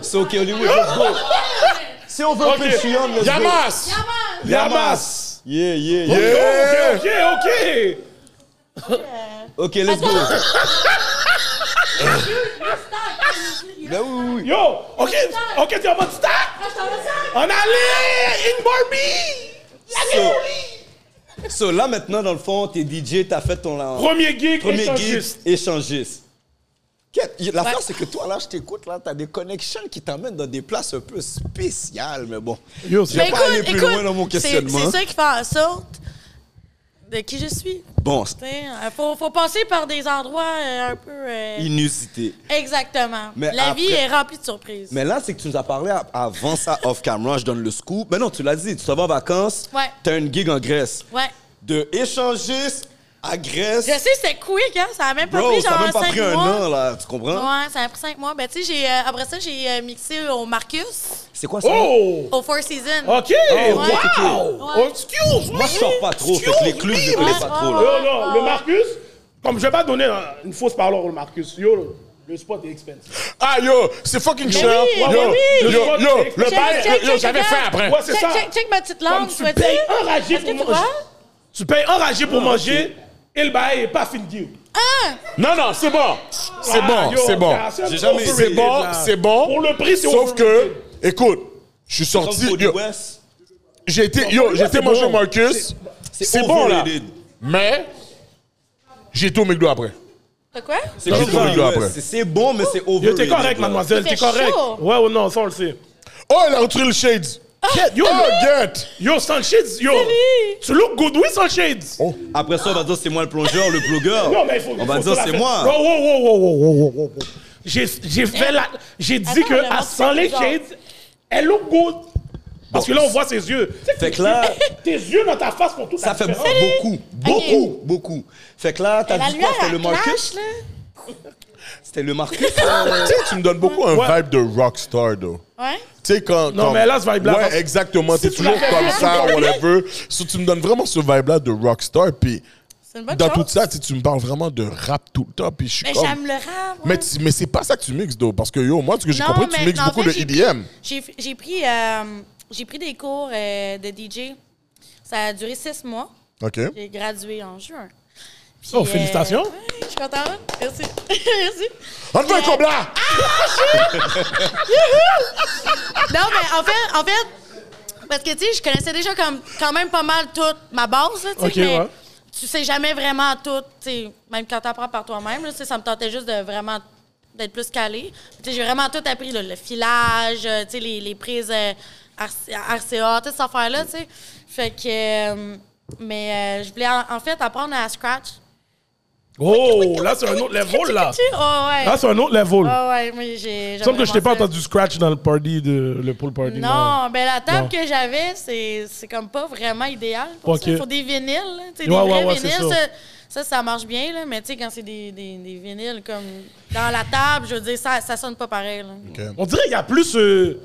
Speaker 5: C'est OK, Hollywood, let's go. Si on veut
Speaker 3: Ok.
Speaker 5: le Patreon, let's go.
Speaker 4: Yamas!
Speaker 3: Yamas.
Speaker 5: Yeah, yeah,
Speaker 4: Eh.
Speaker 5: yeah.
Speaker 4: Yeah!
Speaker 3: Ok, ok.
Speaker 5: OK, let's go. Ben oui, oui, oui.
Speaker 3: Yo, ok, ok, t'es en mode stack. On allait in Barbie.
Speaker 5: So, so là, maintenant, dans le fond, t'es DJ, t'as fait ton...
Speaker 3: Premier gig,
Speaker 5: Premier gig,
Speaker 3: échangiste.
Speaker 5: échangiste. Qu'est- L'affaire, c'est que toi, là, je t'écoute, là, t'as des connections qui t'emmènent dans des places un peu spéciales, mais bon.
Speaker 3: Yo,
Speaker 5: je
Speaker 3: c'est-
Speaker 5: vais
Speaker 6: Ben,
Speaker 5: pas
Speaker 6: écoute,
Speaker 5: aller plus
Speaker 6: écoute,
Speaker 5: loin dans mon
Speaker 6: c'est-
Speaker 5: questionnement.
Speaker 6: C'est ça qui fait en sorte de qui je suis.
Speaker 5: Bon, c'est
Speaker 6: Tu sais, euh, faut, faut passer par des endroits euh, un peu. euh,
Speaker 5: inusité.
Speaker 6: Exactement.
Speaker 5: Mais
Speaker 6: la
Speaker 5: après-
Speaker 6: vie est remplie de surprises.
Speaker 5: Mais là, c'est que tu nous as parlé a- avant ça, off-camera, je donne le scoop. Mais non, tu l'as dit, tu t'en vas en vacances,
Speaker 6: Ouais.
Speaker 5: t'as une gig en Grèce.
Speaker 6: Ouais.
Speaker 5: De échangiste À Grèce,
Speaker 6: Je sais, c'était quick, hein? Ça a même pas
Speaker 5: bro,
Speaker 6: pris
Speaker 5: ça
Speaker 6: genre
Speaker 5: a même pas
Speaker 6: 5
Speaker 5: pris un
Speaker 6: mois.
Speaker 5: an, hein. là. Tu comprends?
Speaker 6: Ouais, ça a pris 5 mois. Ben, tu sais, j'ai, euh, après ça, j'ai euh, mixé au Marcus,
Speaker 5: C'est quoi ça?
Speaker 3: Oh!
Speaker 6: au Four Seasons.
Speaker 3: OK! wow! Oh,
Speaker 6: ok. Ouais.
Speaker 3: Excuse me!
Speaker 5: Moi, je sors pas trop. Fait que les clubs, je les connais
Speaker 6: ouais,
Speaker 5: pas trop,
Speaker 6: ouais,
Speaker 5: là.
Speaker 3: Yo, non, le Marcus, comme je vais pas donner un- une fausse parole au Marcus, yo, le spot est expensive.
Speaker 4: Ah, yo, c'est fucking cher.
Speaker 6: oui,
Speaker 4: yo,
Speaker 6: mais oui.
Speaker 4: yo, yo,
Speaker 3: Check,
Speaker 4: yo,
Speaker 3: check,
Speaker 4: le
Speaker 3: check,
Speaker 4: bail,
Speaker 6: check,
Speaker 4: yo,
Speaker 6: check,
Speaker 4: j'avais
Speaker 6: check.
Speaker 4: faim après.
Speaker 3: Ouais, c'est
Speaker 6: Check,
Speaker 3: ça.
Speaker 6: check, check ma petite
Speaker 3: Comme
Speaker 6: langue,
Speaker 3: tu
Speaker 6: vois-tu?
Speaker 3: payes un ragé
Speaker 6: Est-ce
Speaker 3: pour
Speaker 6: que tu
Speaker 3: manger.
Speaker 6: vois?
Speaker 3: Tu payes un ragé
Speaker 5: Ah,
Speaker 3: pour manger et le bail est pas fini.
Speaker 6: Ah!
Speaker 4: Non, non, c'est bon. C'est
Speaker 3: Ah,
Speaker 4: bon,
Speaker 3: yo,
Speaker 4: c'est bon.
Speaker 3: gars, c'est
Speaker 5: J'ai jamais-
Speaker 4: C'est
Speaker 3: overrated,
Speaker 4: bon,
Speaker 3: là.
Speaker 4: c'est bon.
Speaker 3: Pour le prix, c'est
Speaker 4: Sauf que,
Speaker 3: overrated.
Speaker 4: écoute, je suis
Speaker 5: Comme
Speaker 4: sorti.
Speaker 5: Cody
Speaker 4: yo,
Speaker 5: West.
Speaker 4: J'ai été, yo, j'ai été
Speaker 3: c'est
Speaker 4: manger
Speaker 3: bon.
Speaker 4: Marcus.
Speaker 5: c'est
Speaker 4: C'est bon, là.
Speaker 5: overrated.
Speaker 4: Mais, j'ai été au McDo après.
Speaker 6: T'as quoi?
Speaker 5: C'est
Speaker 4: Comme
Speaker 5: comme
Speaker 4: Cody
Speaker 5: Cody West.
Speaker 4: après.
Speaker 5: C'est- C'est bon, mais c'est
Speaker 3: Yo,
Speaker 5: overrated.
Speaker 3: t'es correct,
Speaker 5: là.
Speaker 3: mademoiselle,
Speaker 6: Il fait
Speaker 3: t'es correct.
Speaker 6: chaud. Ah.
Speaker 3: Ouais ou non, ça on le sait.
Speaker 4: Oh, il a retiré le shades.
Speaker 3: Yo,
Speaker 4: Oh,
Speaker 3: le-
Speaker 4: get.
Speaker 3: yo, sans le shades, yo. Tu look good, oui, sans le shades.
Speaker 5: Après ça, on va dire c'est moi le plongeur, le blogueur.
Speaker 3: Non, mais il faut.
Speaker 5: Oh. On
Speaker 3: il
Speaker 5: va
Speaker 3: faut
Speaker 5: dire
Speaker 3: faire la
Speaker 5: c'est
Speaker 3: fête. Oh,
Speaker 5: moi.
Speaker 3: Wow, wow, wow, wow, wow, wow, wow, wow, wow. oh, J'ai j'ai fait la. J'ai dit
Speaker 6: Attends,
Speaker 3: que
Speaker 6: Laurent,
Speaker 3: à
Speaker 6: tu
Speaker 3: 100
Speaker 6: fais
Speaker 3: les
Speaker 6: genre-
Speaker 3: shades, elle look good. Parce que là, on voit ses yeux.
Speaker 5: Fait que là-
Speaker 3: Tes yeux dans ta face font toute
Speaker 5: Ça
Speaker 3: la
Speaker 5: fait
Speaker 3: différence.
Speaker 5: beaucoup, beaucoup, beaucoup. Fait que là,
Speaker 6: La
Speaker 5: t'as dit
Speaker 6: lumière,
Speaker 5: quoi? C'était
Speaker 6: elle
Speaker 5: le Marcus?
Speaker 6: clash, là.
Speaker 5: C'était le Marcus? Ah,
Speaker 4: Tu sais, tu me donnes beaucoup un
Speaker 3: Ouais.
Speaker 4: vibe de rockstar, though.
Speaker 6: Ouais.
Speaker 4: Tu sais, quand.
Speaker 3: Non,
Speaker 4: quand-
Speaker 3: mais là, ce vibe-là, parce-
Speaker 4: Ouais, exactement. T'es
Speaker 3: tu
Speaker 4: toujours
Speaker 3: l'as fait,
Speaker 4: comme
Speaker 3: tu
Speaker 4: ça, whatever. So, tu me donnes vraiment ce vibe-là de rockstar. Puis,
Speaker 6: C'est une bonne
Speaker 4: dans
Speaker 6: chose.
Speaker 4: tout ça, tu sais, tu me parles vraiment de rap tout le temps. Puis, je suis
Speaker 6: Mais
Speaker 4: comme.
Speaker 6: j'aime le rap.
Speaker 4: Mais,
Speaker 6: ouais.
Speaker 4: tu- mais c'est pas ça que tu mixes, though. Parce que, yo, moi, ce que j'ai
Speaker 6: Non,
Speaker 4: compris, tu
Speaker 6: mais
Speaker 4: mixes
Speaker 6: en
Speaker 4: beaucoup de
Speaker 6: fait,
Speaker 4: E
Speaker 6: j'ai-
Speaker 5: E
Speaker 4: EDM.
Speaker 6: J'ai j'ai pris, euh, j'ai pris des cours euh, de DJ. Ça a duré six mois.
Speaker 4: OK.
Speaker 6: J'ai gradué en juin. Puis,
Speaker 3: Oh, félicitations.
Speaker 6: ouais, je suis contente. Merci. *laughs* Merci.
Speaker 4: On te veut un combat!
Speaker 6: Ah! Non, mais en fait, en fait, parce que, tu sais, je connaissais déjà comme, quand même pas mal toute ma base, là, tu sais,
Speaker 3: Ok,
Speaker 6: mais
Speaker 3: ouais.
Speaker 6: tu sais jamais vraiment tout, tu sais, même quand t'apprends par toi-même, là, tu sais, ça me tentait juste de vraiment d'être plus calée. Tu sais, j'ai vraiment tout appris, là, le filage, euh, tu sais, les, les prises euh, RC- RCA, toute cette affaire-là, tu sais. Fait que, euh, mais euh, je voulais, en, en fait, apprendre à scratch.
Speaker 3: Oh, là, c'est un autre level, là.
Speaker 6: *laughs* Tu sais, oh, ouais.
Speaker 3: Là, c'est un autre level.
Speaker 6: Ah, ouais, mais j'ai...
Speaker 3: Il me semble que je t'ai pas
Speaker 6: j'aimerais
Speaker 3: entendu scratch dans le party, de, le pool party. là.
Speaker 6: Non, ben la
Speaker 3: Non.
Speaker 6: table que j'avais, c'est c'est comme pas vraiment idéal pour
Speaker 3: Ok.
Speaker 6: ça. Faut des vinyles, là, tu sais, des
Speaker 3: Ouais, ouais,
Speaker 6: vrais
Speaker 3: ouais, c'est
Speaker 6: vinyles,
Speaker 3: ça.
Speaker 6: ça. ça, ça marche bien, là, mais tu sais, quand c'est des, des, des vinyles comme dans la table, je veux dire, ça, ça sonne pas pareil. là.
Speaker 3: On dirait qu'il y a plus ce,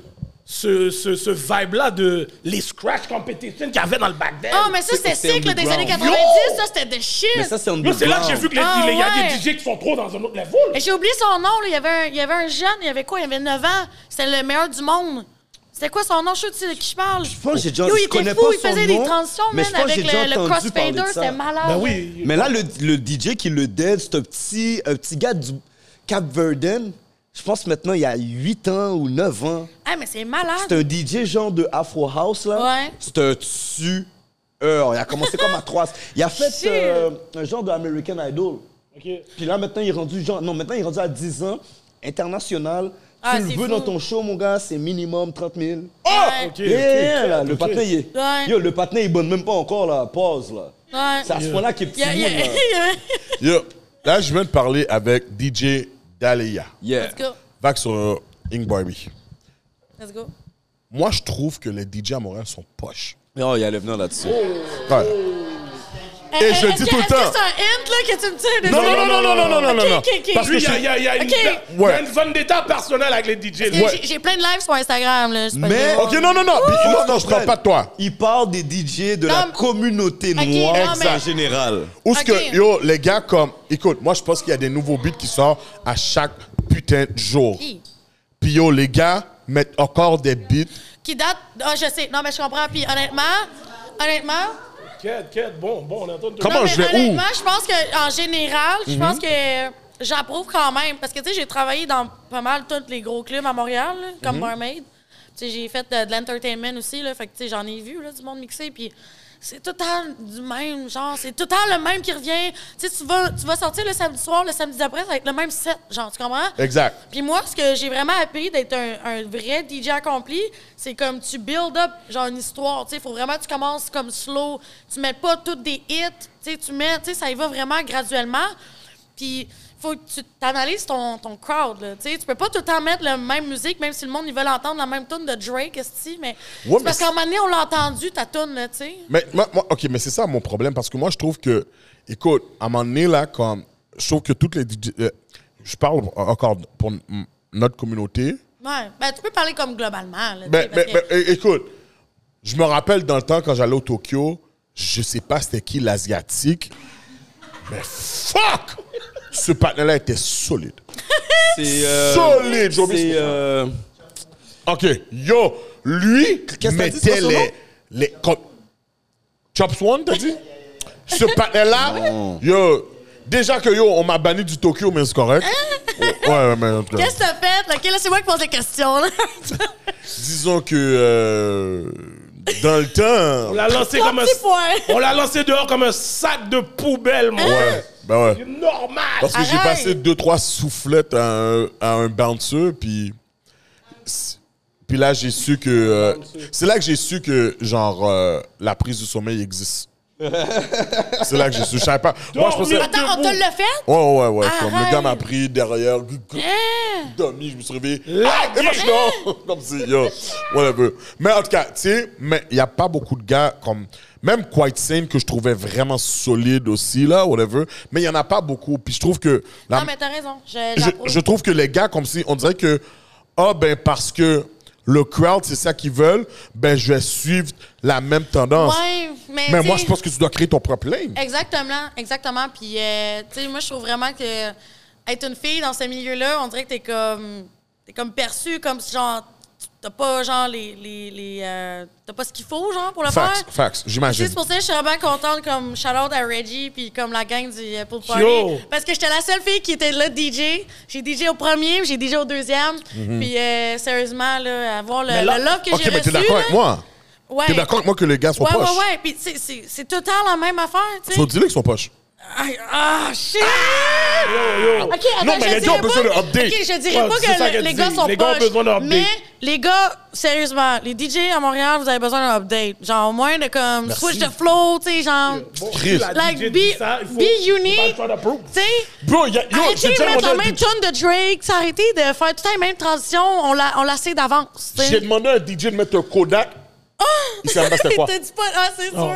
Speaker 3: ce, ce, ce vibe-là de les scratch competition qu'il y avait dans le back then.
Speaker 6: Oh, mais ça,
Speaker 5: C'est-
Speaker 6: c'était
Speaker 5: c'est
Speaker 6: sick, là, des
Speaker 5: underground.
Speaker 6: années 90,
Speaker 3: Yo!
Speaker 6: ça, c'était de shit.
Speaker 5: Mais ça, c'est un
Speaker 3: Yo, c'est là que j'ai vu que les,
Speaker 6: Ah,
Speaker 3: il y a
Speaker 6: ouais.
Speaker 3: des DJ qui sont trop dans un autre level.
Speaker 6: Et J'ai oublié son nom, là. Il y, avait un, il y avait un jeune, il y avait quoi? Il avait 9 ans. C'était le meilleur du monde. C'était quoi son nom? Je sais pas de qui je parle.
Speaker 5: Je pense que j'ai déjà-
Speaker 6: Yo,
Speaker 5: je
Speaker 6: il était
Speaker 5: connais
Speaker 6: fou,
Speaker 5: pas
Speaker 6: il
Speaker 5: son
Speaker 6: faisait
Speaker 5: nom,
Speaker 6: des transitions,
Speaker 5: mais
Speaker 6: man,
Speaker 5: je pense que
Speaker 6: avec
Speaker 5: j'ai déjà
Speaker 6: le, le
Speaker 5: entendu parler
Speaker 6: crossfader,
Speaker 5: de ça.
Speaker 6: c'était malade.
Speaker 3: Ben oui.
Speaker 5: Mais là, le, le DJ qui le dead, c'est un petit, un petit gars du Cap Verden. Je pense maintenant, il y a 8 ans ou 9 ans.
Speaker 6: Ah, mais c'est malade.
Speaker 5: C'est un DJ genre de Afro House, là.
Speaker 6: Ouais.
Speaker 5: C'est un tueur. Il a commencé comme à 3. Il a fait
Speaker 6: Shit.
Speaker 5: euh, un genre de American Idol.
Speaker 3: Ok.
Speaker 5: Puis là, maintenant, il est rendu genre. Non, maintenant, il est rendu à 10 ans, international.
Speaker 6: Ah,
Speaker 5: tu le
Speaker 6: c'est
Speaker 5: veux
Speaker 6: fou.
Speaker 5: dans ton show, mon gars, c'est minimum 30 000.
Speaker 6: Ouais.
Speaker 3: Ok,
Speaker 5: Yeah,
Speaker 3: ok,
Speaker 5: là,
Speaker 3: ok.
Speaker 5: le patin, il est.
Speaker 6: Ouais.
Speaker 5: Yo, le patin, il bonne même pas encore, là. Pause, là.
Speaker 6: Ouais.
Speaker 5: C'est à ce point-là qu'il est petit.
Speaker 6: Yeah, yeah,
Speaker 5: bout, là.
Speaker 6: *laughs* yeah.
Speaker 4: Yo, là, je viens de parler avec DJ Dalia.
Speaker 5: Yeah.
Speaker 6: Let's go.
Speaker 4: Vax sur euh, Ink Barbie.
Speaker 6: Let's go.
Speaker 4: Moi, je trouve que les DJ à Montréal sont poches.
Speaker 5: Non, il y a le venant là-dessus.
Speaker 4: Ouais.
Speaker 6: Oh, Eh,
Speaker 4: je
Speaker 6: eh,
Speaker 4: le
Speaker 6: est-ce
Speaker 4: dis
Speaker 6: que-
Speaker 4: tout le temps.
Speaker 6: Est-ce que c'est un hint là, que tu me tires?
Speaker 4: Non, non, non, non, non, non, non, non,
Speaker 6: Ok,
Speaker 4: non.
Speaker 6: ok, ok.
Speaker 4: Parce que
Speaker 3: Lui, il y a,
Speaker 4: c'est-
Speaker 3: il y a- il y a une,
Speaker 6: Ok.
Speaker 3: il y a une zone d'état personnelle avec les DJ. là.
Speaker 6: J'ai- J'ai plein de lives sur Instagram. Là, c'est pas
Speaker 5: Mais-
Speaker 6: grave.
Speaker 4: Ok, non, non, non.
Speaker 6: Oh,
Speaker 4: Puis, non, non, je parle pas de toi.
Speaker 5: Il parle des DJ de la
Speaker 6: Non, mais-
Speaker 5: communauté
Speaker 6: Ok,
Speaker 5: noire
Speaker 6: non, mais-
Speaker 5: en général.
Speaker 4: Ou ce
Speaker 6: Ok.
Speaker 4: que, yo, les gars, comme, écoute, moi, je pense qu'il y a des nouveaux beats qui sortent à chaque putain de jour.
Speaker 6: Qui?
Speaker 4: Puis, yo, les gars mettent encore des beats.
Speaker 6: Qui date. Ah, je sais. Non, mais je comprends. Puis honnêtement, honnêtement.
Speaker 3: Quête, quête, bon, bon, on attend de-
Speaker 4: Comment
Speaker 6: non,
Speaker 4: je
Speaker 6: mais
Speaker 4: vais où? Mhm.
Speaker 6: Honnêtement, je pense qu'en général, je pense que j'approuve quand même. Parce que, tu sais, j'ai travaillé dans pas mal tous les gros clubs à Montréal, là,
Speaker 4: Mhm.
Speaker 6: comme Barmaid. Tu sais, j'ai fait de, de l'entertainment aussi, là. Fait que, tu sais, j'en ai vu, là, du monde mixé. Puis c'est tout le temps du même, genre, c'est tout le temps le même qui revient. Tu sais, tu vas, tu vas sortir le samedi soir, le samedi d'après, ça va être le même set, genre, tu comprends?
Speaker 4: Exact.
Speaker 6: Puis moi, ce que j'ai vraiment appris d'être un, un vrai DJ accompli, c'est comme tu build up genre une histoire. Tu sais, faut vraiment que tu commences comme slow. Tu mets pas toutes des hits. Tu sais, tu mets, tu sais, ça y va vraiment graduellement. Puis, faut que tu t'analyses ton, ton crowd, là. Tu sais, tu peux pas tout le temps mettre la même musique, même si le monde, ils veulent entendre la même tune de Drake, esti, mais...
Speaker 4: Ouais,
Speaker 6: c'est
Speaker 4: mais
Speaker 6: parce
Speaker 4: c'est-
Speaker 6: qu'en année, on l'a entendu, ta tune, là, tu sais.
Speaker 4: Mais moi, moi- ok, mais c'est ça mon problème parce que moi je trouve que, écoute, à un moment donné là, comme je trouve que toutes les, DJ euh, je parle encore pour n- m- notre communauté.
Speaker 6: Ouais. Ben, tu peux parler comme globalement, là, tu sais,
Speaker 4: Mais,
Speaker 6: parce
Speaker 4: mais-
Speaker 6: que-
Speaker 4: mais, é- écoute, je me rappelle dans le temps quand j'allais au Tokyo, je sais pas c'était qui l'asiatique, mais fuck, ce partenaire là était solide.
Speaker 5: C'est. euh,
Speaker 4: Solide, j'ai oublié
Speaker 5: C'est.
Speaker 4: son nom.
Speaker 5: euh,
Speaker 4: Ok, yo, lui
Speaker 5: Qu'est-ce que t'as dit, c'est
Speaker 4: mettait
Speaker 5: quoi son nom?
Speaker 4: les, les comme- Chops One, t'as
Speaker 5: *laughs*
Speaker 4: dit? Ce partenaire-là, yo, déjà que yo, on m'a banni du Tokyo, mais c'est correct.
Speaker 5: Hein?
Speaker 4: Ouais, ouais, mais en tout cas,
Speaker 6: Qu'est-ce que t'as fait? là? OK, là, c'est moi qui pose les questions, là.
Speaker 4: disons que euh, dans le temps,
Speaker 3: On l'a lancé comme un.
Speaker 6: petit point.
Speaker 3: On l'a lancé dehors comme un sac de poubelle, mon
Speaker 6: Hein?
Speaker 3: frère.
Speaker 4: ouais, ben ouais.
Speaker 3: C'est normal.
Speaker 4: Parce que j'ai
Speaker 6: Arrête.
Speaker 4: passé deux, trois soufflettes à un, à un bouncer, puis. Puis là, j'ai su que. euh, c'est là que j'ai su que, genre, euh, la prise du sommeil existe. c'est là que j'ai su. Je savais pas. Moi, je pensais. *laughs*
Speaker 3: Dormir.
Speaker 6: Attends, on te
Speaker 3: Debout.
Speaker 6: l'a fait?
Speaker 4: Ouais, ouais, ouais.
Speaker 6: Arrête.
Speaker 4: Comme le gars m'a pris derrière, gu- gu-
Speaker 6: Hein?
Speaker 4: dormi, je me suis réveillé.
Speaker 3: La
Speaker 4: Ah, et moi, je suis dehors. *laughs* Comme si, yo, whatever. Mais en tout cas, tu sais, mais il n'y a pas beaucoup de gars comme. Même Quite Sane, que je trouvais vraiment solide aussi, là, whatever. Mais il n'y en a pas beaucoup. Puis je trouve que. la-
Speaker 6: Non, mais t'as raison. Je,
Speaker 4: je,
Speaker 6: j'approuve.
Speaker 4: je trouve que les gars, comme si on dirait que, ah ben parce que le crowd, c'est ça qu'ils veulent, ben je vais suivre la même tendance.
Speaker 6: Ouais, mais, Eh,
Speaker 4: Mais
Speaker 6: tu
Speaker 4: moi,
Speaker 6: sais,
Speaker 4: je pense que tu dois créer ton propre lane.
Speaker 6: Exactement, exactement. Puis, euh, tu sais, moi, je trouve vraiment que être une fille dans ce milieu-là, on dirait que t'es comme, t'es comme perçue comme si, genre, t'as pas, genre, les. les, les euh, t'as pas ce qu'il faut, genre, pour le
Speaker 4: Facts,
Speaker 6: faire.
Speaker 4: facts,
Speaker 6: Puis
Speaker 4: j'imagine.
Speaker 6: C'est pour ça que je suis vraiment contente comme shout-out à Reggie puis comme la gang du euh, Pool Party.
Speaker 3: Yo!
Speaker 6: Parce que j'étais la seule fille qui était là DJ. J'ai DJ au premier, puis j'ai DJ au deuxième. Puis euh, sérieusement, là, avoir le,
Speaker 3: Mais là-
Speaker 6: le love que
Speaker 4: Ok, Mhm.
Speaker 6: j'ai
Speaker 4: mais
Speaker 6: reçu...
Speaker 4: t'es d'accord
Speaker 6: là,
Speaker 4: avec moi?
Speaker 6: Ouais.
Speaker 4: T'es d'accord avec moi que les gars sont
Speaker 6: Ouais,
Speaker 4: poches?
Speaker 6: ouais, ouais. Puis c'est- c'est c'est tout le temps la même affaire, tu sais.
Speaker 4: Faut dire qu'ils sont poches.
Speaker 6: Aïe, Ah, shit!
Speaker 3: Yo, yo.
Speaker 6: OK, attends,
Speaker 4: Non, mais
Speaker 6: je
Speaker 4: les gars ont
Speaker 6: dirais
Speaker 4: besoin
Speaker 6: pas-
Speaker 4: d'un update.
Speaker 6: OK, je dirais
Speaker 3: Ouais,
Speaker 6: pas
Speaker 3: c'est ça
Speaker 6: que le-
Speaker 3: qu'elle
Speaker 6: les
Speaker 3: dit.
Speaker 6: gars sont
Speaker 3: Les gars ont
Speaker 6: poches,
Speaker 3: besoin d'un update.
Speaker 6: Mais les gars, sérieusement, les DJ à Montréal, vous avez besoin d'un update. Genre, au moins de comme switch de flow, tu sais, genre.
Speaker 3: Bon,
Speaker 4: Chris.
Speaker 3: la
Speaker 6: Like,
Speaker 3: DJ
Speaker 6: be-
Speaker 3: dit ça, il faut-
Speaker 6: be unique.
Speaker 3: il faut pas le faire de
Speaker 6: Tu sais,
Speaker 4: Bro, y a, yo,
Speaker 6: arrêtez
Speaker 4: j'ai
Speaker 6: de
Speaker 4: déjà
Speaker 6: mettre
Speaker 4: demandé
Speaker 6: la
Speaker 4: à un
Speaker 6: même
Speaker 4: DJ
Speaker 6: tune de Drake, ça, arrêtez de faire tout le temps les mêmes transitions, on la, on la sait d'avance. tu sais.
Speaker 4: j'ai demandé à un DJ de mettre un Kodak. Il savait pas c'était quoi. Oh,
Speaker 6: *laughs* T'as dit pas, ah, c'est sûr.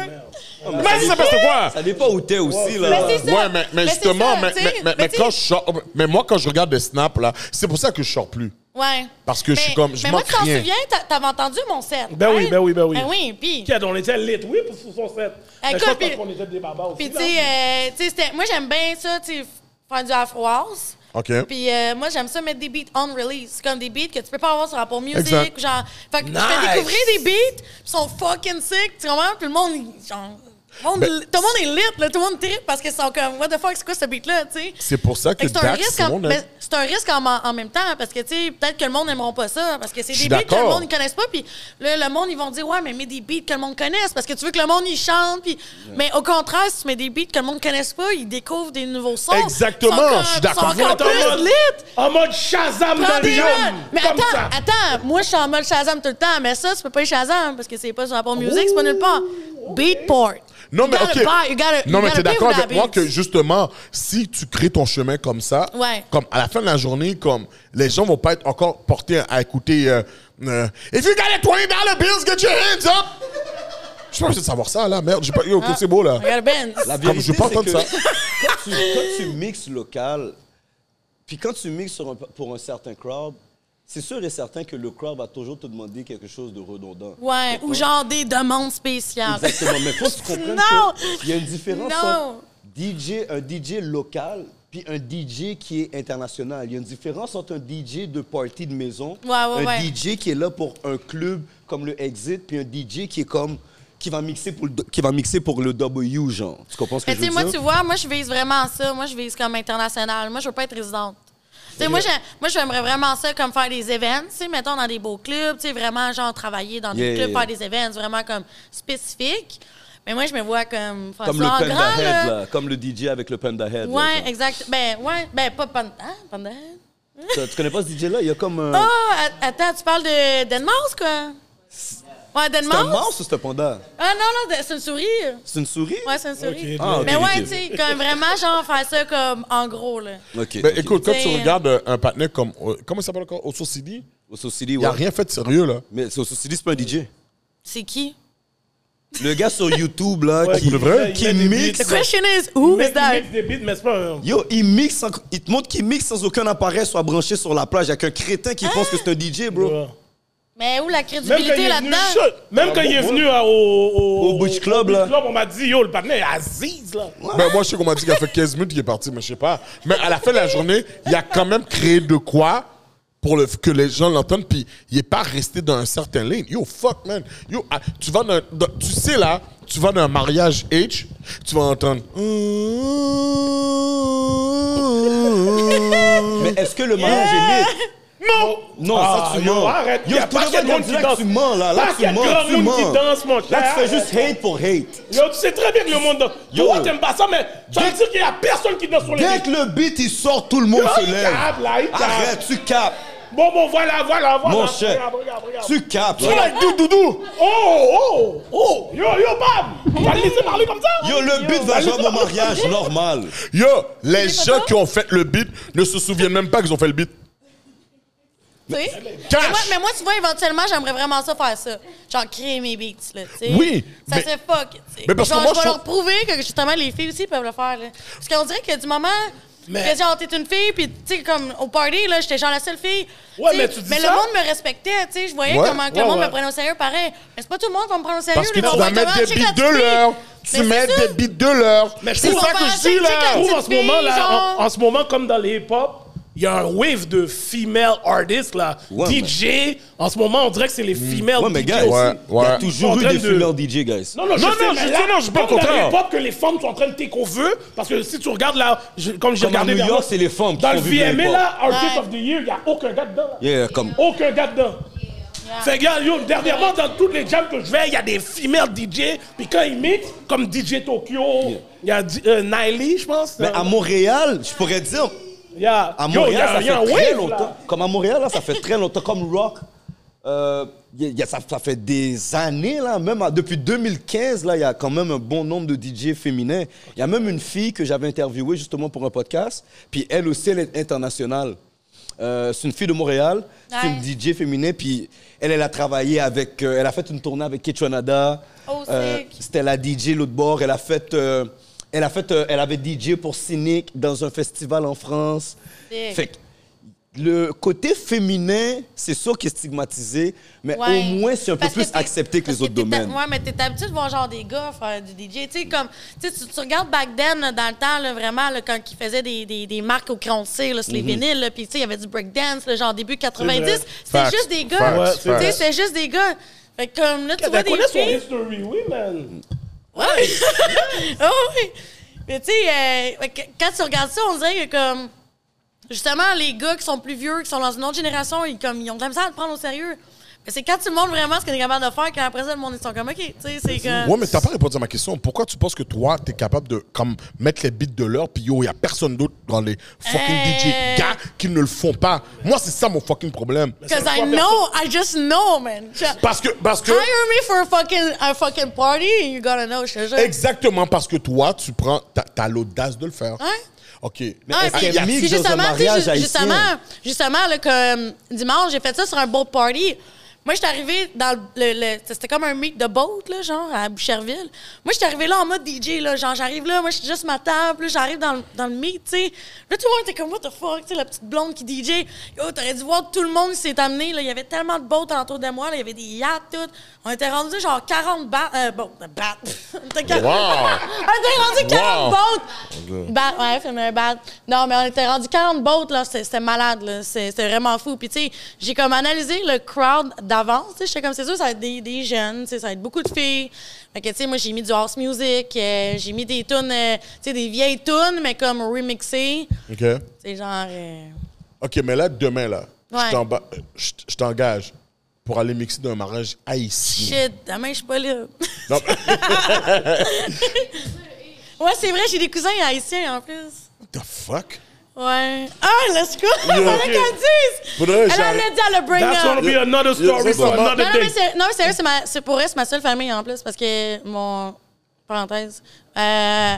Speaker 4: Mais il savait pas c'était quoi.
Speaker 5: Ça dépend où t'es aussi, là.
Speaker 6: Mais c'est ça.
Speaker 4: Ouais, mais, mais
Speaker 6: c'est
Speaker 4: justement,
Speaker 6: ça,
Speaker 4: mais,
Speaker 6: tu sais,
Speaker 4: mais, mais, mais
Speaker 6: tu sais,
Speaker 4: quand je sors- mais moi, quand je regarde des snaps, là, c'est pour ça que je sors plus.
Speaker 6: Ouais.
Speaker 4: Parce que je suis comme- je
Speaker 6: Mais moi,
Speaker 4: manque
Speaker 6: tu t'en
Speaker 4: rien.
Speaker 6: souviens, t'a- t'avais entendu mon set.
Speaker 3: Ben oui,
Speaker 6: hein?
Speaker 3: ben oui, ben oui.
Speaker 6: Ben oui, puis.
Speaker 3: Kid, on était lit, oui, pour sous son set. Mais je
Speaker 6: Écoute,
Speaker 3: pense parce
Speaker 6: puis-
Speaker 3: qu'on était des babas aussi.
Speaker 6: Puis, tu
Speaker 3: là.
Speaker 6: sais, euh, tu sais, c'était- moi, j'aime bien ça, tu sais, faire du afro house.
Speaker 4: OK?
Speaker 6: Puis euh, moi, j'aime ça mettre des beats on release. C'est comme des beats que tu peux pas avoir sur Apple Music.
Speaker 4: Exact.
Speaker 6: ou Genre, fait que je fais découvrir des beats, ils sont fucking sick, tu comprends? Puis le monde, il- genre, le monde-
Speaker 4: Ben-
Speaker 6: tout le monde est lit, là, tout le monde trip parce qu'ils sont comme, what the fuck, c'est quoi ce beat-là, tu sais?
Speaker 4: C'est pour ça que
Speaker 6: Fait que C'est un,
Speaker 4: Dax,
Speaker 6: risque
Speaker 4: tout
Speaker 6: en,
Speaker 4: le monde
Speaker 6: ben,
Speaker 4: aime.
Speaker 6: c'est un risque en, en même temps parce que, tu sais, peut-être que le monde n'aimeront pas ça parce que c'est
Speaker 4: Je suis
Speaker 6: des beats que le
Speaker 4: d'accord.
Speaker 6: monde ne connaisse pas. Puis là, le monde, ils vont dire, ouais, mais mets des beats que le monde connaisse parce que tu veux que le monde, il chante. Puis, mais au contraire, si tu mets des beats que le monde ne connaisse pas, ils découvrent des nouveaux sons.
Speaker 4: Exactement,
Speaker 6: Ils sont comme-
Speaker 4: je suis
Speaker 6: ils sont
Speaker 4: d'accord.
Speaker 3: Vous
Speaker 6: encore
Speaker 3: êtes en
Speaker 6: plus
Speaker 3: mode-
Speaker 6: lit.
Speaker 3: En mode Shazam
Speaker 6: Prends
Speaker 3: dans
Speaker 6: des
Speaker 3: les
Speaker 6: notes.
Speaker 3: jambes.
Speaker 6: Mais
Speaker 3: comme
Speaker 6: attends,
Speaker 3: ça.
Speaker 6: attends, moi je suis en mode Shazam tout le temps, mais ça, tu peux pas y Shazam parce que c'est pas sur Apple Music, c'est pas nulle part. Beatport.
Speaker 4: Non, mais
Speaker 6: You gotta
Speaker 4: OK.
Speaker 6: buy, you gotta- you
Speaker 4: non, mais
Speaker 6: gotta
Speaker 4: t'es
Speaker 6: pay
Speaker 4: d'accord
Speaker 6: for that
Speaker 4: avec moi
Speaker 6: beat.
Speaker 4: que justement, si tu crées ton chemin comme ça,
Speaker 6: Ouais.
Speaker 4: comme à la fin de la journée, comme les gens vont pas être encore portés à écouter. Euh, euh, If you got a $20 bills, get your hands up! Je suis pas obligé de savoir ça, là, merde. J'ai pas.
Speaker 6: Ah.
Speaker 4: Yo, c'est beau, là.
Speaker 6: I gotta bend.
Speaker 5: La
Speaker 4: Comme
Speaker 5: vérité,
Speaker 4: je veux pas
Speaker 5: c'est
Speaker 4: entendre
Speaker 5: que
Speaker 4: ça.
Speaker 5: Quand tu, quand tu mixes local, puis quand tu mixes sur un- pour un certain crowd, c'est sûr et certain que le crowd va toujours te demander quelque chose de redondant.
Speaker 6: Ouais, ou genre des demandes spéciales.
Speaker 5: Exactement, mais faut
Speaker 6: *laughs*
Speaker 5: que tu comprennes
Speaker 6: Ah. Non!
Speaker 5: qu'il y a une différence
Speaker 6: Non!
Speaker 5: entre DJ, un DJ local puis un DJ qui est international. Il y a une différence entre un DJ de party de maison,
Speaker 6: Ouais, ouais,
Speaker 5: un
Speaker 6: ouais.
Speaker 5: DJ qui est là pour un club comme le Exit, puis un DJ qui est comme qui va mixer pour le, qui va mixer pour le W genre. Tu comprends ce que
Speaker 6: Mais
Speaker 5: je
Speaker 6: tu
Speaker 5: veux
Speaker 6: sais,
Speaker 5: dire
Speaker 6: moi, tu vois, moi, je vise vraiment ça. Moi, je vise comme international. Moi, je veux pas être résidente. Tu sais, moi, j'ai- moi, j'aimerais vraiment ça, comme faire des events, tu sais, mettons, dans des beaux clubs, tu sais, vraiment, genre, travailler dans des
Speaker 5: Yeah,
Speaker 6: clubs,
Speaker 5: yeah.
Speaker 6: faire des events vraiment, comme, spécifiques. Mais moi, je me vois comme faire
Speaker 5: Comme
Speaker 6: ça
Speaker 5: le
Speaker 6: en
Speaker 5: Panda
Speaker 6: grand, là.
Speaker 5: Head, là. Comme le DJ avec le Panda Head. là,
Speaker 6: Ouais,
Speaker 5: genre.
Speaker 6: exact. Ben, ouais, ben, pas Panda. hein, Panda. Oh,
Speaker 5: Tu, tu connais pas ce DJ-là? Il y a comme euh, un...
Speaker 6: Ah, a- attends, tu parles de d'Edmonds, quoi? Ouais,
Speaker 5: C'est un
Speaker 6: Denmark?
Speaker 5: mouse ou c'est un panda?
Speaker 6: Ah non, non, de- c'est une souris.
Speaker 5: C'est une souris?
Speaker 6: Ouais, c'est une souris.
Speaker 3: Ok.
Speaker 5: Ah, ok,
Speaker 6: Mais
Speaker 5: ok.
Speaker 6: ouais, tu sais, comme vraiment, genre, faire ça comme en gros, là.
Speaker 5: Ok.
Speaker 4: Ben,
Speaker 5: ok.
Speaker 4: écoute, quand tu
Speaker 6: C'est-
Speaker 4: regardes euh, un partenaire comme. euh, comment il s'appelle encore Oso City
Speaker 5: Au Saucily,
Speaker 4: Il a
Speaker 5: ouais.
Speaker 4: rien fait de sérieux, là.
Speaker 5: Mais au Saucily, c'est pas un DJ.
Speaker 6: C'est qui?
Speaker 5: Le gars sur YouTube, là,
Speaker 3: Ouais,
Speaker 5: qui,
Speaker 3: pour de vrai?
Speaker 5: qui
Speaker 3: Il met des
Speaker 5: mixe.
Speaker 6: The question is, who is
Speaker 3: Mec,
Speaker 6: that?
Speaker 3: il mixe des beats, mais c'est pas un.
Speaker 5: Yo, il mixe, sans- il te montre qu'il mixe sans aucun appareil soit branché sur la plage. Il y a qu'un crétin qui pense que c'est un DJ, bro.
Speaker 3: Ouais.
Speaker 6: Mais où la
Speaker 3: Même quand il
Speaker 6: crédibilité
Speaker 3: est venu,
Speaker 6: là-dedans?
Speaker 3: même quand il est venu à- au,
Speaker 5: Au Beach Club, là.
Speaker 3: on m'a dit, yo, le partenaire est Aziz, là.
Speaker 4: Ben, moi, je sais qu'on m'a dit qu'il a fait 15 minutes, qu'il est parti, mais je sais pas. Mais à la fin de la journée, il a quand même créé de quoi pour le, que les gens l'entendent, puis il est pas resté dans un certain ligne. Yo, fuck, man. Yo, ah, tu vas dans, dans- Tu sais, là, tu vas dans un mariage H, tu vas entendre. hmm.
Speaker 5: Mais est-ce que le mariage est lit?
Speaker 3: Non!
Speaker 5: Non,
Speaker 3: Ah,
Speaker 5: ça, tu
Speaker 3: yo,
Speaker 5: mens.
Speaker 3: arrête.
Speaker 5: Yo,
Speaker 3: Y a
Speaker 5: pour
Speaker 3: pas
Speaker 5: de
Speaker 3: qu'il y a
Speaker 5: vrai,
Speaker 3: de monde
Speaker 5: tu
Speaker 3: qui
Speaker 5: dis là que
Speaker 3: danse.
Speaker 5: tu mens, là. Là,
Speaker 3: Pas
Speaker 5: tu
Speaker 3: qu'il y a de
Speaker 5: mens,
Speaker 3: grand
Speaker 5: tu
Speaker 3: monde qui
Speaker 5: mens.
Speaker 3: danse, mon
Speaker 5: Là,
Speaker 3: cher.
Speaker 5: tu fais juste hate pour hate.
Speaker 3: Yo, tu sais très bien que le monde danse.
Speaker 5: Yo.
Speaker 3: Toi, t'aimes pas ça, mais tu vas
Speaker 5: Dès-
Speaker 3: dire qu'il y a personne qui danse sur les
Speaker 5: Dès
Speaker 3: beats.
Speaker 5: que le beat, il sort, tout le monde
Speaker 3: Yo,
Speaker 5: se
Speaker 3: il
Speaker 5: lève.
Speaker 3: tape, là, il tape.
Speaker 5: Arrête, tu capes.
Speaker 3: Bon, bon, voilà, voilà, voilà.
Speaker 5: Mon cher,
Speaker 3: Regarde, regarde, regarde.
Speaker 5: tu capes. là.
Speaker 3: doudou. Oh, oh, oh. Yo, yo, bam. T'as laissé parler comme ça?
Speaker 5: Yo, le beat va jouer à mon mariage normal.
Speaker 4: Yo, les gens qui ont fait le beat ne se souviennent même pas qu'ils ont fait le beat.
Speaker 6: Tu sais?
Speaker 4: Cash.
Speaker 6: Mais moi, mais moi, tu vois, éventuellement, j'aimerais vraiment ça faire ça. Genre, créer mes beats, là, tu sais.
Speaker 4: Oui,
Speaker 6: Ça
Speaker 4: mais-
Speaker 6: se fuck, tu sais.
Speaker 4: mais parce que
Speaker 6: Genre,
Speaker 4: moi,
Speaker 6: je vais
Speaker 4: je
Speaker 6: leur prouver que, justement, les filles aussi peuvent le faire, là. Parce qu'on dirait que du moment
Speaker 3: Mais-
Speaker 6: que, genre, t'es une fille, puis, tu sais, comme, au party, là, j'étais genre la seule fille.
Speaker 3: Ouais,
Speaker 6: tu sais,
Speaker 3: mais tu dis
Speaker 6: Mais
Speaker 3: ça?
Speaker 6: le monde me respectait, tu sais. Je voyais
Speaker 4: Ouais,
Speaker 6: comment que
Speaker 3: ouais,
Speaker 6: le monde
Speaker 3: ouais.
Speaker 6: me prenait au sérieux pareil. Mais c'est pas tout le monde qui va me prendre au sérieux.
Speaker 4: Parce que
Speaker 6: les
Speaker 4: tu
Speaker 6: bons
Speaker 4: vas
Speaker 6: boys,
Speaker 4: mettre
Speaker 6: comment,
Speaker 4: des
Speaker 6: check la
Speaker 4: beats de
Speaker 6: petite fille.
Speaker 4: l'heure.
Speaker 6: Mais
Speaker 4: Tu
Speaker 6: c'est
Speaker 4: mets
Speaker 6: ça.
Speaker 4: des beats de l'heure.
Speaker 3: Mais
Speaker 4: C'est
Speaker 3: c'est
Speaker 4: pour ça
Speaker 6: pas
Speaker 4: que
Speaker 6: un
Speaker 4: je dis,
Speaker 6: check,
Speaker 4: là.
Speaker 3: Je trouve en ce
Speaker 6: Petite
Speaker 3: moment, là,
Speaker 6: fille,
Speaker 3: en,
Speaker 6: genre.
Speaker 3: en ce moment, comme dans les hip-hop, il y a un wave de female artists, là.
Speaker 5: Ouais, Mm.
Speaker 3: DJ, en ce moment, on dirait que c'est les females
Speaker 5: Ouais, mais
Speaker 3: DJ
Speaker 5: gars,
Speaker 3: aussi.
Speaker 4: Ouais,
Speaker 5: il y a
Speaker 4: ouais.
Speaker 5: toujours
Speaker 3: En
Speaker 5: eu
Speaker 3: train
Speaker 5: des
Speaker 3: de-
Speaker 5: fumeurs DJ, guys.
Speaker 3: Non, non, je
Speaker 4: Non,
Speaker 3: sais,
Speaker 4: non,
Speaker 3: mais
Speaker 4: je-
Speaker 3: là,
Speaker 4: non, non, je suis pas
Speaker 3: comme dans
Speaker 4: contraire.
Speaker 3: les hip-hop, que les femmes sont en train de take over, parce que si tu regardes là, je- comme j'ai
Speaker 5: Comme à
Speaker 3: regardé...
Speaker 5: New
Speaker 3: vers-
Speaker 5: York, c'est les femmes qui
Speaker 3: Dans le
Speaker 5: font vivre le
Speaker 3: VMA,
Speaker 5: hip-hop.
Speaker 3: là, Artist
Speaker 6: Ouais.
Speaker 3: of the Year, il n'y a aucun gars dedans. là.
Speaker 5: Yeah, comme.
Speaker 3: Aucun gars dedans. Fait que, regarde, yo, dernièrement, dans toutes les jams que je vais, il y a des females DJ, puis quand ils mixent, comme DJ Tokyo, il y a D- euh, Niley, je pense.
Speaker 5: Mais à Montréal, je pourrais dire,
Speaker 3: Il y a...
Speaker 5: à
Speaker 3: yo, il y
Speaker 5: Montréal,
Speaker 3: a-
Speaker 5: ça
Speaker 3: il y a un
Speaker 5: fait
Speaker 3: wave,
Speaker 5: très
Speaker 3: là.
Speaker 5: longtemps. Comme à Montréal, là, ça fait très longtemps. Comme rock, euh, y a- y a- ça, ça fait des années, là. Même à- depuis 2015, là, il y a quand même un bon nombre de DJ féminins. Il y a même une fille que j'avais interviewée justement pour un podcast. Puis elle aussi, elle est internationale. Euh, c'est une fille de Montréal, c'est une
Speaker 6: Nice.
Speaker 5: DJ féminin, puis elle, elle a travaillé avec, euh, elle a fait une tournée avec Euh, Ketronada,
Speaker 6: Oh, sick.
Speaker 5: c'était la DJ l'autre bord. Elle a fait, euh, elle a fait, euh, elle avait DJ pour Cynic dans un festival en France.
Speaker 6: Sick.
Speaker 5: Fait que le côté féminin, c'est sûr qu'il est stigmatisé, mais
Speaker 6: Ouais.
Speaker 5: au moins c'est un peu
Speaker 6: Parce que
Speaker 5: plus
Speaker 6: t'es-
Speaker 5: accepté que
Speaker 6: parce
Speaker 5: les autres
Speaker 6: t'es-
Speaker 5: domaines.
Speaker 6: Ouais, mais t'es habitué de voir genre des gars faire du DJ. Tu sais, comme, tu, sais, tu- tu regardes back then, là, dans le temps, là, vraiment, là, quand ils faisaient des, des, des marques au créoncé, là, sur
Speaker 5: Mhm.
Speaker 6: les vinyles, là, puis tu sais, il y avait du breakdance, là, genre début 90.
Speaker 4: Facts,
Speaker 6: C'était juste des gars.
Speaker 4: facts,
Speaker 6: tu sais,
Speaker 4: facts.
Speaker 6: c'était juste des gars. Fait que comme là, tu vois
Speaker 3: Elle
Speaker 6: des
Speaker 3: connaît son
Speaker 6: filles.
Speaker 3: history, oui, man.
Speaker 6: Ouais. Ah oui. Mais tu sais, euh, qu- quand tu regardes ça, on dirait que comme. Justement, les gars qui sont plus vieux, qui sont dans une autre génération, ils, comme, ils ont de la misère à te prendre au sérieux. Mais c'est quand tu montres vraiment ce qu'on est capable de faire qu'après ça, le monde, ils sont comme OK. Tu sais, c'est que.
Speaker 4: Ouais, mais t'as pas répondu à ma question. Pourquoi tu penses que toi, t'es capable de comme, mettre les beats de l'heure, puis yo, y a personne d'autre dans les fucking
Speaker 6: Euh.
Speaker 4: DJ gars qui ne le font pas? Moi, c'est ça mon fucking problème.
Speaker 6: Because I know, I just know, man. Je-
Speaker 4: Parce que, parce que,
Speaker 6: Hire me for a fucking, a fucking party and you gotta know, je te jure.
Speaker 4: exactement parce que toi, tu prends, t'as, t'as l'audace de le faire.
Speaker 6: Hein?
Speaker 4: OK.
Speaker 6: Ah,
Speaker 5: est-ce
Speaker 6: puis-
Speaker 5: qu'elle mixe
Speaker 6: puis
Speaker 5: dans un
Speaker 6: justement, tu sais,
Speaker 5: mariage
Speaker 6: ju-
Speaker 5: haïtien?
Speaker 6: Justement, justement là, comme dimanche, j'ai fait ça sur un boat party. Moi, j'étais arrivée dans le... le- le- C'était comme un meet de boat, là, genre, à Boucherville. Moi, j'étais arrivée là en mode DJ, là. Genre, j'arrive là, moi, je suis juste ma table, là, j'arrive dans, le- dans le meet, tu sais. Là, tout le monde était comme, what the fuck, tu sais, la petite blonde qui DJ. Yo, t'aurais dû voir tout le monde qui s'est amené, là. Il y avait tellement de boats autour de moi, là. Il y avait des yachts, tout. On était rendus, genre, 40 bahts. Euh, bon, *laughs* bahts. On était 40
Speaker 4: Wow!
Speaker 6: *laughs* on était rendu 40
Speaker 4: Wow! Oh,
Speaker 6: boats! Bat, ouais, filmer un bat. Non, mais on était rendu 40 boats, là. C'était c'était malade, là. C'est- C'était vraiment fou. Puis, tu sais, j'ai comme analysé le crowd d'avance. Tu sais, j'étais comme, c'est sûr, ça va être des, des jeunes, tu sais, ça va être beaucoup de filles. Fait que, tu sais, moi, j'ai mis du house music, euh, j'ai mis des tunes, euh, tu sais, des vieilles tunes, mais comme remixées.
Speaker 4: OK.
Speaker 6: C'est genre. euh,
Speaker 4: OK, mais là, demain, là, je
Speaker 6: Ouais.
Speaker 4: t'emba- euh, je je t'engage pour aller mixer dans un mariage haïtien.
Speaker 6: Shit, demain, je suis pas là. *laughs*
Speaker 4: Non, mais-
Speaker 6: Ouais, c'est vrai, j'ai des cousins haïtiens, en plus.
Speaker 4: what the fuck?
Speaker 6: Ouais. Ah, let's go! *laughs*
Speaker 4: Yo,
Speaker 6: Fallait
Speaker 4: ok.
Speaker 6: qu'elle dise!
Speaker 4: Faudrait que
Speaker 6: Elle
Speaker 4: j'arrête.
Speaker 6: allait dire le bring
Speaker 3: That's gonna
Speaker 6: up.
Speaker 3: be another story for
Speaker 4: Exactement.
Speaker 3: another
Speaker 6: Non, non, mais
Speaker 3: day.
Speaker 6: c'est- non, mais sérieux, c'est ma- c'est pour elle, c'est ma seule famille en plus, parce que mon. Parenthèse. euh,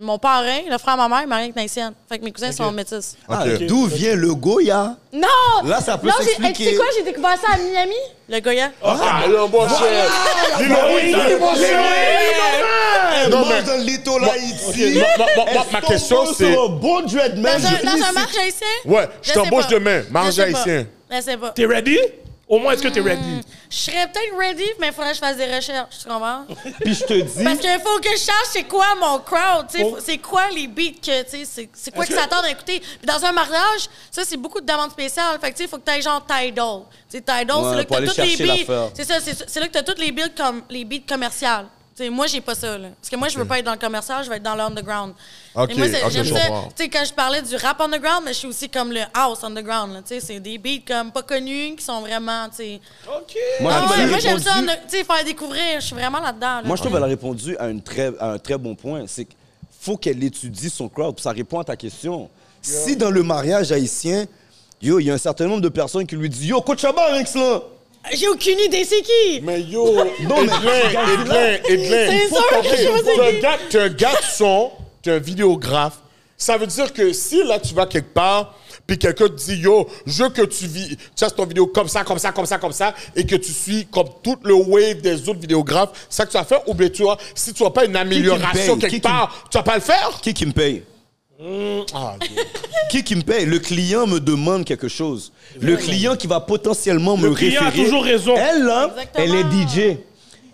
Speaker 6: mon parrain, le frère de ma mère, il est marié avec une haïtienne. Fait que mes cousins sont métis.
Speaker 5: Ah,
Speaker 4: Ok.
Speaker 5: D'où vient le Goya?
Speaker 6: Non!
Speaker 5: Là, ça peut
Speaker 6: Non, j'ai-
Speaker 5: s'expliquer.
Speaker 6: Tu sais quoi, j'ai découvert ça à Miami? Le Goya.
Speaker 4: Ah, là, mon cher. Dis-le, oui, dis-le, mon cher. Ah, Non, mais-
Speaker 5: dans le littoral Haïti.
Speaker 4: Ma- ma- ma- ma question, c'est-
Speaker 5: un beau dread, man.
Speaker 6: Dans un,
Speaker 5: Je-
Speaker 6: dans un mariage haïtien?
Speaker 4: Ouais, je
Speaker 6: sais
Speaker 4: t'embauche
Speaker 6: pas.
Speaker 4: demain, mariage
Speaker 6: Je sais pas.
Speaker 4: haïtien.
Speaker 6: Je sais pas.
Speaker 3: T'es ready? Au moins, est-ce que t'es
Speaker 6: Hmm.
Speaker 3: ready?
Speaker 6: Je serais peut-être ready, mais il faudrait que je fasse des recherches, tu comprends?
Speaker 5: *laughs* Puis je te dis,
Speaker 6: Parce qu'il faut que je sache c'est quoi mon crowd, tu sais, faut- c'est quoi les beats que, tu sais, c'est- c'est quoi qu'ils s'attendent à écouter. Puis dans un mariage, ça, c'est beaucoup de demandes spéciales. Fait que, tu sais, il faut que tu aies genre Tidal. Tu sais, Tidal, c'est là
Speaker 5: pour aller
Speaker 6: que tu as toutes
Speaker 5: chercher
Speaker 6: les
Speaker 5: l'affaire.
Speaker 6: beats. C'est ça, c'est c'est là que tu as toutes les beats, comme, les beats commerciales. Tu sais, moi, j'ai pas ça, là. Parce que moi, je veux pas être dans le commercial, je veux être dans l'underground.
Speaker 4: Ok,
Speaker 6: Et moi, c'est-
Speaker 4: ok,
Speaker 6: j'aime
Speaker 4: je
Speaker 6: ça.
Speaker 4: comprends.
Speaker 6: Tu sais, quand je parlais du rap underground, mais je suis aussi comme le house underground, là. Tu sais, c'est des beats comme pas connus, qui sont vraiment, tu sais.
Speaker 3: OK.
Speaker 5: moi,
Speaker 6: Ah
Speaker 5: je trouve
Speaker 6: ouais,
Speaker 5: qu'elle
Speaker 6: moi,
Speaker 5: a
Speaker 6: j'aime ça,
Speaker 5: répondu-
Speaker 6: under- tu sais, faire découvrir. Je suis vraiment là-dedans, là.
Speaker 5: Moi, je trouve qu'elle a répondu à, une très, à un très bon point. C'est qu'il faut qu'elle étudie son crowd. puis Ça répond à ta question. Si dans le mariage haïtien, yo, il y a un certain nombre de personnes qui lui disent Yo, coach Abba avec cela.
Speaker 6: J'ai aucune idée, c'est qui?
Speaker 4: Mais yo,
Speaker 5: Non, mais-
Speaker 4: Edlin, Edlin, Edlin,
Speaker 6: C'est
Speaker 4: il faut
Speaker 6: sûr que
Speaker 4: compter.
Speaker 6: je vois c'est
Speaker 4: T'es
Speaker 6: qui.
Speaker 4: un gars- T'es un garçon, t'es un vidéographe. Ça veut dire que si là tu vas quelque part, puis quelqu'un te dit yo, je veux que tu vis, tu fasses ton vidéo comme ça, comme ça, comme ça, comme ça, et que tu suis comme tout le wave des autres vidéographes, ça que tu vas faire, ou bien tu vois, si tu n'as pas une amélioration
Speaker 5: paye?
Speaker 4: quelque
Speaker 5: Qui qui-
Speaker 4: part, tu vas pas le faire.
Speaker 5: Qui qui me paye
Speaker 3: Mm.
Speaker 4: Ah,
Speaker 5: *laughs* Qui qui me paye Le client me demande quelque chose. Le client qui va potentiellement me
Speaker 3: Le client a
Speaker 5: référer.
Speaker 3: toujours raison.
Speaker 5: Elle, là, elle
Speaker 6: Exactement.
Speaker 5: est DJ.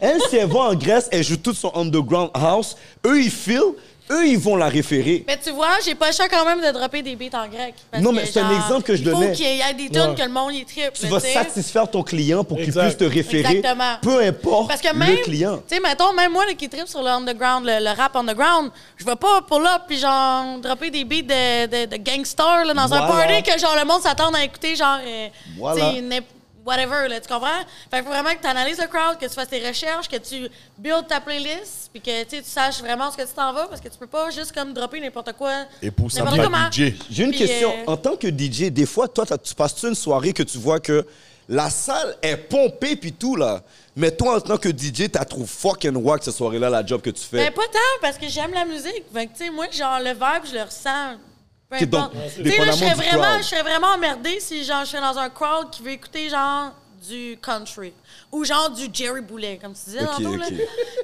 Speaker 5: Elle, si elle va en Grèce, elle joue toute son underground house. Eux, ils filent. Eux, ils vont la référer.
Speaker 6: Mais tu vois, j'ai pas le choix quand même de dropper des beats en grec. parce
Speaker 5: Non, mais
Speaker 6: que,
Speaker 5: c'est un
Speaker 6: genre,
Speaker 5: exemple que je donnais.
Speaker 6: Il faut qu'il y ait des tunes que le monde y tripe.
Speaker 5: Tu vas satisfaire ton client pour qu'il
Speaker 3: Exact.
Speaker 5: puisse te référer.
Speaker 6: Exactement.
Speaker 5: Peu importe
Speaker 6: Parce que même,
Speaker 5: le client.
Speaker 6: tu sais, mettons, même moi là, qui tripe sur le underground, le, le rap underground, je vais pas pour là, puis genre, dropper des beats de, de, de gangster là, dans un
Speaker 5: Voilà.
Speaker 6: party que genre le monde s'attend à écouter, genre, euh,
Speaker 5: Voilà.
Speaker 6: tu sais, n'imp- whatever, là, tu comprends? Fait qu'il faut vraiment que tu analyses le crowd, que tu fasses tes recherches, que tu build ta playlist, puis que tu sais, tu saches vraiment ce que tu t'en vas, parce que tu peux pas juste comme dropper n'importe quoi.
Speaker 4: Et pour ça,
Speaker 6: n'importe
Speaker 4: pas
Speaker 6: comment.
Speaker 4: DJ.
Speaker 5: J'ai une
Speaker 6: Puis,
Speaker 5: question.
Speaker 6: euh,
Speaker 5: En tant que DJ, des fois, toi, t'as- tu passes une soirée que tu vois que la salle est pompée puis tout, là. Mais toi, en tant que DJ, t'as trouvé fucking wack cette soirée-là, la job que tu fais.
Speaker 6: Ben, pas tant, parce que j'aime la musique. Fait que, tu sais, moi, genre, le vibe, je le ressens. Peu
Speaker 5: Ok, donc,
Speaker 6: importe. Tu sais, là, je
Speaker 5: dépendamment
Speaker 6: serais
Speaker 5: du
Speaker 6: vraiment,
Speaker 5: crowd.
Speaker 6: je serais vraiment emmerdée si, genre, je serais dans un crowd qui veut écouter, genre, du country. Ou genre du Jerry Boulet, comme tu disais
Speaker 5: Ok,
Speaker 6: tantôt, là.
Speaker 5: ok.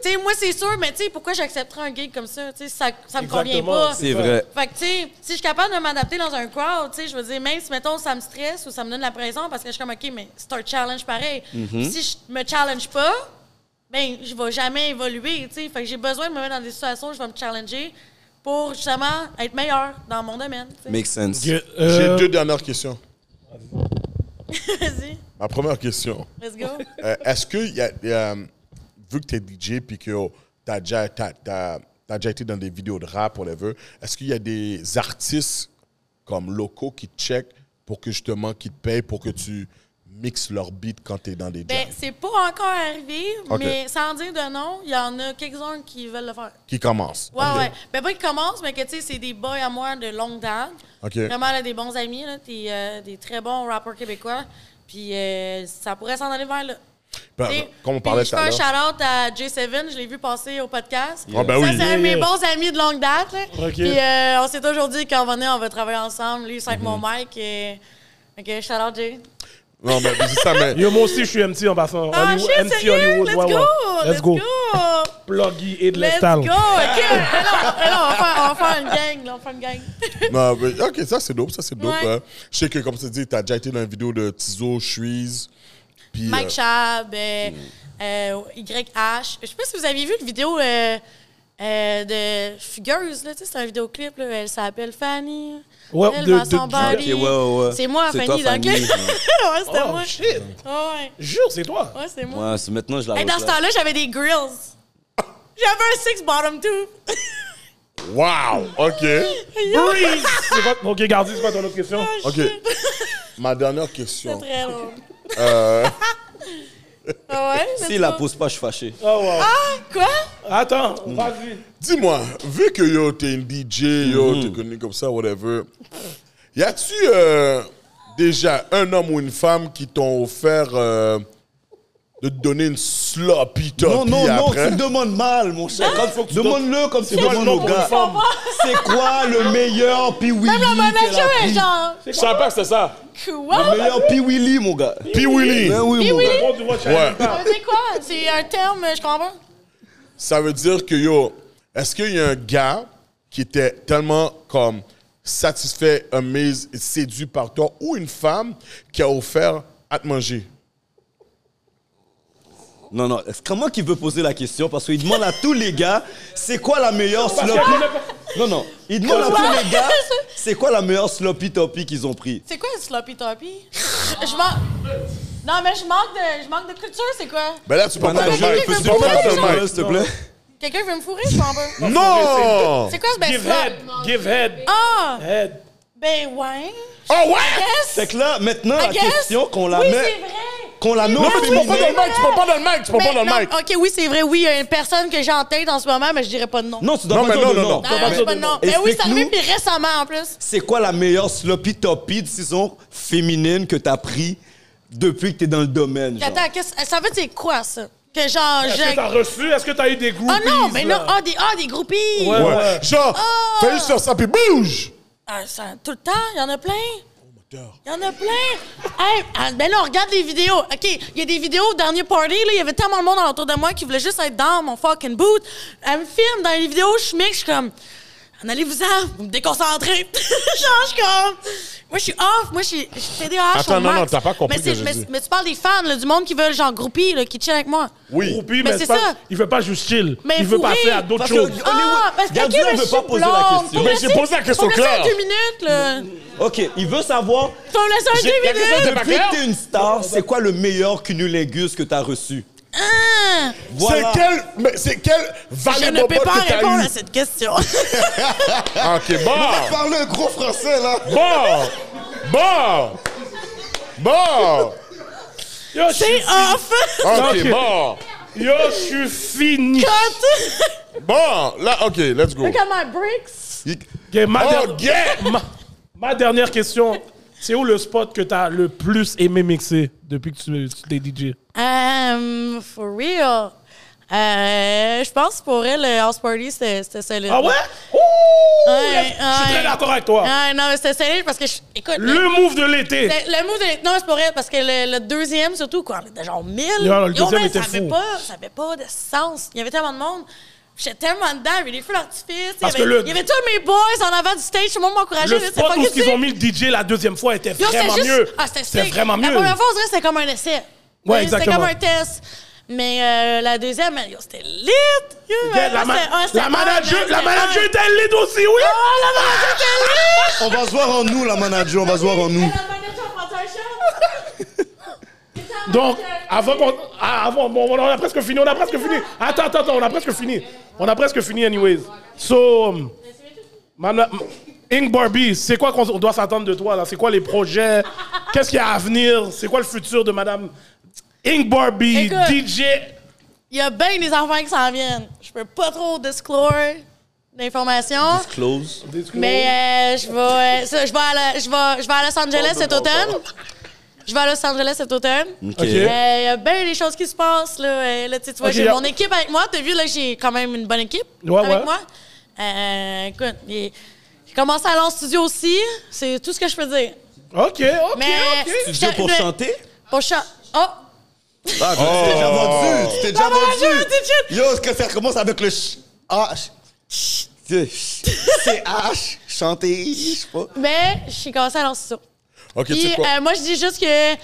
Speaker 6: Tu sais, moi, c'est sûr, mais tu sais, pourquoi j'accepterais un gig comme ça? Tu sais, ça, ça me convient
Speaker 3: Exactement,
Speaker 6: pas.
Speaker 5: C'est vrai.
Speaker 6: Fait que, tu sais, si je suis capable de m'adapter dans un crowd, tu sais, je veux dire, même si, mettons, ça me stresse ou ça me donne la pression parce que je suis comme, OK, mais c'est un challenge pareil. Puis Si je me challenge pas, ben, je vais jamais évoluer, tu sais. Fait que j'ai besoin de me mettre dans des situations où je vais me challenger pour, justement, être meilleur dans mon domaine. tu sais.
Speaker 5: Make sense.
Speaker 3: Euh,
Speaker 4: J'ai deux dernières questions.
Speaker 6: *laughs* Vas-y,
Speaker 4: Ma première question.
Speaker 6: let's go.
Speaker 4: Euh, Est-ce que, y a, y a, euh, vu que tu es DJ puis que oh, tu as, déjà t'as- t'as- t'as déjà été dans des vidéos de rap, whatever, est-ce qu'il y a des artistes comme locaux qui te checkent pour que justement, qui te payent pour que tu mixes leur beat quand tu es dans des jams?
Speaker 6: Ben, c'est pas encore arrivé,
Speaker 4: Ok.
Speaker 6: mais sans dire de nom, il y en a quelques-uns qui veulent le faire.
Speaker 4: qui commence?
Speaker 6: Ouais, ouais. Ben, pas qu'ils commencent, mais que, tu sais, c'est des boys à moi de longue date.
Speaker 4: OK.
Speaker 6: Vraiment, là, des bons amis, là, des, euh, des très bons rappeurs québécois. Puis, euh, ça pourrait s'en aller vers là.
Speaker 4: Ben,
Speaker 6: Tu sais,
Speaker 4: comme on parlait
Speaker 6: puis
Speaker 4: tout
Speaker 6: Je
Speaker 4: à
Speaker 6: fais un
Speaker 4: l'heure.
Speaker 6: shout-out à J7, je l'ai vu passer au podcast.
Speaker 4: Ah, ben
Speaker 6: ça,
Speaker 4: oui.
Speaker 6: c'est un de mes
Speaker 3: Yeah.
Speaker 6: bons amis de longue date. là.
Speaker 3: OK.
Speaker 6: Puis, euh, on s'est toujours dit qu'en venait, on va travailler ensemble. Lui,
Speaker 4: Mhm.
Speaker 6: c'est avec mon mic. Et... OK, shout-out, Jay.
Speaker 4: Non, mais c'est ça, mais
Speaker 3: Yo, moi aussi, je suis MC en passant.
Speaker 6: Ah,
Speaker 3: Hollywood-
Speaker 6: shit,
Speaker 3: MC
Speaker 6: sérieux?
Speaker 3: Hollywood.
Speaker 6: Let's
Speaker 3: ouais,
Speaker 6: go!
Speaker 3: ouais.
Speaker 6: Let's go!
Speaker 3: *laughs* Pluggy et de
Speaker 6: Let's
Speaker 3: l'estal.
Speaker 6: go! OK, *laughs* alors, alors, on, va faire, on va faire une gang, là, on va faire une gang.
Speaker 4: Non, mais- ok, ça c'est dope, ça c'est dope.
Speaker 6: Ouais.
Speaker 4: hein. Je sais que, comme tu dis, tu as déjà été dans une vidéo de Tizo, Shuiz, puis.
Speaker 6: Mike
Speaker 4: euh,
Speaker 6: Chab, euh, euh, YH. Je sais pas si vous avez vu une vidéo euh, euh, de Fugueuse, là, tu sais, c'est un vidéoclip, là, elle s'appelle Fanny.
Speaker 3: Ouais,
Speaker 6: elle
Speaker 3: de-
Speaker 6: va
Speaker 3: de-
Speaker 6: son body.
Speaker 5: Ok, ouais, ouais, ouais.
Speaker 6: C'est moi,
Speaker 5: C'est
Speaker 6: Fanny,
Speaker 5: toi,
Speaker 6: donc.
Speaker 5: Fanny,
Speaker 6: *laughs* ouais, c'était
Speaker 3: Oh,
Speaker 6: moi.
Speaker 3: shit.
Speaker 6: Ouais,
Speaker 3: Jure, c'est
Speaker 6: *laughs*
Speaker 3: toi.
Speaker 6: ouais, c'est moi.
Speaker 5: Ouais, c'est maintenant je la
Speaker 6: Hey, dans ce
Speaker 5: reclame.
Speaker 6: temps-là, j'avais
Speaker 5: *laughs*
Speaker 6: des grills. J'avais un six bottom too.
Speaker 4: Wow! Ok.
Speaker 3: Breeze. C'est quoi- Ok, Gardi, c'est quoi ton autre question?
Speaker 4: Ok. Ma dernière question.
Speaker 6: Oh, Très long. Ah ouais, let's
Speaker 5: Euh. *laughs* Si la
Speaker 6: go.
Speaker 5: pose pas, je suis fâché.
Speaker 3: Oh, wow.
Speaker 6: Ah, quoi?
Speaker 3: Attends,
Speaker 5: Hmm.
Speaker 3: vas-y.
Speaker 5: Mhm.
Speaker 4: Dis-moi, vu que yo, t'es une DJ, yo, t'es connu comme ça, whatever, Y a-tu euh, déjà un homme ou une femme qui t'ont offert euh, de te donner une sloppy toppy
Speaker 5: Non, non, non,
Speaker 4: après?
Speaker 5: tu le demandes mal, mon cher. Comme faut que tu Demande-le comme tu
Speaker 3: quoi
Speaker 5: demandes
Speaker 3: le
Speaker 5: au
Speaker 3: nom pour une
Speaker 5: gars.
Speaker 3: femme?
Speaker 5: C'est quoi le meilleur Pee Willy
Speaker 6: Même le manager est genre,
Speaker 3: Je savais pas que c'était ça.
Speaker 5: Le
Speaker 6: quoi? Eh
Speaker 5: meilleur Pee Willy, mon gars.
Speaker 4: Puis Willy,
Speaker 5: Ben oui,
Speaker 6: Pee
Speaker 5: mon gars.
Speaker 6: Willy?
Speaker 3: Bon, tu vois, tu
Speaker 4: Ouais.
Speaker 3: parles.
Speaker 6: C'est quoi? C'est un terme, je comprends pas.
Speaker 4: ça veut dire que yo, est-ce qu'il y a un gars qui était tellement comme satisfait, amazed, et séduit par toi ou une femme qui a offert à te manger?
Speaker 5: Non, non, est-ce- comment qu'il veut poser la question? Parce qu'il demande à tous les gars, c'est quoi la meilleure
Speaker 3: Parce
Speaker 5: sloppy?
Speaker 3: qu'elle connaît pas-
Speaker 5: Non, non, il demande à tous les gars, c'est quoi la meilleure sloppy toppy qu'ils ont pris?
Speaker 6: C'est quoi un sloppy toppy? Je je manque. Non, mais je manque de, je manque de culture, c'est quoi?
Speaker 4: Ben là, tu parles pas de
Speaker 5: Manager,
Speaker 4: mec.
Speaker 5: peux
Speaker 4: Tu
Speaker 5: tu
Speaker 4: parles pas
Speaker 5: prendre
Speaker 4: de
Speaker 5: ce
Speaker 4: mec.
Speaker 5: là s'il te plaît?
Speaker 6: Quelqu'un veut me fourrer, je comprends pas.
Speaker 4: Non!
Speaker 6: C'est quoi ce ben
Speaker 3: Give
Speaker 6: slop?
Speaker 3: head. Give head.
Speaker 6: Ah!
Speaker 3: Head.
Speaker 6: Ben ouais!
Speaker 4: Oh ouais!
Speaker 6: Yes!
Speaker 5: Fait que là, maintenant, la
Speaker 6: I guess.
Speaker 5: question qu'on la
Speaker 6: Oui,
Speaker 5: met,
Speaker 6: c'est vrai!
Speaker 5: qu'on la met au
Speaker 4: Non, mais tu parles
Speaker 5: féminin.
Speaker 4: pas dans le mic, tu parles pas dans le mic, tu parles pas dans
Speaker 6: Ben,
Speaker 4: le mic.
Speaker 6: non, ok, oui, c'est vrai, oui, il y a une personne que j'ai en tête en ce moment, mais je dirais pas de nom.
Speaker 5: Non, tu dois
Speaker 4: Non,
Speaker 5: pas
Speaker 4: mais
Speaker 5: dire
Speaker 4: non,
Speaker 5: de
Speaker 4: non,
Speaker 5: nom.
Speaker 4: non.
Speaker 6: Ah, je dis pas de nom. Ben oui, c'est arrivé,
Speaker 5: Explique-nous,
Speaker 6: puis récemment en plus.
Speaker 5: c'est quoi la meilleure sloppy toppy, disons, féminine que t'as pris depuis que t'es dans le domaine? genre?
Speaker 6: Attends, qu'est-ce- ça veut dire quoi, ça? Que genre,
Speaker 3: Est-ce que
Speaker 6: j'ai.
Speaker 3: t'as reçu? Est-ce que t'as eu des Ben, groupies?
Speaker 6: Ah non, mais non,
Speaker 3: là?
Speaker 6: ah, des, ah, des groupies!
Speaker 3: Ouais, ouais.
Speaker 4: Ouais. Genre,
Speaker 5: Ah.
Speaker 4: fais juste faire ça, puis bouge!
Speaker 6: Ah, ça, tout le temps, il y en a plein.
Speaker 4: Oh,
Speaker 6: Il y en a plein! hey, ah, ben là, on regarde les vidéos. OK, il y a des vidéos au dernier party, là, il y avait tellement de monde autour de moi qui voulait juste être dans mon fucking boot. Elle me filme dans les vidéos, je mixe, je suis comme... En allez-vous-en, vous me déconcentrez. *laughs* Genre, je suis comme... Moi, je suis off, moi, je suis je suis TDAH
Speaker 4: Attends,
Speaker 6: au
Speaker 4: non,
Speaker 6: max.
Speaker 4: non, t'as pas compris
Speaker 6: mais, c'est-
Speaker 4: que j'ai
Speaker 6: mais,
Speaker 4: dit.
Speaker 6: mais tu parles des fans, là, du monde qui veulent, genre, groupie, là, qui chill avec moi.
Speaker 4: Oui.
Speaker 3: Groupies,
Speaker 6: Mais
Speaker 3: mais
Speaker 6: c'est
Speaker 3: pas-
Speaker 6: ça.
Speaker 3: Il veut pas juste chill.
Speaker 6: Mais
Speaker 3: Il veut
Speaker 6: fourrer.
Speaker 3: passer à d'autres
Speaker 5: Parce
Speaker 3: choses.
Speaker 5: que-
Speaker 6: Ah, parce que,
Speaker 5: Gardien
Speaker 6: OK,
Speaker 5: veut
Speaker 6: mais je
Speaker 5: pas
Speaker 6: suis
Speaker 5: poser la
Speaker 6: blonde.
Speaker 5: question.
Speaker 6: Faut
Speaker 4: Mais
Speaker 6: me
Speaker 4: j'ai
Speaker 6: laisser-
Speaker 4: posé la question
Speaker 6: faut me laisser
Speaker 4: claire.
Speaker 6: un deux minutes, là.
Speaker 5: OK, il veut savoir,
Speaker 6: Faut me laisser un
Speaker 3: J'ai- la
Speaker 6: deux
Speaker 3: question
Speaker 6: minutes.
Speaker 3: pas
Speaker 5: depuis
Speaker 3: clair.
Speaker 5: que t'es une star, c'est quoi le meilleur cunnilingus que t'as reçu?
Speaker 6: Ah.
Speaker 5: Voilà.
Speaker 4: C'est quel, mais c'est quel valet
Speaker 6: Je ne peux pas répondre à
Speaker 3: *laughs*
Speaker 6: cette question.
Speaker 4: Ah, Ok, bon,
Speaker 5: Parle un gros français, là!
Speaker 4: bon, bon, bon,
Speaker 3: Yo, je suis-
Speaker 6: C'est off.
Speaker 3: Ah.
Speaker 4: ok, bon,
Speaker 3: Yo, je suis fini.
Speaker 4: bon, là, ok, let's go.
Speaker 6: Look at my bricks.
Speaker 3: Ok, ma, der-
Speaker 4: Oh, yeah!
Speaker 3: ma- ma dernière question. C'est où le spot que t'as le plus aimé mixer depuis que tu, tu t'es DJ?
Speaker 6: Um, for real. Euh, je pense pour elle, le house party, c'était c'était solide.
Speaker 3: Ah ouais? Ouh!
Speaker 6: Ouais,
Speaker 3: Je suis
Speaker 6: ouais.
Speaker 3: très d'accord avec toi.
Speaker 6: Ouais, Ah, non, mais c'était solide parce que, je, écoute, le,
Speaker 3: Le move de l'été.
Speaker 6: le mot de... Non, c'est pour elle parce que le, le deuxième, surtout, quoi, on était genre 1000.
Speaker 3: Non, le
Speaker 6: Yo,
Speaker 3: deuxième
Speaker 6: man,
Speaker 3: était
Speaker 6: ça avait
Speaker 3: fou.
Speaker 6: Pas, ça avait pas de sens. Il y avait tellement de monde. J'étais tellement dedans, il y avait des feux d'artifice. Il, y
Speaker 3: Parce
Speaker 6: avait-
Speaker 3: que le-
Speaker 6: il y avait tous mes boys en avant du stage, tout le monde m'encourageait.
Speaker 3: Le
Speaker 6: là, c'est
Speaker 3: spot où
Speaker 6: fucking
Speaker 3: ils
Speaker 6: sick.
Speaker 3: ont mis le DJ la deuxième fois était
Speaker 6: Yo, c'était
Speaker 3: vraiment
Speaker 6: juste-
Speaker 3: mieux.
Speaker 6: Ah, c'était sick.
Speaker 3: vraiment
Speaker 6: La
Speaker 3: mieux.
Speaker 6: première fois, on dirait que c'était comme un essai.
Speaker 3: Ouais,
Speaker 6: C'était
Speaker 3: exactement.
Speaker 6: comme un test. Mais euh, la deuxième, yo, c'était lit. Yo,
Speaker 3: Yeah, la,
Speaker 6: là,
Speaker 3: ma-
Speaker 6: c'était un, c'était
Speaker 3: la
Speaker 6: un,
Speaker 3: manager,
Speaker 6: c'était
Speaker 3: la
Speaker 6: un.
Speaker 3: manager était laide aussi, oui.
Speaker 6: Oh, la manager était lit!
Speaker 5: On va se voir en nous, la manager, on va se voir en nous.
Speaker 6: La manager a pris un shot.
Speaker 3: *laughs*
Speaker 6: Et ça,
Speaker 3: Donc,
Speaker 6: manager-
Speaker 3: avant qu'on. ah, avant, bon, on a presque fini, on a presque fini. Attends, attends, attends, on a presque fini. On a presque fini, anyways. So, um, Mana- Ing Barbie, c'est quoi qu'on on doit s'attendre de toi, là? C'est quoi les projets? Qu'est-ce qu'il y a à venir? C'est quoi le futur de madame Ing Barbie,
Speaker 6: Écoute.
Speaker 3: DJ?
Speaker 6: Il y a bien des enfants qui s'en viennent. Je peux pas trop disclore d'informations.
Speaker 5: Close.
Speaker 6: Mais euh, je vais, euh, ça, je vais à la- je vais- je vais à Los Angeles cet automne. Je vais à Los Angeles cet automne.
Speaker 5: OK.
Speaker 6: Euh, Il y a bien des choses qui se passent. Là, Euh, là, tu sais, tu vois,
Speaker 3: Ok,
Speaker 6: j'ai
Speaker 3: y a-
Speaker 6: mon équipe avec moi. T'as vu, là, j'ai quand même une bonne équipe
Speaker 3: Ouais,
Speaker 6: avec
Speaker 3: ouais.
Speaker 6: moi. Euh, écoute, et- j'ai commencé à aller en studio aussi. C'est tout ce que je peux dire.
Speaker 3: OK, OK,
Speaker 6: Mais
Speaker 3: OK.
Speaker 5: Tu viens pour
Speaker 6: mais-
Speaker 5: chanter?
Speaker 6: Pour chanter. Oh!
Speaker 5: Ah, tu t'es déjà vendu, tu t'es déjà
Speaker 6: Ah, mon Dieu,
Speaker 5: vendu.
Speaker 6: tu- tu-
Speaker 5: Yo, ce que ça commence avec le ch... Ah, ch- tu- ch- c'est H, chanter, je sais pas.
Speaker 6: Mais j'ai commencé à aller en studio.
Speaker 4: Ok, tu
Speaker 6: Puis
Speaker 4: sais quoi?
Speaker 6: euh, moi, je dis juste que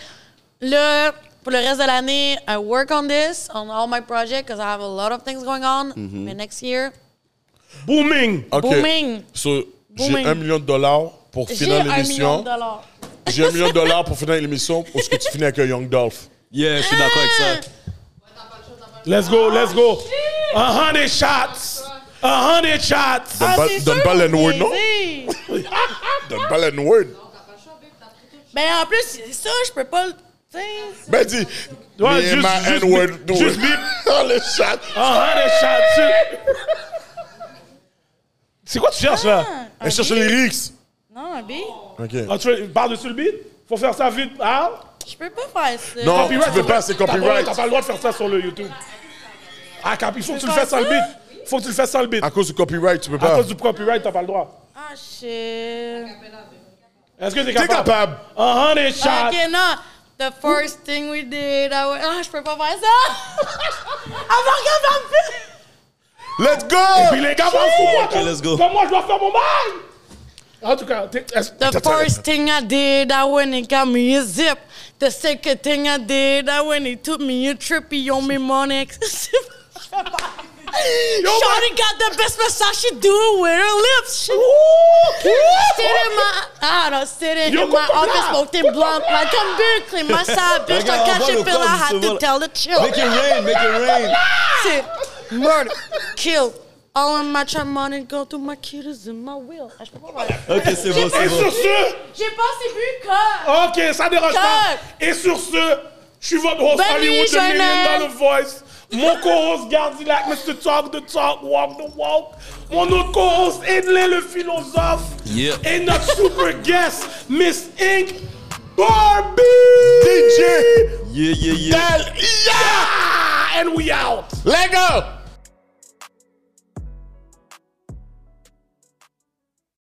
Speaker 6: là, pour le reste de l'année, I work on this, on all my projects, because I have a lot of things going on. Mais next year,
Speaker 3: Booming.
Speaker 4: Mm-hmm.
Speaker 5: euh,
Speaker 4: Ok.
Speaker 6: booming.
Speaker 4: So, j'ai
Speaker 6: Booming.
Speaker 4: un million de dollars pour
Speaker 6: j'ai
Speaker 4: finir
Speaker 6: un million
Speaker 4: l'émission.
Speaker 6: de dollars.
Speaker 4: J'ai un million de dollars pour finir l'émission. Est-ce que tu finis avec un Young Dolph?
Speaker 5: Yeah, je suis d'accord avec ça.
Speaker 3: Let's go, let's go.
Speaker 6: Ah!
Speaker 3: A hundred shots. A hundred shots.
Speaker 4: Donne pas-
Speaker 6: Ah, c'est
Speaker 4: donne
Speaker 6: sûr,
Speaker 4: pas
Speaker 6: c'est
Speaker 4: l'N-word, non?
Speaker 6: easy.
Speaker 4: Donne pas l'N-word.
Speaker 6: Ben en plus, c'est ça, je peux pas le. tu sais.
Speaker 4: Ben dis,
Speaker 3: Ouais,
Speaker 4: me and
Speaker 3: juste-
Speaker 4: my
Speaker 3: juste
Speaker 4: N-word.
Speaker 3: bip, juste bip.
Speaker 4: *laughs* Oh, le chat.
Speaker 3: A hundred shots. C'est quoi tu cherches, là?
Speaker 4: Ah.
Speaker 6: Ah.
Speaker 4: Elle cherche les lyrics.
Speaker 6: Non, un beat?
Speaker 4: OK.
Speaker 3: Ah, tu veux- Par-dessus le beat? Faut faire ça vite, hein?
Speaker 6: Je peux pas faire ça.
Speaker 4: Non,
Speaker 3: Copyright,
Speaker 4: tu peux pas, c'est
Speaker 3: T'as pas,
Speaker 4: copyright.
Speaker 3: t'as pas le droit de faire ça sur le YouTube. Ah, cap, il faut que tu le
Speaker 6: faire
Speaker 3: fasses sans le beat. Faut que tu le fasses sans le beat.
Speaker 4: À cause du copyright, tu peux
Speaker 3: À
Speaker 4: pas.
Speaker 3: cause du copyright, t'as pas le droit.
Speaker 6: Ah, shit.
Speaker 3: Est-ce que t'es
Speaker 4: T'es
Speaker 3: capable? Ah,
Speaker 4: capable.
Speaker 3: Un hundred
Speaker 5: Ah,
Speaker 3: shots.
Speaker 6: Ok, non. The first thing we did, I was... Ah, je peux pas faire ça! *laughs* Elle me regarde en plus!
Speaker 4: Let's go!
Speaker 3: Puis les gars, m'en fous, moi,
Speaker 5: Ok,
Speaker 3: comme-
Speaker 5: let's go.
Speaker 3: comme moi, je dois faire mon bail. En tout cas, t'es- est-ce-
Speaker 6: The first thing I did, I went and got me a zip. The second thing I did, I went and took me a trip. He owed me money. *laughs* Shorty got the best massage she do it with her lips. She sit in my, I don't sit in,
Speaker 3: Yo,
Speaker 6: in my
Speaker 3: coupe ton
Speaker 6: office,
Speaker 3: blanc.
Speaker 6: smoking blunt like I'm Berkeley. My side bitch,
Speaker 5: Regarde,
Speaker 6: I got
Speaker 5: on voit
Speaker 6: you
Speaker 5: le
Speaker 6: feel
Speaker 5: corps
Speaker 6: I
Speaker 5: du
Speaker 6: had to
Speaker 5: sauveur.
Speaker 6: tell the chill.
Speaker 5: Make it rain, make it rain.
Speaker 6: Sit, murder, kill. All in my trap money go through my kiddos in my will. I should probably-
Speaker 5: Ok, c'est bon, c'est
Speaker 3: Et
Speaker 5: bon.
Speaker 3: sur ce,
Speaker 6: J'ai passé plus que.
Speaker 3: ok, ça dérange pas.
Speaker 6: Cut.
Speaker 3: Et sur ce, je suis votre host
Speaker 6: Bonne
Speaker 3: Hollywood,
Speaker 6: nuit,
Speaker 3: The Million
Speaker 6: jeunesse.
Speaker 3: Dollar Voice. Mon co-host Gardilac, Mr. Talk the Talk, Walk the Walk. Mon autre co-host Edlin le philosophe.
Speaker 5: Yeah.
Speaker 3: Et notre
Speaker 5: *laughs*
Speaker 3: super guest, Miss Inc. Barbie!
Speaker 4: DJ!
Speaker 5: Yeah, yeah, yeah.
Speaker 4: Del- Yeah!
Speaker 3: Ah, and we out!
Speaker 4: Let go!